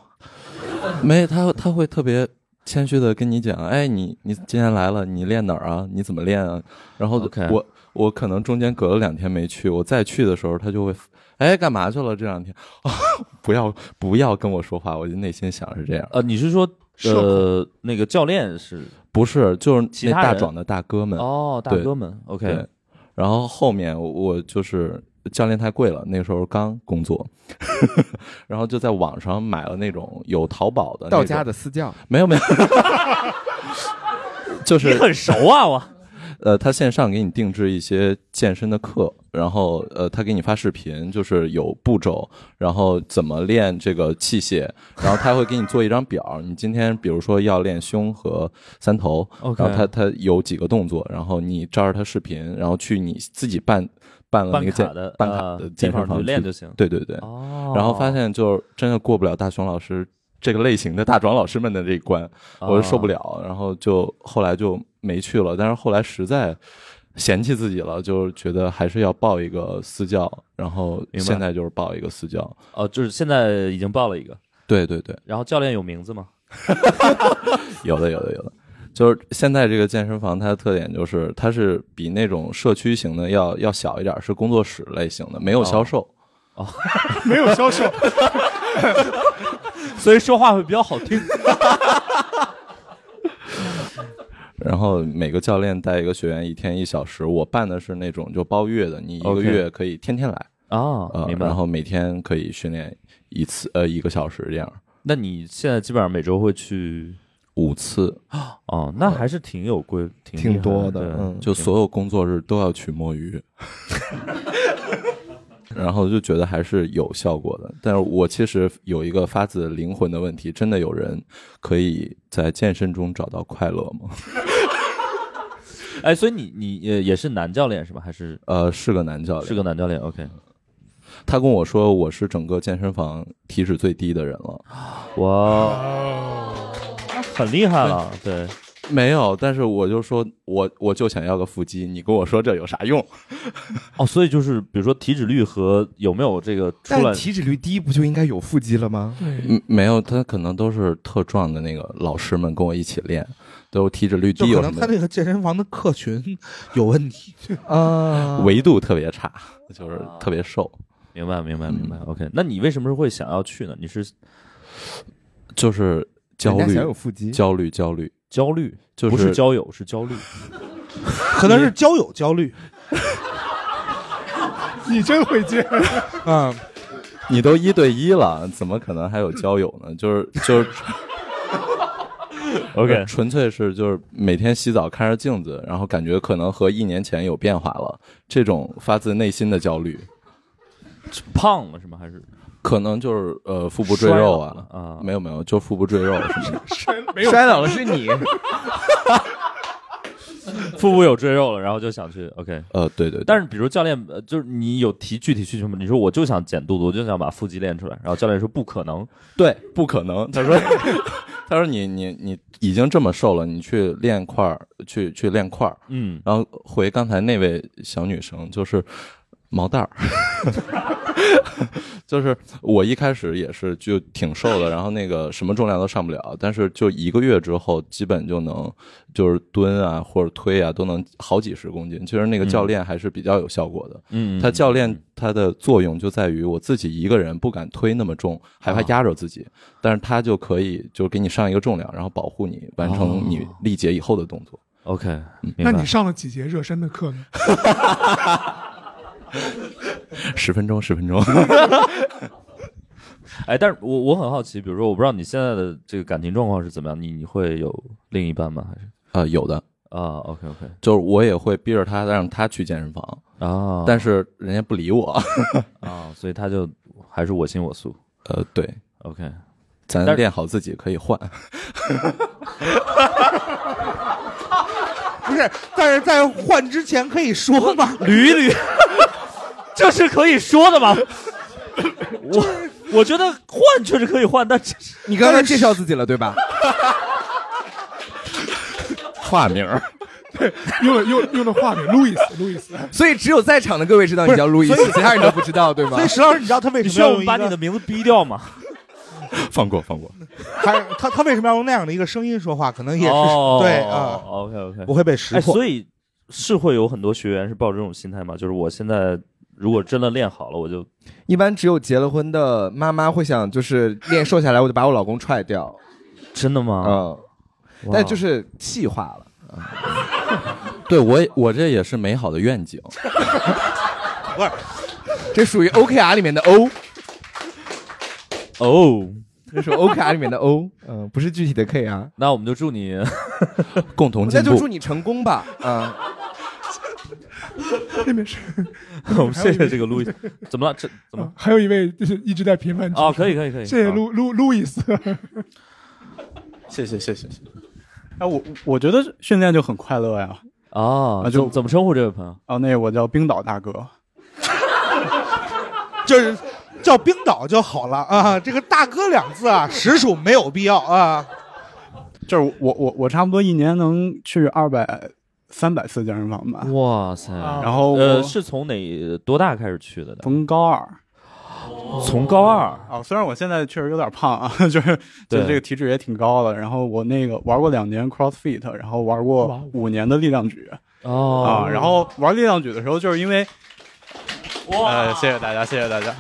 Speaker 10: 没他他会特别谦虚的跟你讲，哎，你你今天来了，你练哪儿啊？你怎么练啊？然后
Speaker 1: OK
Speaker 10: 我我可能中间隔了两天没去，我再去的时候，他就会，哎，干嘛去了？这两天， 不要不要跟我说话，我就内心想是这样，
Speaker 1: 呃，你是说呃那个教练是
Speaker 10: 不是就是
Speaker 1: 其
Speaker 10: 那
Speaker 1: 他
Speaker 10: 大
Speaker 1: 人
Speaker 10: 壮的大哥们，
Speaker 1: 哦大
Speaker 10: 对
Speaker 1: 哥们
Speaker 10: 对
Speaker 1: OK，
Speaker 10: 然后后面我我就是教练太贵了，那个时候刚工作， 然后就在网上买了那种有淘宝的那种
Speaker 2: 道家的私教，
Speaker 10: 没有没有，就
Speaker 1: 你
Speaker 10: 是
Speaker 1: 很熟啊我
Speaker 10: 呃，他线上给你定制一些健身的课，然后呃，他给你发视频，就是有步骤，然后怎么练这个器械，然后他会给你做一张表，你今天比如说要练胸和三头
Speaker 1: OK
Speaker 10: 然后他他有几个动作，然后你照着他视频，然后去你自己办办了那个
Speaker 1: 办
Speaker 10: 健
Speaker 1: 卡的
Speaker 10: 办卡
Speaker 1: 呃
Speaker 10: 的
Speaker 1: 地
Speaker 10: 健
Speaker 1: 方
Speaker 10: 身房
Speaker 1: 去练就行
Speaker 10: 对对对，
Speaker 1: 哦
Speaker 10: 然后发现就是真的过不了大熊老师这个类型的大壮老师们的这一关，我就受不了，然后就后来就没去了。但是后来实在嫌弃自己了，就是觉得还是要报一个私教，然后
Speaker 1: 明白
Speaker 10: 现在就是报一个私教。
Speaker 1: 哦，就是现在已经报了一个，
Speaker 10: 对对对，
Speaker 1: 然后教练有名字吗？
Speaker 10: 有的有的有的，就是现在这个健身房它的特点就是它是比那种社区型的要要小一点，是工作室类型的，没有销售。
Speaker 3: 哦 没有销 售，
Speaker 1: 所以说话会比较好听。
Speaker 10: 然后每个教练带一个学员，一天一小时。我办的是那种就包月的，你一个
Speaker 1: OK
Speaker 10: 月可以天天来
Speaker 1: 啊
Speaker 10: 呃
Speaker 1: 明白
Speaker 10: 然后每天可以训练一次，呃，一个小时这样。
Speaker 1: 那你现在基本上每周会去
Speaker 10: 五次
Speaker 1: 哦，那还是挺有规，厉害对
Speaker 10: 就所有工作日都要去摸鱼。然后就觉得还是有效果的，但是我其实有一个发自灵魂的问题：真的有人可以在健身中找到快乐吗？
Speaker 1: 哎，所以你你也也是男教练是吧？还是
Speaker 10: 呃，是个男教练，
Speaker 1: 是个男教练？OK，
Speaker 10: 他跟我说我是整个健身房体脂最低的人了，哇，
Speaker 1: 哦很厉害了，对。
Speaker 10: 没有，但是我就说我我就想要个腹肌，你跟我说这有啥用？
Speaker 1: 哦，所以就是比如说体脂率和有没有这个出来
Speaker 2: 但体脂率低不就应该有腹肌了吗？
Speaker 10: 嗯，没有，他可能都是特壮的那个老师们跟我一起练，都体脂率
Speaker 4: 就
Speaker 10: 低
Speaker 4: 可
Speaker 10: 有
Speaker 4: 能
Speaker 10: 什
Speaker 4: 他
Speaker 10: 么
Speaker 4: 这个健身房的客群有问题
Speaker 2: 啊
Speaker 10: 维度特别差，就是特别瘦。
Speaker 1: 啊
Speaker 10: 嗯
Speaker 1: 明白明白明白。OK，那你为什么会想要去呢？你是
Speaker 10: 就是焦
Speaker 1: 人家
Speaker 10: 虑，
Speaker 1: 想有腹肌
Speaker 10: 焦虑，焦虑，
Speaker 1: 焦虑，
Speaker 10: 就
Speaker 1: 不是
Speaker 10: 是
Speaker 1: 交友是焦 虑，
Speaker 4: 可能是交友焦虑。
Speaker 3: 你真会接。
Speaker 1: 嗯
Speaker 10: 啊，你都一对一了，怎么可能还有交友呢？就是就是 呃
Speaker 1: OK
Speaker 10: 纯粹是就是每天洗澡看着镜子，然后感觉可能和一年前有变化了，这种发自内心的焦虑，
Speaker 1: 胖了是吗？还是
Speaker 10: 可能就是呃腹部赘肉啊
Speaker 1: 衰老了啊
Speaker 10: 没有没有，就腹部赘肉什么的
Speaker 3: 没有
Speaker 2: 摔倒的 是你，
Speaker 1: 腹部有赘肉了，然后就想去 OK。
Speaker 10: 呃对对对，
Speaker 1: 但是比如教练，呃就是你有提具体需求吗？你说我就想减肚子，我就想把腹肌练出来，然后教练说不可能，
Speaker 10: 对，不可 能。他说， 他说你你你已经这么瘦了，你去练块儿，去去练块儿。
Speaker 1: 嗯，
Speaker 10: 然后回刚才那位小女生，就是毛蛋儿， 就是我一开始也是就挺瘦的，然后那个什么重量都上不了，但是就一个月之后，基本就能就是蹲啊或者推啊都能好几十公斤。其实那个教练还是比较有效果的，
Speaker 1: 嗯
Speaker 10: 他教练他的作用就在于我自己一个人不敢推那么重，害怕
Speaker 1: 啊
Speaker 10: 压着自己，但是他就可以就给你上一个重量，然后保护你完成你力竭以后的动作。
Speaker 1: 哦
Speaker 10: 嗯
Speaker 1: OK，、
Speaker 3: 那你上了几节热身的课呢？
Speaker 10: 十分钟，十分钟。
Speaker 1: 哎，但是我我很好奇，比如说我不知道你现在的这个感情状况是怎么样，你你会有另一半吗？还是
Speaker 10: 啊、有的
Speaker 1: 啊，OK OK，
Speaker 10: 就是我也会逼着他让他去健身房
Speaker 1: 啊
Speaker 10: 但是人家不理我
Speaker 1: 啊，所以他就还是我行我素。
Speaker 10: 呃，对
Speaker 1: OK，
Speaker 10: 咱
Speaker 1: 但是
Speaker 10: 练好自己可以换。
Speaker 4: 不是，但是在换之前可以说吗？
Speaker 1: 捋 一捋，这是 可以说的吗？我我觉得换确实可以换，但这是
Speaker 2: 你刚才介绍自 己了对 吧？
Speaker 10: 化名，
Speaker 3: 对，用了用用的化名路易斯，路易斯。
Speaker 2: 所以只有在场的各位知道你叫路易斯，其他人都不知道对吗
Speaker 4: 所以？石老师，你知道他为
Speaker 1: 你
Speaker 4: 什
Speaker 1: 需
Speaker 4: 么
Speaker 1: 要
Speaker 4: 要
Speaker 1: 我
Speaker 4: 用
Speaker 1: 们
Speaker 4: 一
Speaker 1: 把你
Speaker 4: 个
Speaker 1: 的名字逼掉哦吗？
Speaker 10: 放过，放过。
Speaker 4: 还是他他为什么要用那样的一个声音说话？可能也是
Speaker 1: 哦，
Speaker 4: 对啊，
Speaker 1: ，OK OK，
Speaker 4: 不会被识
Speaker 1: 哎，
Speaker 4: 破。
Speaker 1: 所以是会有很多学员是抱这种心态吗？就是我现在如果真的练好了，我就
Speaker 2: 一般只有结了婚的妈妈会想，就是练瘦下来，我就把我老公踹掉，
Speaker 1: 真的吗？
Speaker 2: 嗯，
Speaker 1: 哇
Speaker 2: 但就是气化了。
Speaker 10: 对我也，我这也是美好的愿景。
Speaker 2: 这属于 OKR 里面的 O，
Speaker 1: 哦，
Speaker 2: 这是 OKR 里面的 O，嗯、不是具体的 K 啊。
Speaker 1: 那我们就祝你，
Speaker 10: 共同
Speaker 2: 那
Speaker 10: 进
Speaker 2: 就祝
Speaker 10: 步。
Speaker 2: 你成功吧，啊、
Speaker 3: 那边是
Speaker 1: 我们谢谢这个路易斯，怎么了？这 怎么？
Speaker 3: 还有一位就是一直在评论
Speaker 1: 哦可以可以可以
Speaker 3: 谢谢
Speaker 1: 好
Speaker 3: 路路路易斯。
Speaker 11: 谢谢谢谢谢谢。哎、我我觉得训练就很快乐呀。
Speaker 1: 哦，
Speaker 11: 啊，就
Speaker 1: 怎么称呼这位朋友？
Speaker 11: 哦，那个我叫冰岛大哥。
Speaker 4: 就是叫冰岛就好了啊。这个“大哥”两字啊，实属没有必要啊。
Speaker 11: 就是我我我差不多一年能去二百三百次健身房吧。
Speaker 1: 哇
Speaker 10: 哎
Speaker 1: 塞！
Speaker 11: 然后
Speaker 1: 呃，
Speaker 11: 我
Speaker 1: 是从哪多大开始去的？
Speaker 11: 从高二。
Speaker 1: 从高二
Speaker 11: 哦，虽然我现在确实有点胖啊， 就是就是
Speaker 1: 对
Speaker 11: 这个体脂也挺高的。然后我那个玩过两年 CrossFit，然后玩
Speaker 1: 哇
Speaker 11: 过五年的力量举。
Speaker 1: 哦
Speaker 11: 啊，然后玩力量举的时候，就是因为，呃，谢谢大家，谢谢大家。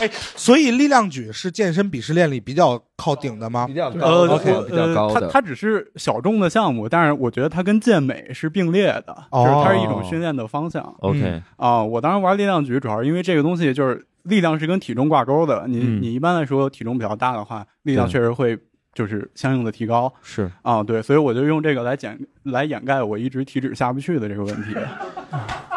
Speaker 4: 哎，所以力量举是健身鄙视链里比较靠顶的吗？比
Speaker 2: 较
Speaker 11: 呃，
Speaker 4: ，OK，
Speaker 11: 呃它它只是小众的项目，但是我觉得它跟健美是并列的，
Speaker 4: 哦
Speaker 11: 就是它是一种训练的方向。
Speaker 1: OK
Speaker 11: 嗯啊，我当时玩力量举，主要是因为这个东西就是力量是跟体重挂钩的。你、
Speaker 1: 嗯
Speaker 11: 你一般来说体重比较大的话，力量
Speaker 1: 对
Speaker 11: 确实会就是相应的提高。
Speaker 1: 是
Speaker 11: 啊，对，所以我就用这个来掩来掩盖我一直体脂下不去的这个问 题。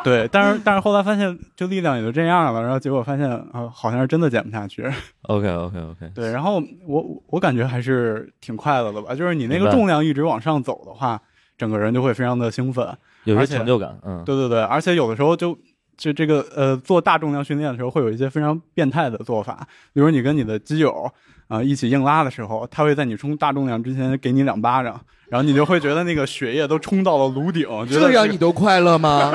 Speaker 11: 对，但是但是后来发现，就力量也就这样了，然后结果发现啊、好像是真的减不下去。
Speaker 1: OK OK OK，
Speaker 11: 对，然后我我我感觉还是挺快乐的吧，就是你那
Speaker 1: 明
Speaker 11: 个
Speaker 1: 白
Speaker 11: 重量一直往上走的话，整个人就会非常的兴奋，
Speaker 1: 有些
Speaker 11: 而且
Speaker 1: 成就感嗯
Speaker 11: 对对对，而且有的时候就就这个呃，做大重量训练的时候，会有一些非常变态的做法，比如你跟你的基友啊、一起硬拉的时候，他会在你冲大重量之前给你两巴掌，然后你就会觉得那个血液都冲到了颅顶，觉得
Speaker 2: 这样
Speaker 11: 是
Speaker 2: 你都快乐吗？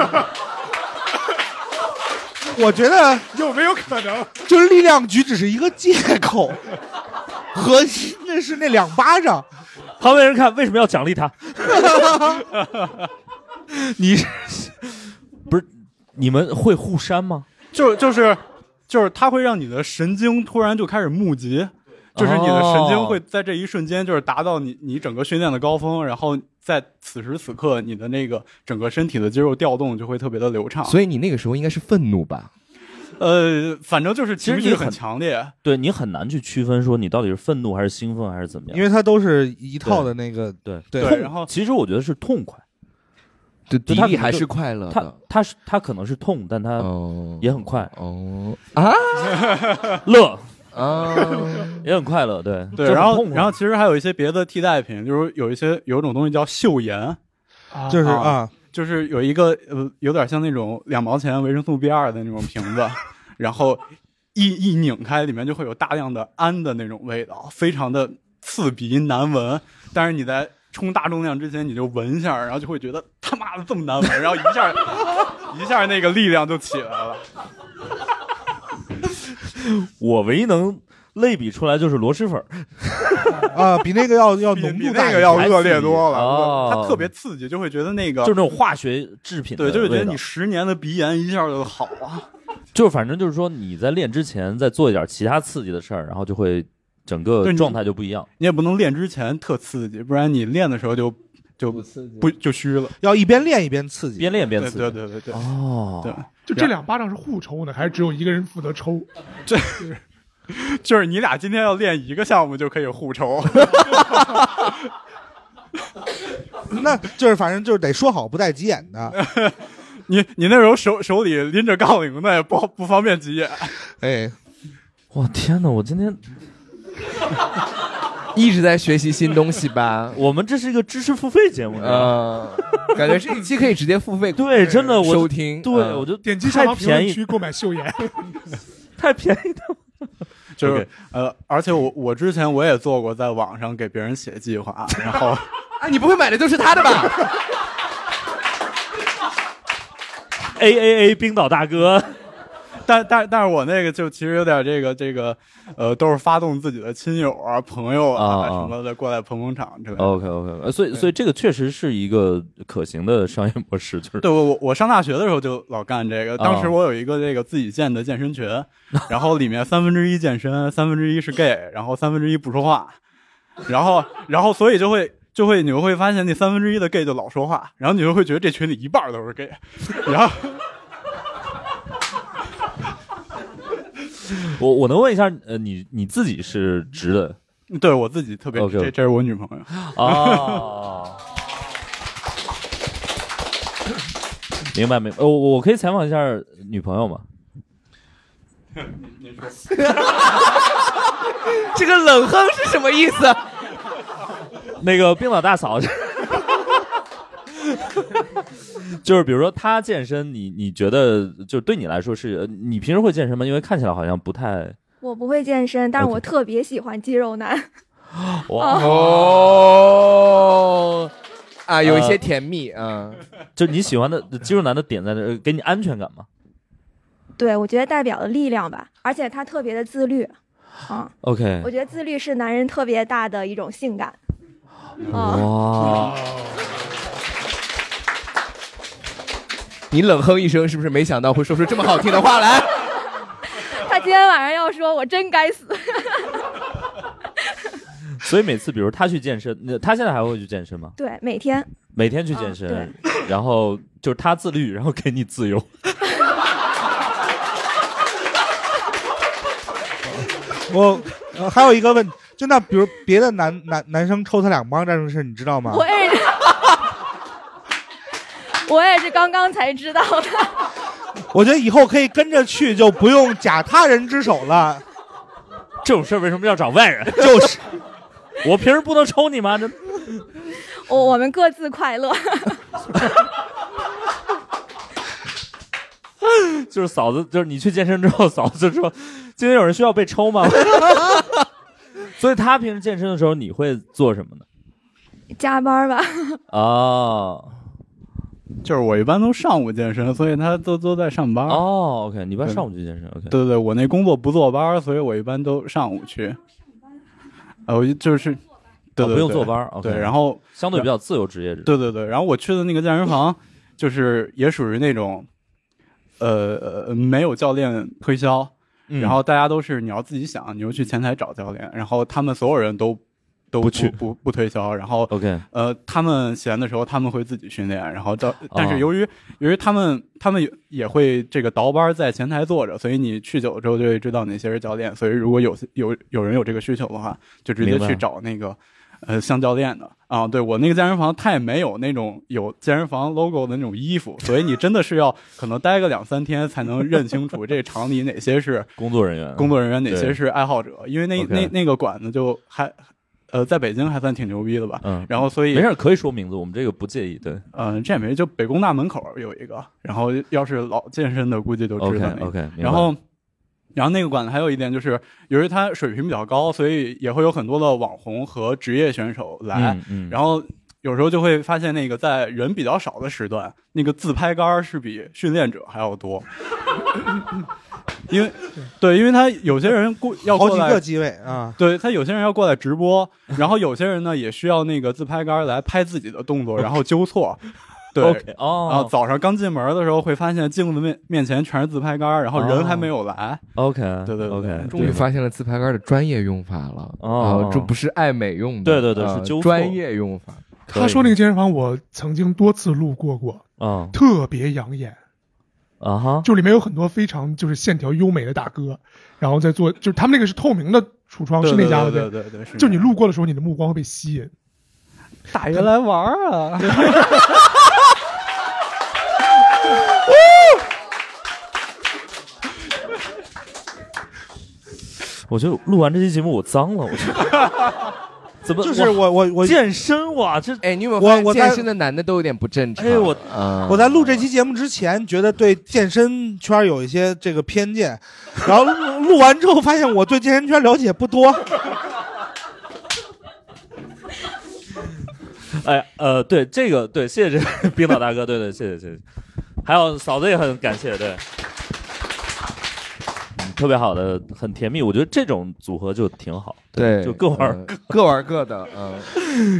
Speaker 4: 我觉得
Speaker 3: 有没有可能？
Speaker 4: 就是力量举只是一个借口，核心的是那两巴掌。
Speaker 1: 旁边人看为什么要奖励他？ 你不是你们会互删吗？
Speaker 11: 就就是就是它会让你的神经突然就开始募集，就是你的神
Speaker 1: 哦
Speaker 11: 经会在这一瞬间就是达到你你整个训练的高峰，然后在此时此刻你的那个整个身体的肌肉调动就会特别的流畅。
Speaker 2: 所以你那个时候应该是愤怒吧？
Speaker 11: 呃，反正就是
Speaker 1: 其实
Speaker 11: 情
Speaker 1: 你
Speaker 11: 绪很
Speaker 1: 很
Speaker 11: 强烈。
Speaker 1: 对你很难去区分说你到底是愤怒还是兴奋还是怎么样，
Speaker 4: 因为它都是一套的那个
Speaker 1: 对
Speaker 4: 对
Speaker 1: 痛
Speaker 4: 然后
Speaker 1: 其实我觉得是痛快，
Speaker 2: 对，
Speaker 1: 就他
Speaker 2: 敌意
Speaker 1: 可能
Speaker 2: 还
Speaker 1: 就是
Speaker 2: 快乐的
Speaker 1: 他他是他可能是痛，但他也很快
Speaker 2: 哦啊
Speaker 1: 乐
Speaker 2: 啊
Speaker 4: 哦
Speaker 1: 也很快乐，对
Speaker 11: 对，
Speaker 1: 就很
Speaker 11: 然后
Speaker 1: 痛快
Speaker 11: 然后其实还有一些别的替代品，就是有一些有一种东西叫嗅盐，
Speaker 4: 就是
Speaker 11: 啊
Speaker 4: 啊
Speaker 11: 就是有一个呃，有点像那种两毛钱维生素 B 二的那种瓶 子，然后一一拧开，里面就会有大量的氨的那种味道，非常的刺鼻难闻。但是你在冲大重量之前，你就闻一下，然后就会觉得他妈的这么难闻，然后一下一下那个力量就起来了。
Speaker 1: 我唯一能类比出来就是螺蛳粉儿，
Speaker 4: 啊，比那个要要浓
Speaker 11: 比
Speaker 4: 度
Speaker 11: 那
Speaker 4: 大一
Speaker 11: 个
Speaker 4: 点
Speaker 11: 要恶劣多了，
Speaker 1: 哦
Speaker 11: 它特别刺激，就会觉得那个
Speaker 1: 就是那种化学制品的
Speaker 11: 对，就是觉
Speaker 1: 味
Speaker 11: 得
Speaker 1: 道
Speaker 11: 你十年的鼻炎一下就好啊。
Speaker 1: 就是反正就是说你在练之前再做一点其他刺激的事儿，然后就会整个
Speaker 11: 对你
Speaker 1: 状态就不一样。
Speaker 11: 你也不能练之前特刺激，不然你练的时候就就不不就虚了。
Speaker 4: 要一边练一边刺激，
Speaker 1: 边练
Speaker 11: 对对对对对。
Speaker 1: 哦
Speaker 11: 对，
Speaker 3: 就这两巴掌是互抽呢，还是只有一个人负责抽？
Speaker 11: 这就是你俩今天要练一个项目就可以互抽。
Speaker 4: 那就是反正就是得说好不带急眼的。
Speaker 11: 你你那时候手手里拎着杠铃呢，也不好不方便急眼。
Speaker 4: 哎，
Speaker 1: 我天哪！我今天
Speaker 2: 一直在学习新东西吧？
Speaker 1: 我们这是一个知识付费节目，
Speaker 2: 嗯，感觉这一期可以直接付费。 嗯
Speaker 1: 对，真的我
Speaker 2: 收听，
Speaker 1: 对
Speaker 2: 嗯
Speaker 1: 我就
Speaker 3: 呃点击下
Speaker 1: 太
Speaker 3: 方评论
Speaker 1: 便宜
Speaker 3: 区购买秀妍，
Speaker 1: 太便宜了。
Speaker 11: 就是
Speaker 1: OK
Speaker 11: 呃，而且我我之前我也做过，在网上给别人写计划，然后
Speaker 2: 啊，你不会买的就是他的吧？
Speaker 1: A A A 冰岛大哥，
Speaker 11: 但但但是我那个就其实有点这个这个，呃，都是发动自己的亲友啊、朋友啊
Speaker 1: 啊啊
Speaker 11: 什么的过来捧捧场之类的。
Speaker 1: OK OK，呃所以所以这个确实是一个可行的商业模式，就是
Speaker 11: 对我我我上大学的时候就老干这个，当时
Speaker 1: 哦
Speaker 11: 我有一个这个自己建的健身群，然后里面三分之一健身，三分之一是 gay，然后三分之一不说话，然后然后所以就会就会你就会发现那三分之一的 gay 就老说话，然后你就会觉得这群里一半都是 gay，然 后
Speaker 1: 我我能问一下，呃，你你自己是直的
Speaker 11: 对我自己特别
Speaker 1: OK，OK
Speaker 11: 这 这是我女朋友
Speaker 1: 啊？明白明白。呃我我可以采访一下女朋友吗？
Speaker 12: 这个 冷哼是什么意思？啊
Speaker 1: 那个冰岛大嫂，就是比如说她健身，你你觉得就是对你来说是呃你平时会健身吗？因为看起来好像不太
Speaker 13: 我不会健身，但是我特别喜欢肌肉 男。
Speaker 1: 哇
Speaker 2: 哦啊，有一些甜蜜啊，
Speaker 1: 呃 就你喜欢的肌肉男的点在哪儿？呃给你安全感吗
Speaker 13: 对，我觉得代表了力量吧，而且他特别的自律。啊，
Speaker 1: ？OK，
Speaker 13: 我觉得自律是男人特别大的一种性感。啊，
Speaker 1: 哦哇！
Speaker 2: 你冷哼一声，是不是没想到会说出这么好听的话来？
Speaker 13: 他今天晚上要说，我真该死。
Speaker 1: 所以每次比如她去健身，那她现在还会去健身吗？
Speaker 13: 对，每天
Speaker 1: 每天去健身，
Speaker 13: 嗯
Speaker 1: 然后就是她自律，然后给你自由。
Speaker 4: 我、呃还有一个问，就那比如别的男男男生抽他两帮这种事，你知道吗？
Speaker 13: 我也是， 我也是刚刚才知道的。
Speaker 4: 我觉得以后可以跟着去，就不用假他人之手了。
Speaker 1: 这种事为什么要找外人？
Speaker 4: 就是
Speaker 1: 我平时不能抽你吗？这
Speaker 13: 我我们各自快乐。
Speaker 1: 就是嫂子，就是你去健身之后，嫂子就说：“今天有人需要被抽吗？” 所以她平时健身的时候，你会做什么呢？
Speaker 13: 加班吧，
Speaker 1: 哦，
Speaker 11: 就是我一般都上午健身，所以他都都在上班。
Speaker 1: 哦，OK，你一般
Speaker 4: 呃
Speaker 1: 上午去健身，OK。
Speaker 11: 对对对，我那工作不坐班儿，所以我一般都上午去。呃，我就就是，对对
Speaker 1: 哦
Speaker 11: 对
Speaker 1: 不用坐班儿，OK
Speaker 11: 对，然后
Speaker 1: 相对比较自由职业者。
Speaker 11: 对对对，然后我去的那个健身 房，就是也属于那种，呃，呃没有教练推销，
Speaker 1: 嗯
Speaker 11: 然后大家都是你要自己想，你就去前台找教练，然后他们所有人都都不去不不推销，然后
Speaker 1: OK，
Speaker 11: 呃，他们闲的时候他们会自己训练，然后到但
Speaker 1: 哦
Speaker 11: 是由于、由于他们他们也也会这个倒班在前台坐着，所以你去久之后就会知道哪些是教练，所以如果有有有人有这个需求的话，就直接
Speaker 1: 明白
Speaker 11: 去找那个。呃，像教练的啊，对我那个健身房，它也没有那种有健身房 logo 的那种衣服，所以你真的是要可能待个两三天才能认清楚这厂里哪些是
Speaker 1: 工作人员
Speaker 11: 工作人员哪些
Speaker 1: 对
Speaker 11: 是爱好者，因为那
Speaker 1: OK
Speaker 11: 那那个馆子就还呃，在北京还算挺牛逼的吧。
Speaker 1: 嗯
Speaker 11: 然后所以
Speaker 1: 没事儿可以说名字，我们这个不介意。对，
Speaker 11: 嗯、这也没就北工大门口有一个，然后要是老健身的估计就知道那个。
Speaker 1: OK，OK，明白
Speaker 11: 然后。然后那个馆子还有一点就是，由于它水平比较高，所以也会有很多的网红和职业选手来。
Speaker 1: 嗯嗯
Speaker 11: 然后有时候就会发现，那个在人比较少的时段，那个自拍杆儿是比训练者还要多，因为对，因为他有些人过要
Speaker 4: 好
Speaker 11: 过
Speaker 4: 几
Speaker 11: 来
Speaker 4: 个机位啊，
Speaker 11: 对他有些人要过来直播，然后有些人呢也需要那个自拍杆来拍自己的动作，然后纠错。对
Speaker 1: OK，哦
Speaker 11: 然后早上刚进门的时候会发现镜子面面前全是自拍杆，然后人还没有来。
Speaker 1: 哦 OK，
Speaker 11: 对对对
Speaker 1: OK，
Speaker 2: 终于发现了自拍杆的专业用法了
Speaker 1: 哦
Speaker 2: 啊，这不是爱美用的，
Speaker 1: 对对对
Speaker 2: 啊
Speaker 1: 是纠错
Speaker 2: 专业用法。
Speaker 3: 他说那个健身房，我曾经多次路过过，
Speaker 1: 嗯
Speaker 3: 特别养眼，
Speaker 1: 啊哈，
Speaker 3: 就里面有很多非常就是线条优美的大哥，然后在做，就是他们那个是透明的橱窗，
Speaker 11: 对
Speaker 3: 是那家的
Speaker 11: 对对对对对是
Speaker 3: 就你路过的时候，你的目光会被吸引。
Speaker 11: 大爷来玩儿啊！
Speaker 1: 我觉得录完这期节目我脏了，我觉得 怎么
Speaker 4: 就是我我我
Speaker 1: 健身哇，这
Speaker 2: 哎，你有没有
Speaker 4: 我
Speaker 2: 发现
Speaker 4: 我在
Speaker 2: 健身的男的都有点不正常？
Speaker 4: 哎我
Speaker 2: 啊
Speaker 4: 我在录这期节目之前，觉得对健身圈有一些这个偏见，然后录录完之后发现我对健身圈了解不多。
Speaker 1: 哎呃，对这个对，谢谢这个冰岛大哥，对对，谢谢谢谢，还有嫂子也很感谢，对，嗯特别好的，很甜蜜，我觉得这种组合就挺好，
Speaker 2: 对，
Speaker 1: 就各玩儿
Speaker 2: 呃各玩儿各的，嗯，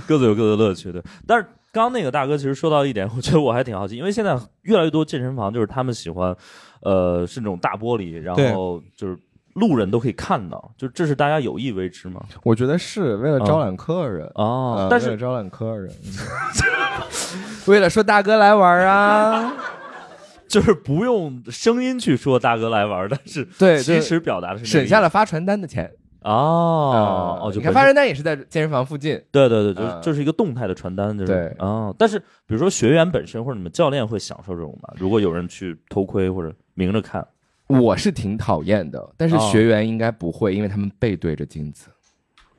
Speaker 1: 各自有各自的乐趣，对。但是刚刚那个大哥其实说到一点，我觉得我还挺好奇，因为现在越来越多健身房就是他们喜欢，呃，是那种大玻璃，然后就是路人都可以看到，就这是大家有意为之吗？
Speaker 2: 我觉得是为了招揽客人
Speaker 1: 哦
Speaker 2: 呃
Speaker 1: 嗯但是
Speaker 2: 为了招揽客人，嗯 为了说大哥来玩儿啊，
Speaker 1: 就是不用声音去说大哥来玩儿，但是
Speaker 2: 对，
Speaker 1: 其
Speaker 2: 对
Speaker 1: 实表达的是那个意思
Speaker 2: 省下了发传单的钱。
Speaker 1: 哦哦，就
Speaker 2: 嗯你看
Speaker 1: 本
Speaker 2: 发
Speaker 1: 身
Speaker 2: 传单也是在健身房附近，
Speaker 1: 对对对，就是
Speaker 2: 嗯
Speaker 1: 就是一个动态的传单，就是
Speaker 2: 对
Speaker 1: 哦。但是比如说学员本身或者你们教练会享受这种吗？如果有人去偷窥或者明着看，
Speaker 2: 我是挺讨厌的，但是
Speaker 1: 哦
Speaker 2: 学员应该不会，因为他们背对着镜子。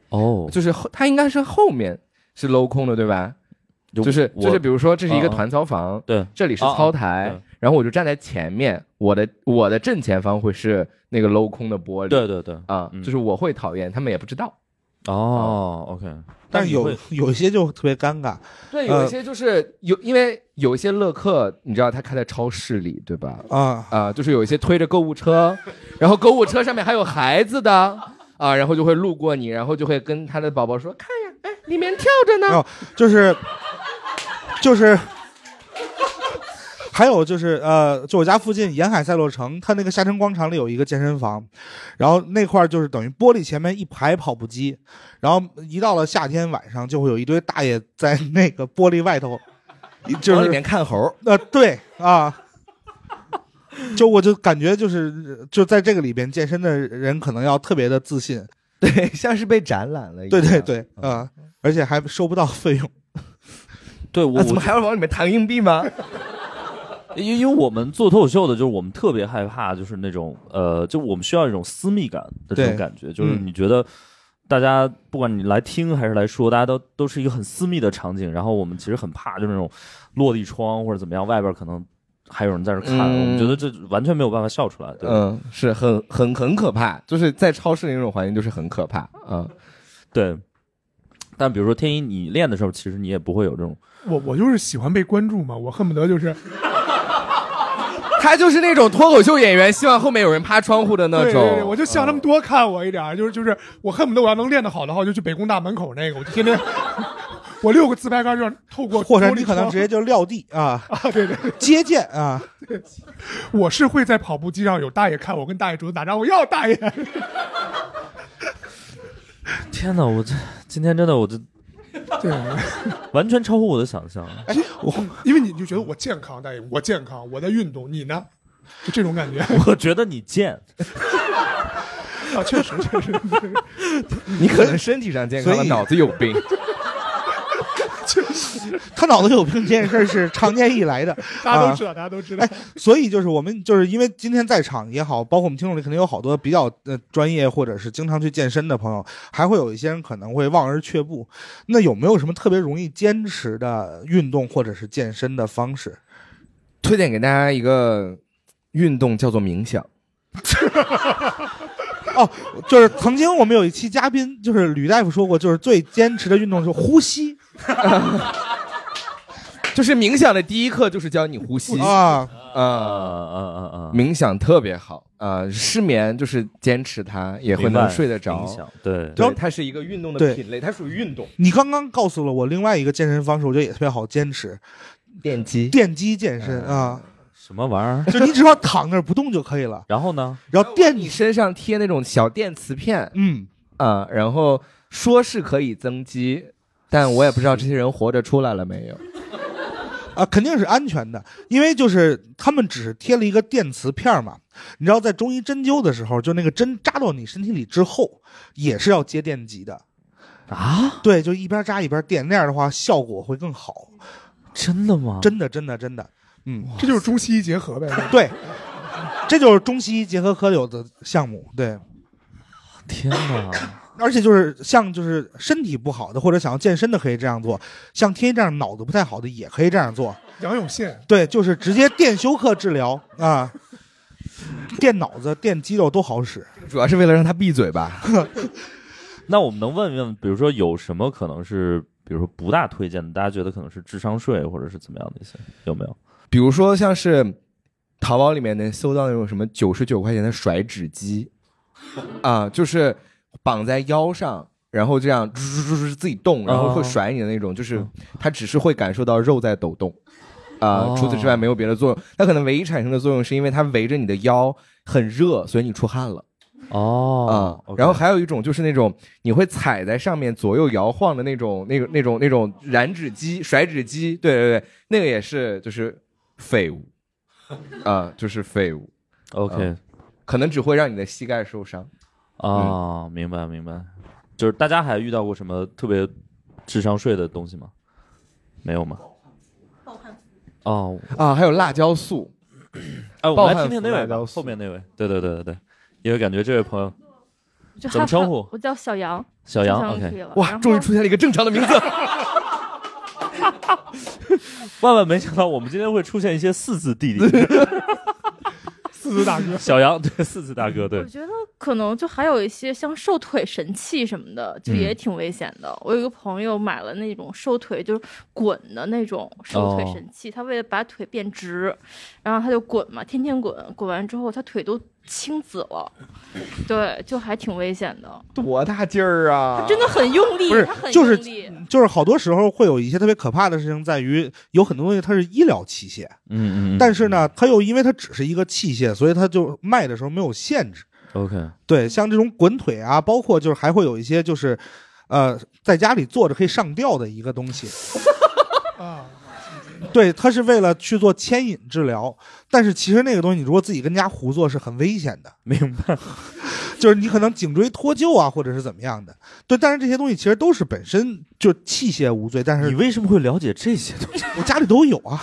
Speaker 1: 哦，
Speaker 2: 就是后他应该是后面是镂空的，对吧？就是
Speaker 1: 我
Speaker 2: 就是，比如说这是一个
Speaker 1: 嗯嗯
Speaker 2: 团操房，
Speaker 1: 对
Speaker 2: 这里是
Speaker 1: 哦哦
Speaker 2: 操台，
Speaker 1: 对
Speaker 2: 然后我就站在前面，我的我的正前方会是那个镂空的玻璃，
Speaker 1: 对对嗯对，
Speaker 2: 啊、就是我会讨厌，他们也不知道。
Speaker 1: 哦，OK，
Speaker 4: 但是有有一些就特别尴尬，
Speaker 2: 对，
Speaker 4: 呃
Speaker 2: 有一些就是有，因为有一些乐客，你知道他开在超市里，对吧？
Speaker 4: 啊
Speaker 2: 啊，就是有一些推着购物车，然后购物车上面还有孩子的啊，然后就会路过你，然后就会跟他的宝宝说：“看呀，哎，里面跳着呢。
Speaker 4: 没 有，就是就是，还有就是呃，就我家附近沿海赛洛城，它那个下沉广场里有一个健身房，然后那块儿就是等于玻璃前面一排跑步机，然后一到了夏天晚上，就会有一堆大爷在那个玻璃外头，就是
Speaker 2: 往里面看猴。
Speaker 4: 呃，对啊。就我就感觉就是就在这个里边健身的人可能要特别的自信，
Speaker 14: 对，像是被展览了一
Speaker 4: 对
Speaker 14: 样。嗯
Speaker 4: 对对啊、而且还收不到费用。
Speaker 1: 对我、
Speaker 2: 啊怎么还要往里面弹硬币吗？
Speaker 1: 因因为我们做脱口秀的，就是我们特别害怕，就是那种呃，就我们需要一种私密感的这
Speaker 4: 对
Speaker 1: 种感觉，就是
Speaker 4: 嗯
Speaker 1: 你觉得大家不管你来听还是来说，大家都都是一个很私密的场景，然后我们其实很怕就是那种落地窗或者怎么样，外边可能还有人在这看，
Speaker 2: 嗯
Speaker 1: 我们觉得这完全没有办法笑出来。对，
Speaker 2: 嗯，是很很很可怕，就是在超市里那种环境就是很可怕啊、
Speaker 1: 对。但比如说天一，你练的时候，其实你也不会有这种
Speaker 3: 我我就是喜欢被关注嘛，我恨不得就是
Speaker 2: 他就是那种脱口秀演员，希望后面有人趴窗户的那
Speaker 3: 对
Speaker 2: 种。
Speaker 3: 对对，我就希望他们多看我一点儿，就是就是，我恨不得我要能练得好的话，我就去北工大门口那个，我就天 天我六个自拍杆就透过
Speaker 4: 或者
Speaker 3: 玻璃
Speaker 4: 你可能
Speaker 3: 窗
Speaker 4: 直接就撂地啊
Speaker 3: 啊，对对，
Speaker 4: 接见啊，
Speaker 3: 我是会在跑步机上有大爷看我，跟大爷主动打招呼，要大爷，
Speaker 1: 天哪，我这今天真的我这
Speaker 3: 对，
Speaker 1: 完全超乎我的想象。
Speaker 3: 哎，我 因为你就觉得我健康，大爷，我健康，我在运动，你呢？就这种感觉
Speaker 1: 我觉得你贱，
Speaker 3: 啊，确实确实，
Speaker 2: 你可能身体上健康
Speaker 4: 所
Speaker 2: 了，
Speaker 4: 以
Speaker 2: 脑子有病。
Speaker 3: 确实，，
Speaker 4: 他脑子有病这件事儿是常年以来的
Speaker 3: 大家都知道，大家都知道
Speaker 4: 哎，所以就是我们就是因为今天在场也好，包括我们听众里肯定有好多比较呃专业或者是经常去健身的朋友，还会有一些人可能会望而却步。那有没有什么特别容易坚持的运动或者是健身的方式？
Speaker 2: 推荐给大家一个运动，叫做冥想。
Speaker 4: 哦，就是曾经我们有一期嘉宾，就是吕大夫说过，就是最坚持的运动就是呼吸。
Speaker 2: 就是冥想的第一课就是教你呼吸
Speaker 4: 啊
Speaker 2: 啊啊
Speaker 1: 啊啊！
Speaker 2: 冥想特别好啊、呃失眠就是坚持它也会
Speaker 1: 明白
Speaker 2: 能睡得着
Speaker 1: 冥想。对
Speaker 2: 对，它是一个运动的
Speaker 4: 对
Speaker 2: 品类，它属于运动。
Speaker 4: 你刚刚告诉了我另外一个健身方式，我觉得也特别好坚持，
Speaker 2: 电击嗯
Speaker 4: 电击健身啊，
Speaker 1: 什么玩意儿？
Speaker 4: 就你只要躺那儿不动 就可以了。
Speaker 1: 然后呢？
Speaker 4: 然后电
Speaker 2: 你身上贴那种小电磁片，
Speaker 4: 嗯
Speaker 2: 啊、然后说是可以增肌，但我也不知道这些人活着出来了没有。
Speaker 4: 啊，肯定是安全的，因为就是他们只是贴了一个电磁片儿嘛。你知道，在中医针灸的时候，就那个针扎到你身体里之后，也是要接电极的
Speaker 1: 啊。
Speaker 4: 对，就一边扎一边电，那样的话效果会更好。
Speaker 1: 真的吗？
Speaker 4: 真的，真的，真的，嗯，
Speaker 3: 这就是中西医结合呗。
Speaker 4: 对，这就是中西医结合科有的项目。对，
Speaker 1: 天哪！
Speaker 4: 而且就是像就是身体不好的或者想要健身的可以这样做，像天一这样脑子不太好的也可以这样做。
Speaker 3: 杨永信，
Speaker 4: 对，就是直接电休克治疗啊，电脑子、电肌肉都好使。
Speaker 2: 主要是为了让他闭 嘴吧。
Speaker 1: 那我们能问问，比如说有什么可能是，比如说不大推荐的，大家觉得可能是智商税或者是怎么样的一些，有没有？
Speaker 2: 比如说像是淘宝里面能搜到那种什么九十九块钱的甩脂机，啊，就是绑在腰上。然后这样吱吱吱吱自己动，然后会甩你的那种，就是它只是会感受到肉在抖动，啊、
Speaker 1: 哦
Speaker 2: 除此之外没有别的作用。它可能唯一产生的作用是因为它围着你的腰很热，所以你出汗了。
Speaker 1: 哦，
Speaker 2: 啊，然后还有一种就是那种你会踩在上面左右摇晃的那种、那个、那种、那种燃脂机、甩脂机，对对对，那个也是就是废物，啊、就是废物。 啊
Speaker 1: OK
Speaker 2: 嗯可能只会让你的膝盖受伤。
Speaker 1: 啊，明白明白，就是大家还遇到过什么特别智商税的东西吗？没有吗？哦
Speaker 2: 啊，还有辣椒素，
Speaker 1: 哎，我
Speaker 2: 暴
Speaker 1: 们来
Speaker 2: 汗
Speaker 1: 听听那
Speaker 2: 服
Speaker 1: 位
Speaker 2: 辣
Speaker 1: 吧
Speaker 2: 椒
Speaker 1: 后面那位，对对对对对，因为感觉这位朋友
Speaker 15: 就
Speaker 1: 怎么
Speaker 15: 害
Speaker 1: 称
Speaker 15: 怕
Speaker 1: 呼？
Speaker 15: 我叫小杨，
Speaker 1: 小杨
Speaker 15: 就上去
Speaker 1: ，OK，
Speaker 15: 了
Speaker 2: 哇，终于出现了一个正常的名字。
Speaker 1: 万万没想到我们今天会出现一些四字弟弟，
Speaker 3: 四字大哥，
Speaker 1: 小杨对四字大哥对
Speaker 15: 我，觉得可能就还有一些像瘦腿神器什么的，就也
Speaker 1: 嗯
Speaker 15: 挺危险的。我有一个朋友买了那种瘦腿，就是滚的那种瘦腿
Speaker 1: 哦
Speaker 15: 神器，他为了把腿变直，然后他就滚嘛，天天滚，滚完之后他腿都青紫了，对，就还挺危险的。
Speaker 2: 多大劲儿啊！
Speaker 15: 真的很用力，
Speaker 4: 不是
Speaker 15: 他很，
Speaker 4: 就是
Speaker 15: 用力。
Speaker 4: 就是好多时候会有一些特别可怕的事情，在于有很多东西它是医疗器械，
Speaker 1: 嗯嗯嗯
Speaker 4: 但是呢，它又因为它只是一个器械，所以它就卖的时候没有限制。
Speaker 1: ，OK，
Speaker 4: 对，像这种滚腿啊，包括就是还会有一些就是，呃，在家里坐着可以上吊的一个东西。对，它是为了去做牵引治疗，但是其实那个东西，你如果自己跟家胡做是很危险的。
Speaker 1: 明白，
Speaker 4: 就是你可能颈椎脱臼啊，或者是怎么样的。对，但是这些东西其实都是本身就器械无罪，但是你
Speaker 1: 为什么会了解这些东西？
Speaker 4: 我家里都有 啊。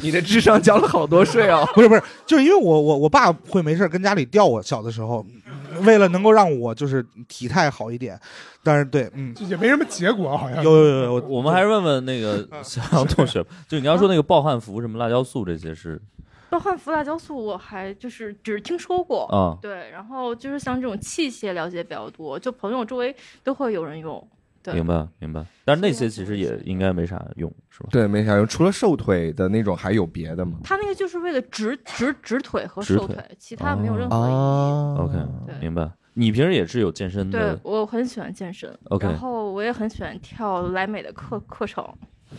Speaker 2: 你的智商交了好多税啊！
Speaker 4: 不是不是，就是因为我我我爸会没事儿跟家里吊我，小的时候，嗯为了能够让我就是体态好一点，但是对，嗯，
Speaker 3: 也没什么结果，好像
Speaker 4: 有有有有，
Speaker 1: 我们还是问问那个
Speaker 3: 嗯
Speaker 1: 小杨同学吧，就你刚刚说那个暴汗服、什么辣椒素这些是，
Speaker 15: 包含氟辣椒素，我还就是只是听说过，
Speaker 1: 啊
Speaker 15: 对，然后就是像这种器械了解比较多，就朋友周围都会有人用，对，
Speaker 1: 明白明白，但是那些其实也应该没啥用，是吧？
Speaker 2: 对，没想用，除了瘦腿的那种，还有别的吗？
Speaker 15: 他那个就是为了直直直腿和
Speaker 1: 直
Speaker 15: 瘦
Speaker 1: 腿哦
Speaker 15: 腿，其他没有任何意义。
Speaker 2: 啊
Speaker 1: ，OK，明白。你平时也是有健身
Speaker 15: 对
Speaker 1: 的
Speaker 15: 我很喜欢健身
Speaker 1: OK
Speaker 15: 然后我也很喜欢跳莱美的课课程，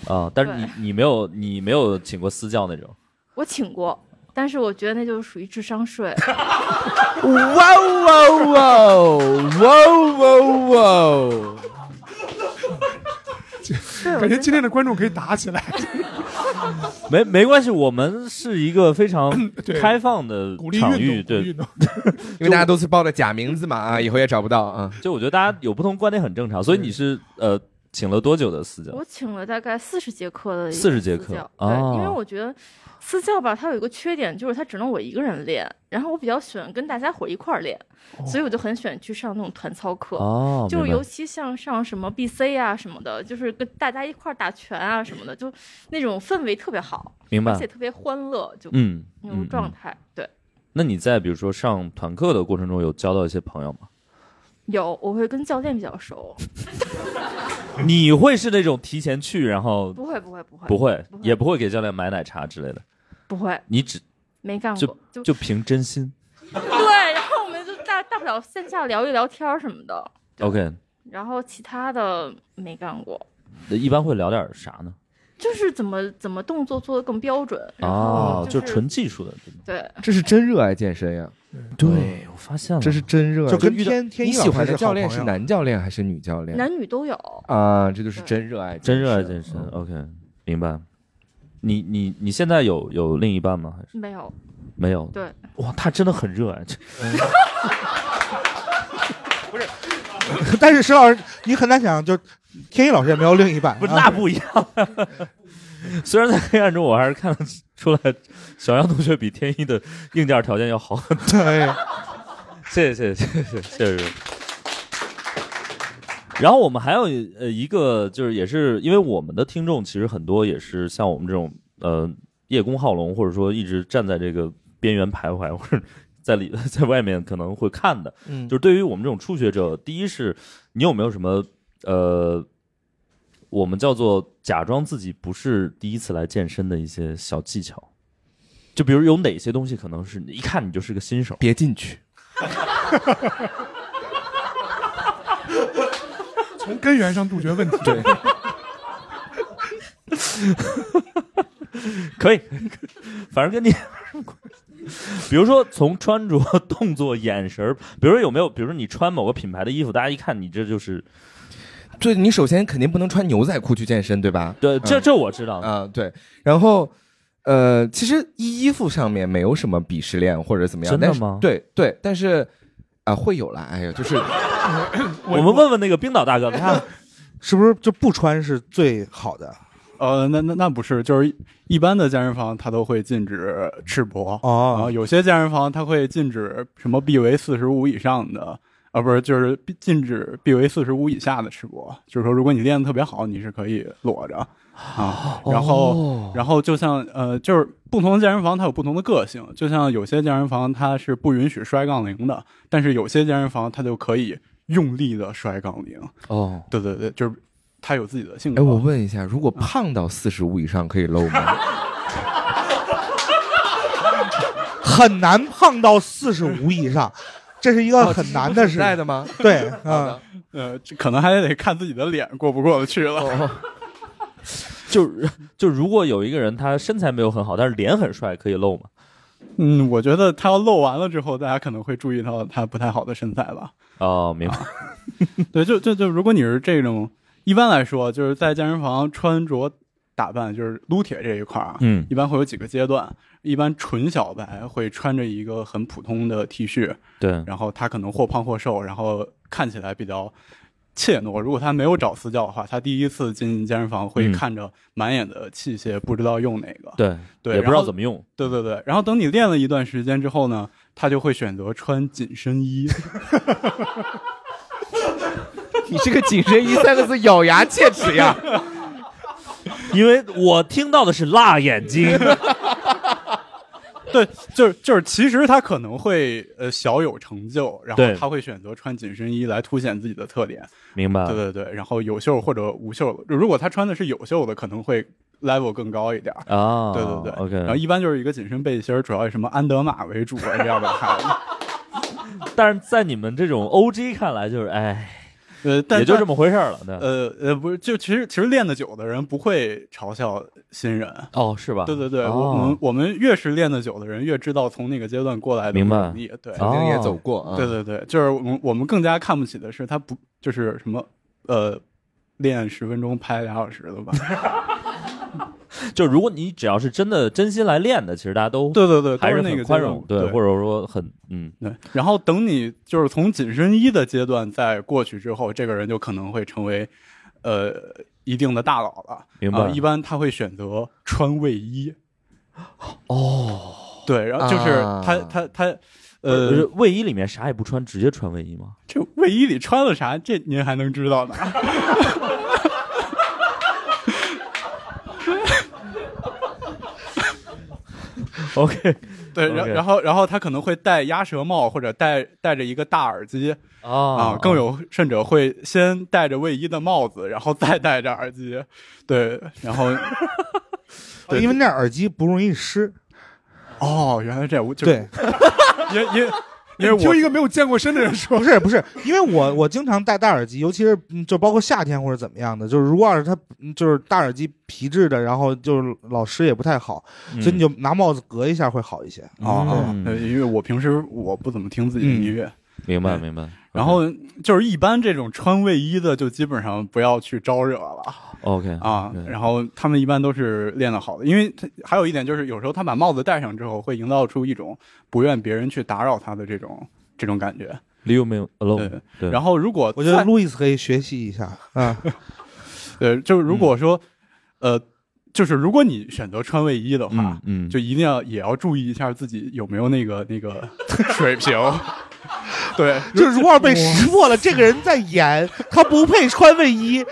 Speaker 1: 啊，但是你你没有你没有请过私教那种，
Speaker 15: 我请过，但是我觉得那就是属于智商税。
Speaker 2: 哇哇哇
Speaker 1: 哦
Speaker 2: 哇哇哇！
Speaker 3: 感觉今天的观众可以打起来。
Speaker 1: 没没关系，我们是一个非常
Speaker 3: 对
Speaker 1: 开放的
Speaker 3: 鼓励
Speaker 1: 场
Speaker 3: 运
Speaker 1: 域，
Speaker 3: 动鼓励
Speaker 1: 对
Speaker 3: 运动，
Speaker 2: 因为大家都是报的假名字嘛啊，以后也找不到啊。
Speaker 1: 就我觉得大家有不同观点很正常，所以你是呃请了多久的私教？
Speaker 15: 我请了大概四十节课的
Speaker 1: 40节
Speaker 15: 私
Speaker 1: 课
Speaker 15: 教对，
Speaker 1: 哦
Speaker 15: 因为我觉得私教吧，它有一个缺点，就是它只能我一个人练，然后我比较喜欢跟大家伙儿一块儿练，所以我就很喜欢去上那种团操课，
Speaker 1: 哦
Speaker 15: 就
Speaker 1: 明白
Speaker 15: 尤其像上什么 BC 啊什么的，就是跟大家一块儿打拳啊什么的，就那种氛围特别好，
Speaker 1: 明白
Speaker 15: 而且特别欢乐，就
Speaker 1: 嗯
Speaker 15: 那种
Speaker 1: 嗯
Speaker 15: 状
Speaker 1: 嗯
Speaker 15: 态，对。
Speaker 1: 那你在比如说上团课的过程中有交到一些朋友吗？
Speaker 15: 有，我会跟教练比较 熟，
Speaker 1: 你会是那种提前去，然后
Speaker 15: 不会不会不会
Speaker 1: 不会，也不会给教练买奶茶之类的，
Speaker 15: 不会，
Speaker 1: 你只
Speaker 15: 没干过
Speaker 1: 就，就 凭真心。
Speaker 15: 对，然后我们就大大不了线下聊一聊天儿什么的，
Speaker 1: OK，
Speaker 15: 然后其他的没干过，
Speaker 1: 一般会聊点啥呢？
Speaker 15: 就是怎么怎么动作做的更标准，然
Speaker 1: 哦
Speaker 15: 后，
Speaker 1: 就是纯技术的。
Speaker 15: 对，
Speaker 2: 这是真热爱健身呀！
Speaker 1: 对，我发现了，
Speaker 2: 这是真热爱。
Speaker 1: 就跟
Speaker 2: 遇到
Speaker 1: 天天一
Speaker 2: 你
Speaker 1: 老
Speaker 2: 喜欢
Speaker 1: 师
Speaker 2: 的
Speaker 1: 是
Speaker 2: 教
Speaker 1: 好
Speaker 2: 练
Speaker 1: 朋
Speaker 2: 是
Speaker 1: 友
Speaker 2: 男教练还是女教练？
Speaker 15: 男女都有。
Speaker 2: 啊，这就是真热爱，
Speaker 1: 真热爱啊健身。OK，明白。你你你现在有有另一半吗？还是
Speaker 15: 没有，
Speaker 1: 没有？
Speaker 15: 嗯对，
Speaker 1: 哇，他真的很热啊爱。这
Speaker 4: 但是石老师，你很难想，就天一老师也没有另一半，啊
Speaker 1: 不是那不一样。虽然在黑暗中，我还是看得出来，小杨同学比天一的硬件条件要好很多。谢谢谢谢谢谢谢谢。然后我们还有呃一个，就是也是因为我们的听众其实很多也是像我们这种呃叶公好龙，或者说一直站在这个边缘徘徊，或者在里 在外面可能会看的。
Speaker 2: 嗯
Speaker 1: 就是对于我们这种初学者，第一是你有没有什么呃我们叫做假装自己不是第一次来健身的一些小技巧，就比如有哪些东西可能是你一看你就是个新手，
Speaker 2: 别进去，
Speaker 3: 从根源上杜绝问题。
Speaker 2: 对，
Speaker 1: 可以，反正跟你， 比如说从穿着、动作、眼神儿，比如说有没有，比如说你穿某个品牌的衣服，大家一看你这就是，
Speaker 2: 对你首先肯定不能穿牛仔裤去健身，对吧？
Speaker 1: 对，这这我知道
Speaker 2: 啊，对。然后，呃，其实衣衣服上面没有什么鄙视链或者怎么样，
Speaker 1: 真的
Speaker 2: 但是
Speaker 1: 吗
Speaker 2: 对对，但是啊、会有啦，哎呀，就是
Speaker 1: 我们问问那个冰 岛大哥，他
Speaker 4: 是不是就不穿是最好的？
Speaker 11: 呃，那那那不是，就是一般的健身房它都会禁止赤膊
Speaker 4: 哦
Speaker 11: 然后有些健身房它会禁止什么 B 为四十五以上的，啊，不是，就是禁止 B 为四十五以下的赤膊，就是说如果你练得特别好，你是可以裸着啊，然后、
Speaker 6: 哦
Speaker 11: 然后就像呃，就是不同的健身房它有不同的个性，就像有些健身房它是不允许摔杠铃的，但是有些健身房它就可以用力的摔杠铃。
Speaker 2: 哦，
Speaker 11: 对对对，就是它有自己的性格。
Speaker 2: 哎，我问一下，如果胖到四十五以上可以露吗？
Speaker 4: 很难胖到四十五以上，这是一个很难的
Speaker 11: 哦这是
Speaker 4: 事。
Speaker 11: 不存在的吗
Speaker 4: 对，
Speaker 11: 好
Speaker 4: 啊
Speaker 11: 的， 呃，这可能还得看自己的脸过不过得去了。
Speaker 1: 哦 就就如果有一个人他身材没有很好，但是脸很帅，可以露吗？
Speaker 11: 嗯，我觉得他要露完了之后，大家可能会注意到他不太好的身材吧。
Speaker 1: 哦，明白。
Speaker 11: 对，就就就，如果你是这种，一般来说就是在健身房穿着打扮，就是撸铁这一块儿啊，
Speaker 1: 嗯
Speaker 11: 一般会有几个阶段。一般纯小白会穿着一个很普通的 T 恤，
Speaker 1: 对
Speaker 11: 然后他可能或胖或瘦，然后看起来比较怯懦。如果他没有找私教的话，他第一次进健身房会
Speaker 1: 嗯
Speaker 11: 看着满眼的器械，不知道用哪个。
Speaker 1: 对
Speaker 11: 对，
Speaker 1: 也不知
Speaker 11: 然
Speaker 1: 道
Speaker 11: 后
Speaker 1: 怎么用。
Speaker 11: 对对对，然后等你练了一段时间之后呢，他就会选择穿紧身衣。
Speaker 2: 你这个紧身衣三个字咬牙切齿 呀！
Speaker 1: 因为我听到的是辣眼睛。
Speaker 11: 对，就是就是，其实他可能会呃小有成就，然
Speaker 1: 对
Speaker 11: 后他会选择穿紧身衣来凸显自己的特点。
Speaker 1: 明白了
Speaker 11: 对对对，然后有袖或者无袖的，如果他穿的是有袖的，可能会 level 更高一点儿
Speaker 1: 啊
Speaker 11: 对对对
Speaker 1: OK
Speaker 11: 然后一般就是一个紧身背心儿，主要以什么安德玛为主啊这样的牌子。
Speaker 1: 但是在你们这种 OG 看来，就是哎，
Speaker 11: 呃，但
Speaker 1: 也就
Speaker 11: 但
Speaker 1: 这么回事儿了对
Speaker 11: 呃呃，不是，就其实其实练得久的人不会嘲笑新人。
Speaker 1: 哦，是吧？
Speaker 11: 对对对，
Speaker 1: 哦
Speaker 11: 我们我们越是练得久的人，越知道从哪个阶段过来的
Speaker 1: 明白
Speaker 11: 努力对，
Speaker 1: 曾经也走过啊
Speaker 11: 对对对，就是我们我们更加看不起的是他不就是什么呃，练十分钟拍俩小时的吧？
Speaker 1: 就如果你只要是真的真心来练的，其实大家都
Speaker 11: 对对对，
Speaker 1: 还
Speaker 11: 都
Speaker 1: 是
Speaker 11: 是那
Speaker 1: 很
Speaker 11: 个
Speaker 1: 宽容，
Speaker 11: 阶段
Speaker 1: 或者说很嗯，
Speaker 11: 对。然后等你就是从紧身衣的阶段再过去之后，这个人就可能会成为呃一定的大佬了。
Speaker 1: 明白
Speaker 11: 啊一般他会选择穿卫衣。
Speaker 1: 哦，
Speaker 11: 对，然后就是
Speaker 1: 啊
Speaker 11: 他、他他呃
Speaker 1: 不是卫衣里面啥也不穿，直接穿卫衣吗？
Speaker 11: 这卫衣里穿了啥，这您还能知道呢？
Speaker 1: OK，
Speaker 11: 对，然
Speaker 1: OK
Speaker 11: 然后然后他可能会戴鸭舌帽，或者戴戴着一个大耳机
Speaker 1: 啊
Speaker 11: 更有甚者会先戴着卫衣的帽子，然后再戴着耳机，对，然后对
Speaker 4: 因为那耳机不容易湿。
Speaker 11: 哦，原来这样，我就
Speaker 4: 对，
Speaker 11: 因因 因为我
Speaker 4: 听一个没有健过身的人说，不是不是，因为我我经常戴大耳机，尤其是嗯就包括夏天或者怎么样的，就是如果要是它嗯就是大耳机皮质的，然后就是老湿也不太好，
Speaker 11: 嗯
Speaker 4: 所以你就拿帽子隔一下会好一些。
Speaker 11: 哦，
Speaker 4: 对
Speaker 11: 呃因为我平时我不怎么听自己的音乐，
Speaker 1: 明白明白。
Speaker 11: 然后就是一般这种穿卫衣的，就基本上不要去招惹了
Speaker 1: OK
Speaker 11: 啊。然后他们一般都是练得好的，因为他还有一点就是，有时候他把帽子戴上之后，会营造出一种不愿别人去打扰他的这种这种感觉。
Speaker 1: Leave me alone。对
Speaker 11: 然后如果
Speaker 4: 我觉得
Speaker 11: 再
Speaker 4: 路易斯可以学习一下啊。
Speaker 11: 对，就是如果说，呃，就是如果你选择穿卫衣的话，
Speaker 1: 嗯嗯
Speaker 11: 就一定要也要注意一下自己有没有那个那个水平。 对，
Speaker 4: 就是如果要被识破了，这个人在演，他不配穿卫衣，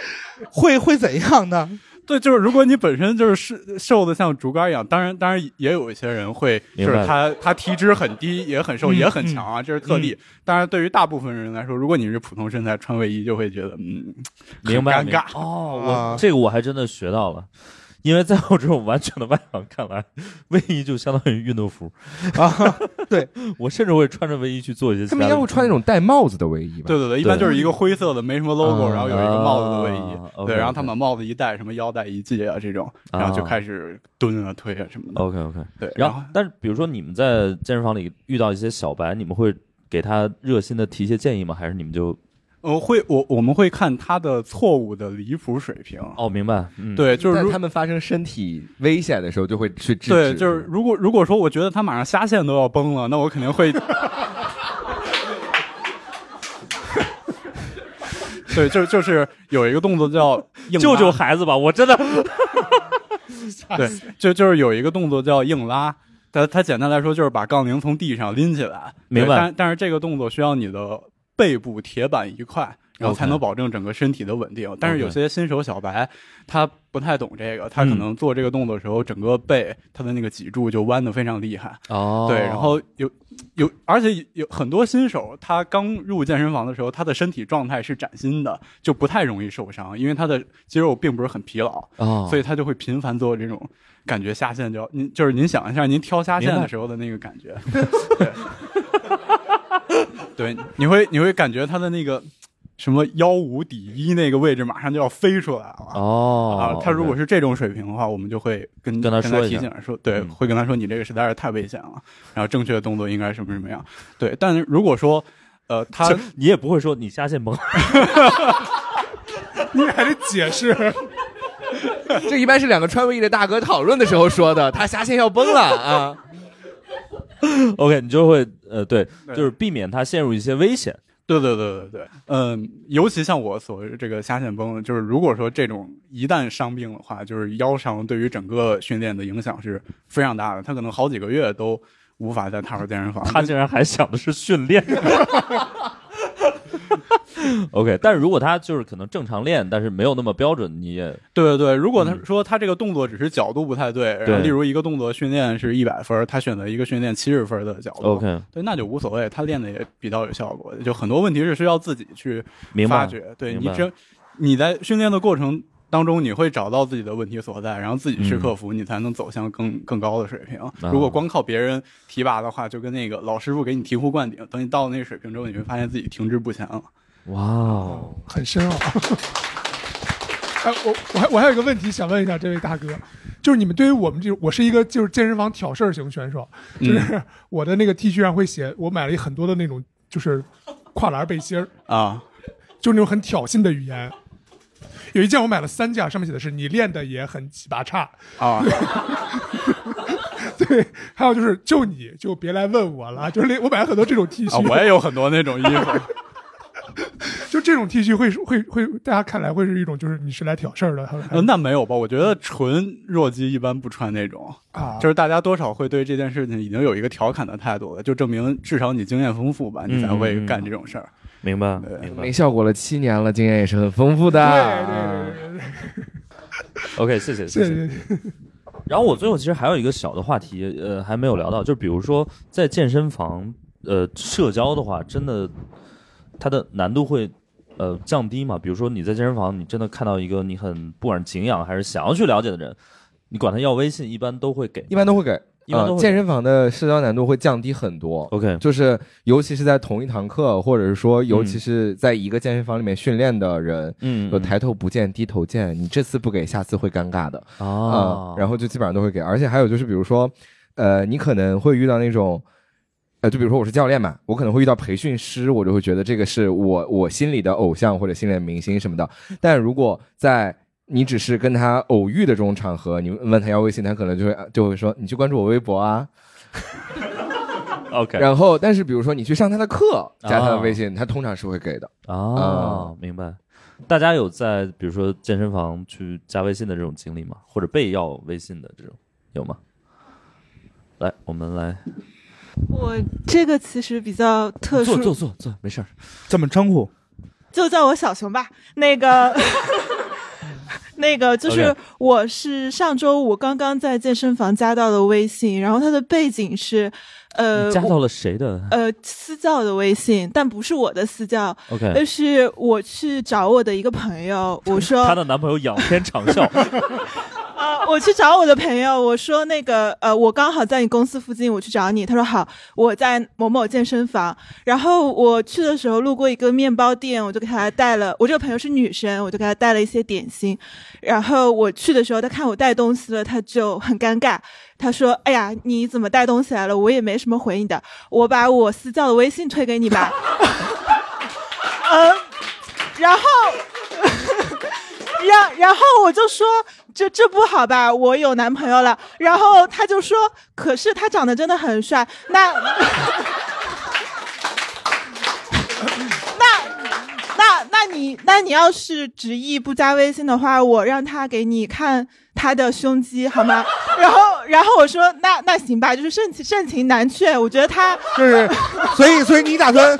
Speaker 4: 会会怎样呢？
Speaker 11: 对，就是如果你本身就是是瘦的像竹竿一样，当然当然也有一些人会，就
Speaker 1: 明白
Speaker 11: 是他他体脂很低，也很瘦，
Speaker 1: 嗯
Speaker 11: 也很强啊，这是特例。当然，对于大部分人来说，如果你是普通身材，穿卫衣就会觉得嗯，很
Speaker 1: 明白
Speaker 11: 尴
Speaker 1: 明
Speaker 11: 尬
Speaker 1: 白哦，我这个我还真的学到了。因为在我这种完全的外行看来，卫衣就相当于运动服
Speaker 4: 啊。对
Speaker 1: 我甚至会穿着卫衣去做一些其他
Speaker 2: 他们
Speaker 1: 的。
Speaker 2: 应该会穿那种戴帽子的卫衣吧？
Speaker 11: 对对对，一般就是一个灰色的，没什么 logo，
Speaker 2: 啊
Speaker 11: 然后有一个帽子的卫
Speaker 2: 啊
Speaker 11: 衣，
Speaker 2: ，OK，
Speaker 11: 对，然后他把帽子一戴，什么腰带一系啊这种，
Speaker 1: 啊
Speaker 11: 然后就开始蹲啊推啊什么的。
Speaker 1: OK OK，
Speaker 11: 对，
Speaker 1: 然
Speaker 11: 然
Speaker 1: 后
Speaker 11: 后，
Speaker 1: 但是比如说你们在健身房里遇到一些小白，你们会给他热心的提一些建议吗？还是你们就
Speaker 11: 呃，会我我们会看他的错误的离谱水平。
Speaker 1: 哦，明白。嗯
Speaker 11: 对，就是
Speaker 2: 在
Speaker 11: 如
Speaker 2: 他们发生身体危险的时候，就会去制止。
Speaker 11: 对，就是如果如果说我觉得他马上下线都要崩了，那我肯定会。 对，就就是有一个动作叫硬
Speaker 1: 救救
Speaker 11: 孩子吧，我 真的。对，就就是有一个动作叫硬拉，它它简单来说就是把杠铃从地上拎起来。对
Speaker 1: 明白
Speaker 11: 但但是这个动作需要你的背部铁板一块，然后才
Speaker 1: OK
Speaker 11: 能保证整个身体的稳定。但是有
Speaker 1: OK
Speaker 11: 些新手小白他不太懂这个，他可
Speaker 1: 嗯
Speaker 11: 能做这个动作的时候，整个背他的那个脊柱就弯得非常厉害。
Speaker 1: 哦
Speaker 11: 对，然后有有，而且有很多新手，他刚入健身房的时候，他的身体状态是崭新的，就不太容易受伤，因为他的肌肉并不是很疲劳，
Speaker 1: 哦
Speaker 11: 所以他就会频繁做这种感觉下线就要您就是您想一下，您挑下线
Speaker 1: 明
Speaker 11: 的
Speaker 1: 白
Speaker 11: 时候的那个感觉，对，对你会你会感觉他的那个什么幺五抵一那个位置马上就要飞出来了。啊，，
Speaker 1: 哦
Speaker 11: 他如果
Speaker 1: OK
Speaker 11: 是这种水平的话，我们就会跟
Speaker 1: 跟他说一
Speaker 11: 提
Speaker 1: 下
Speaker 11: 醒说，对，
Speaker 1: 嗯
Speaker 11: 会跟他说你这个实在是太危险了，然后正确的动作应该什么什么样。对，但是如果说，呃，他
Speaker 1: 这你也不会说你下线崩，
Speaker 3: 你还得解释。
Speaker 2: 这一般是两个穿卫衣的大哥讨论的时候说的，他下线要崩了啊！
Speaker 1: OK，你就会呃，对，
Speaker 11: 对
Speaker 1: 就是避免他陷入一些危险。
Speaker 11: 对对对对对，嗯，尤其像我所这个下线崩，就是如果说这种一旦伤病的话，就是腰伤对于整个训练的影响是非常大的，他可能好几个月都无法再踏入健身房。嗯
Speaker 1: 他竟然还想的是训练。OK，但是如果他就是可能正常练，但是没有那么标准，你也
Speaker 11: 对对对，如果他说他这个动作只是角度不太对，然后
Speaker 1: 对
Speaker 11: 例如一个动作训练是一百分儿，他选择一个训练七十分儿的角度
Speaker 1: OK
Speaker 11: 对，那就无所谓，他练的也比较有效果。就很多问题是需要自己去
Speaker 1: 明白
Speaker 11: 发掘，对
Speaker 1: 明
Speaker 11: 你
Speaker 1: 白
Speaker 11: 只你在训练的过程当中，你会找到自己的问题所在，然后自己去
Speaker 1: 嗯啊
Speaker 11: 克服，你才能走向更更高的水平。如果光靠别人提拔的话，就跟那个老师傅给你醍醐灌顶，等你到那个水平之后，你会发现自己停滞不前了。
Speaker 1: 哇哦，
Speaker 3: 很深奥。哎，我我还我还有一个问题想问一下这位大哥，就是你们对于我们这种，我是一个就是健身房挑事儿型选手，就是
Speaker 11: 嗯
Speaker 3: 我的那个 T 恤上会写，我买了很多的那种就是跨栏背心儿，
Speaker 11: 啊，
Speaker 3: 就是那种很挑衅的语言。有一件我买了三件，上面写的是你练的也很鸡巴差
Speaker 11: 啊。
Speaker 3: 对，还有就是就你就别来问我了，就是那我买了很多这种 T
Speaker 11: 啊
Speaker 3: 恤，，
Speaker 11: 我也有很多那种衣服。
Speaker 3: 就这种 T 恤会会会，大家看来会是一种就是你是来挑事儿的，还
Speaker 11: 呃，那没有吧？我觉得纯弱鸡一般不穿那种，
Speaker 3: 啊
Speaker 11: 就是大家多少会对这件事情已经有一个调侃的态度了，就证明至少你经验丰富吧，你才
Speaker 2: 嗯嗯
Speaker 11: 会
Speaker 2: 嗯
Speaker 11: 干这种事儿。
Speaker 1: 明白，
Speaker 11: 明
Speaker 2: 没效果了七年了，经验也是很丰富的。呃嗯
Speaker 1: OK，谢谢，谢
Speaker 3: 谢
Speaker 1: 谢。然后我最后其实还有一个小的话题，呃，还没有聊到，就比如说在健身房，呃，社交的话，真的它的难度会呃降低嘛？比如说你在健身房，你真的看到一个你很不管是敬仰还是想要去了解的人，你管他要微信，一般都会给，
Speaker 2: 一般都会给。
Speaker 1: 一般
Speaker 2: 呃
Speaker 1: 都会给
Speaker 2: 健身房的社交难度会降低很多。
Speaker 1: OK，
Speaker 2: 就是尤其是在同一堂课，或者是说，尤
Speaker 1: 嗯
Speaker 2: 其是在一个健身房里面训练的人，
Speaker 1: 嗯
Speaker 2: 有
Speaker 1: 嗯
Speaker 2: 抬头不见低头见，你这次不给，下次会尴尬的。
Speaker 1: 哦
Speaker 2: 嗯然后就基本上都会给，而且还有就是，比如说，呃，你可能会遇到那种。呃，就比如说我是教练嘛，我可能会遇到培训师，我就会觉得这个是我我心里的偶像或者心里的明星什么的。但如果在你只是跟他偶遇的这种场合，你问他要微信，他可能就会就会说你去关注我微博啊。
Speaker 1: OK，
Speaker 2: 然后，但是比如说你去上他的课，加他的
Speaker 1: 哦
Speaker 2: 微信，他通常是会给的。嗯
Speaker 1: 哦，明白。大家有在比如说健身房去加微信的这种经历吗？或者被要微信的这种有吗？来，我们来
Speaker 8: 我这个其实比较特殊，
Speaker 1: 坐坐坐坐，没事儿。
Speaker 4: 怎么称呼？
Speaker 16: 就叫我小熊吧。那个， 那个就是
Speaker 4: OK
Speaker 16: 我是上周五刚刚在健身房加到的微信，然后它的背景是，呃，
Speaker 1: 你加到
Speaker 16: 我
Speaker 1: 了谁的？
Speaker 16: 呃私教的微信，但不是我的私教
Speaker 1: OK
Speaker 16: 而是我去找我的一个朋友， 我说
Speaker 1: 她的男朋友仰天长啸。
Speaker 16: 呃，我去找我的朋友，我说那个呃，我刚好在你公司附近，我去找你。他说好，我在某某健身房。然后我去的时候路过一个面包店，我就给他带了。我这个朋友是女生，我就给她带了一些点心。然后我去的时候，她看我带东西了，她就很尴尬。她说：“哎呀，你怎么带东西来了？我也没什么 回你的，我把我私教的微信推给你吧。”呃，然后，然然后我就说这这不好吧，我有男朋友了。然后他就说，可是他长得真的很帅，那那那你那你要是执意不加微信的话，我让他给你看他的胸肌好吗？ 然后然后我说那那行吧，就是盛情盛情难却，我觉得他
Speaker 4: 就是，所以所以你打算，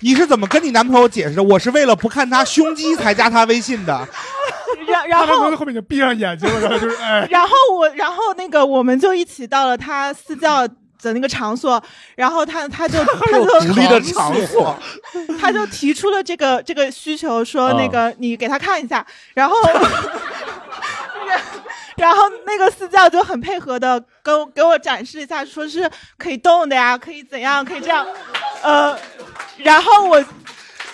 Speaker 4: 你是怎么跟你男朋友解释的？我是为了不看他胸肌才加他微信的。
Speaker 16: 然然后
Speaker 3: 后面就闭上眼睛了，然后就是哎，
Speaker 16: 然后我，然后那个我们就一起到了他私教的那个场所，然后他 他就他就
Speaker 4: 独立的场所，
Speaker 16: 他就提出了这个这个需求，说
Speaker 4: 啊
Speaker 16: 那个你给他看一下，然后 然。然后那个私教就很配合的跟我给我展示一下，说是可以动的呀，可以怎样，可以这样，呃，然后我呃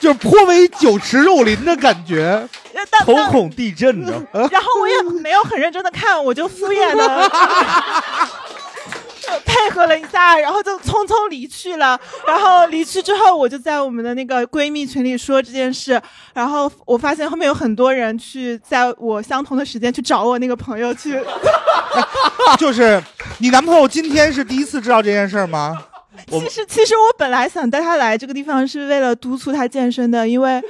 Speaker 4: 就是颇为酒池肉林的感觉，
Speaker 16: 但
Speaker 4: 瞳孔地震呢。
Speaker 16: 然后我也没有很认真的看，我就敷衍的 配合了一下，然后就匆匆离去了。然后离去之后，我就在我们的那个闺蜜群里说这件事，然后我发现后面有很多人去在我相同的时间去找我那个朋友去，
Speaker 4: 就是你男朋友今天是第一次知道这件事儿吗？
Speaker 16: 其实其实我本来想带他来这个地方是为了督促他健身的，因为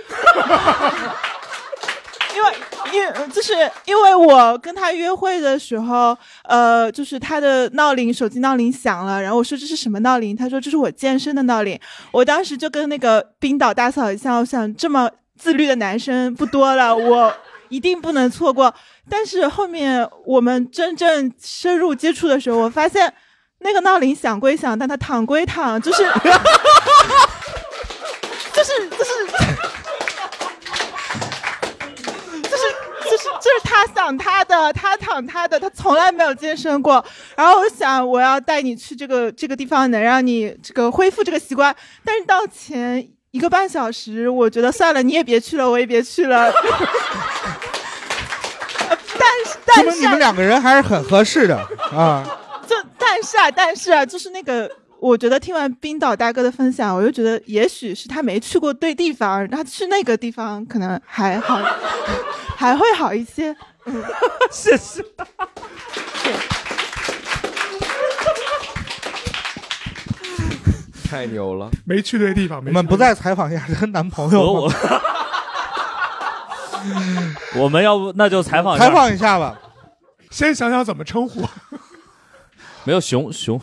Speaker 16: 因为因为就是因为我跟他约会的时候，呃，就是他的闹铃手机闹铃响了，然后我说这是什么闹铃？他说这是我健身的闹铃。我当时就跟那个冰岛大嫂一样，我想这么自律的男生不多了，我。一定不能错过。但是后面我们真正深入接触的时候，我发现那个闹铃响归响，但他躺归躺，就是 就是就是。就是就是就是他想他的，他躺他的，他从来没有健身过。然后我想，我要带你去这个这个地方，能让你这个恢复这个习惯。但是到前一个半小时，我觉得算了，你也别去了，我也别去 了。 但是
Speaker 4: 说
Speaker 16: 但
Speaker 4: 明
Speaker 16: 是
Speaker 4: 你们两个人还是很合适的 啊。
Speaker 16: 就但是啊，但是啊，就是那个，我觉得听完冰岛大哥的分享，我就觉得也许是他没去过对地方，他去那个地方可能还好， 还会好一些。嗯，
Speaker 1: 谢谢。
Speaker 2: 太牛了！
Speaker 3: 没去对地方，
Speaker 4: 我们不再采访一下跟男 朋
Speaker 1: 和
Speaker 4: 友
Speaker 1: 我
Speaker 4: 吗？
Speaker 1: 哦我们要不那就 采访
Speaker 4: 采访一下吧，
Speaker 3: 先想想怎么称呼。
Speaker 1: 没有熊熊，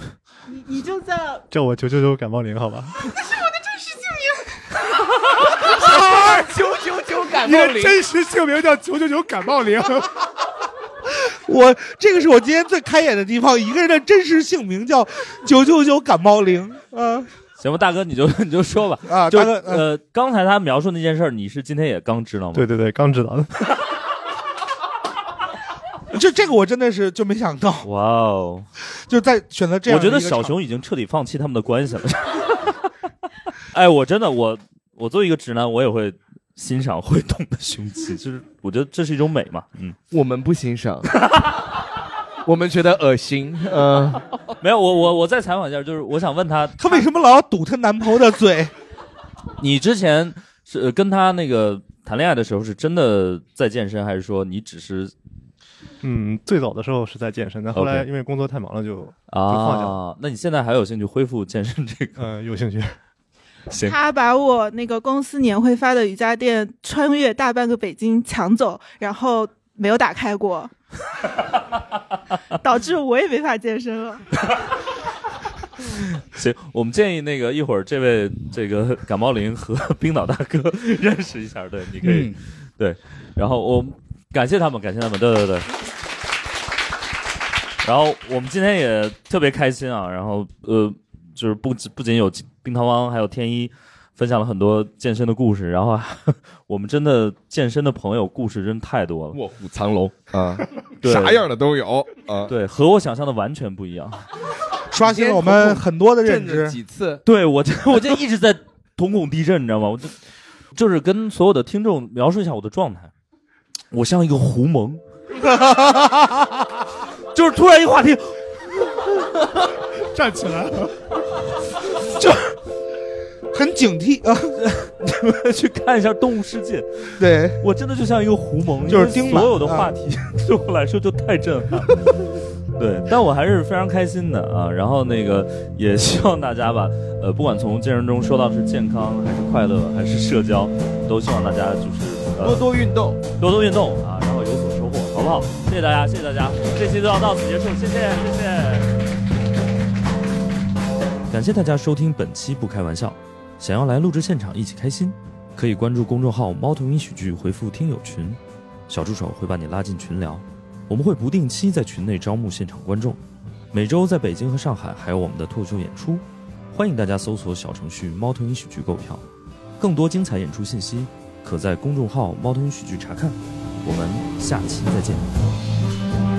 Speaker 16: 你你就 在，
Speaker 17: 叫我九九九感冒灵好吧？
Speaker 16: 这是我的真实姓
Speaker 12: 名九九九感冒
Speaker 3: 你的
Speaker 12: 灵，
Speaker 3: 真实姓名叫九九九感冒灵。
Speaker 4: 我这个是我今天最开眼的地方，一个人的真实姓名叫九九九感冒灵， 嗯、
Speaker 1: 行吧，大哥你就 你就说吧
Speaker 4: 啊
Speaker 1: 就
Speaker 4: 大哥
Speaker 1: 呃，刚才他描述那件事儿，你是今天也刚知道吗？
Speaker 17: 对对对，刚知道的。
Speaker 4: 就这个我真的是就没想到，
Speaker 1: 哇哦，
Speaker 4: 就在选择这
Speaker 1: 我
Speaker 4: 样的
Speaker 1: 觉
Speaker 4: 一个
Speaker 1: 得
Speaker 4: 场。
Speaker 1: 小熊已经彻底放弃他们的关系了。 哎，我真的我我作为一个直男，我也会欣赏会动的胸肌，就是我觉得这是一种美嘛。嗯，
Speaker 2: 我们不 欣赏，我们觉得恶心。嗯、
Speaker 1: 没有我我我再采访一下，就是我想问他，
Speaker 4: 她呃为什么老要堵她男朋友的嘴？
Speaker 1: 你之前是呃跟他那个谈恋爱的时候是真的在健身，还是说你只是
Speaker 17: 嗯，最早的时候是在健身，但后来
Speaker 1: OK
Speaker 17: 因为工作太忙了就就放下了。
Speaker 1: 啊？那你现在还有兴趣恢复健身这个？
Speaker 17: 嗯，有兴趣。
Speaker 1: 行，
Speaker 16: 他把我那个公司年会发的瑜伽垫穿越大半个北京抢走，然后没有打开 过，导致我也没法健身了。
Speaker 1: 行，我们建议那个一会儿这位这个感冒灵和 冰岛大哥认识一下，对，你可以，
Speaker 4: 嗯
Speaker 1: 对，然后我们感谢他们，感谢他们，对对对。然后我们今天也特别开心啊，然后呃，就是不仅不仅有冰糖王，还有天一分享了很多健身的故事，然后啊我们真的健身的朋友故事真太多了，
Speaker 2: 卧虎藏龙 啊，
Speaker 1: 对，
Speaker 2: 啥样的都有啊。
Speaker 1: 对，和我想象的完全不一样。
Speaker 4: 刷新了我们很多的认
Speaker 2: 震
Speaker 4: 知
Speaker 2: 了。几次？
Speaker 1: 对我这我这一直在瞳孔地震，你知道吗？我就就是跟所有的听众描述一下我的状态，我像一个狐獴， 就是突然一话题，
Speaker 3: 站起来了，
Speaker 1: 就
Speaker 4: 很警 惕啊！
Speaker 1: 你们去看一下《动物世界》，
Speaker 4: 对
Speaker 1: 我真的就像一个狐獴，
Speaker 4: 就是啊
Speaker 1: 因为
Speaker 4: 钉板
Speaker 1: 所有的话题 对我来说就太震撼了。对，但我还是非常开心的啊！然后那个也希望大家吧，呃，不管从健身中说到是健康，还是快乐，还是社交，都希望大家就是、呃、
Speaker 14: 多多运动，
Speaker 1: 多多运动啊，然后有所收获，好不好？谢谢大家，谢谢大家，这期就要到此结束，谢谢，谢谢。感谢大家收听本期《不开玩笑》，想要来录制现场一起开心，可以关注公众号“猫头鹰喜剧”，回复“听友群”，小助手会把你拉进群聊。我们会不定期在群内招募现场观众，每周在北京和上海还有我们的脱口秀演出，欢迎大家搜索小程序“猫头鹰喜剧”购票。更多精彩演出信息，可在公众号“猫头鹰喜剧”查看。我们下期再见。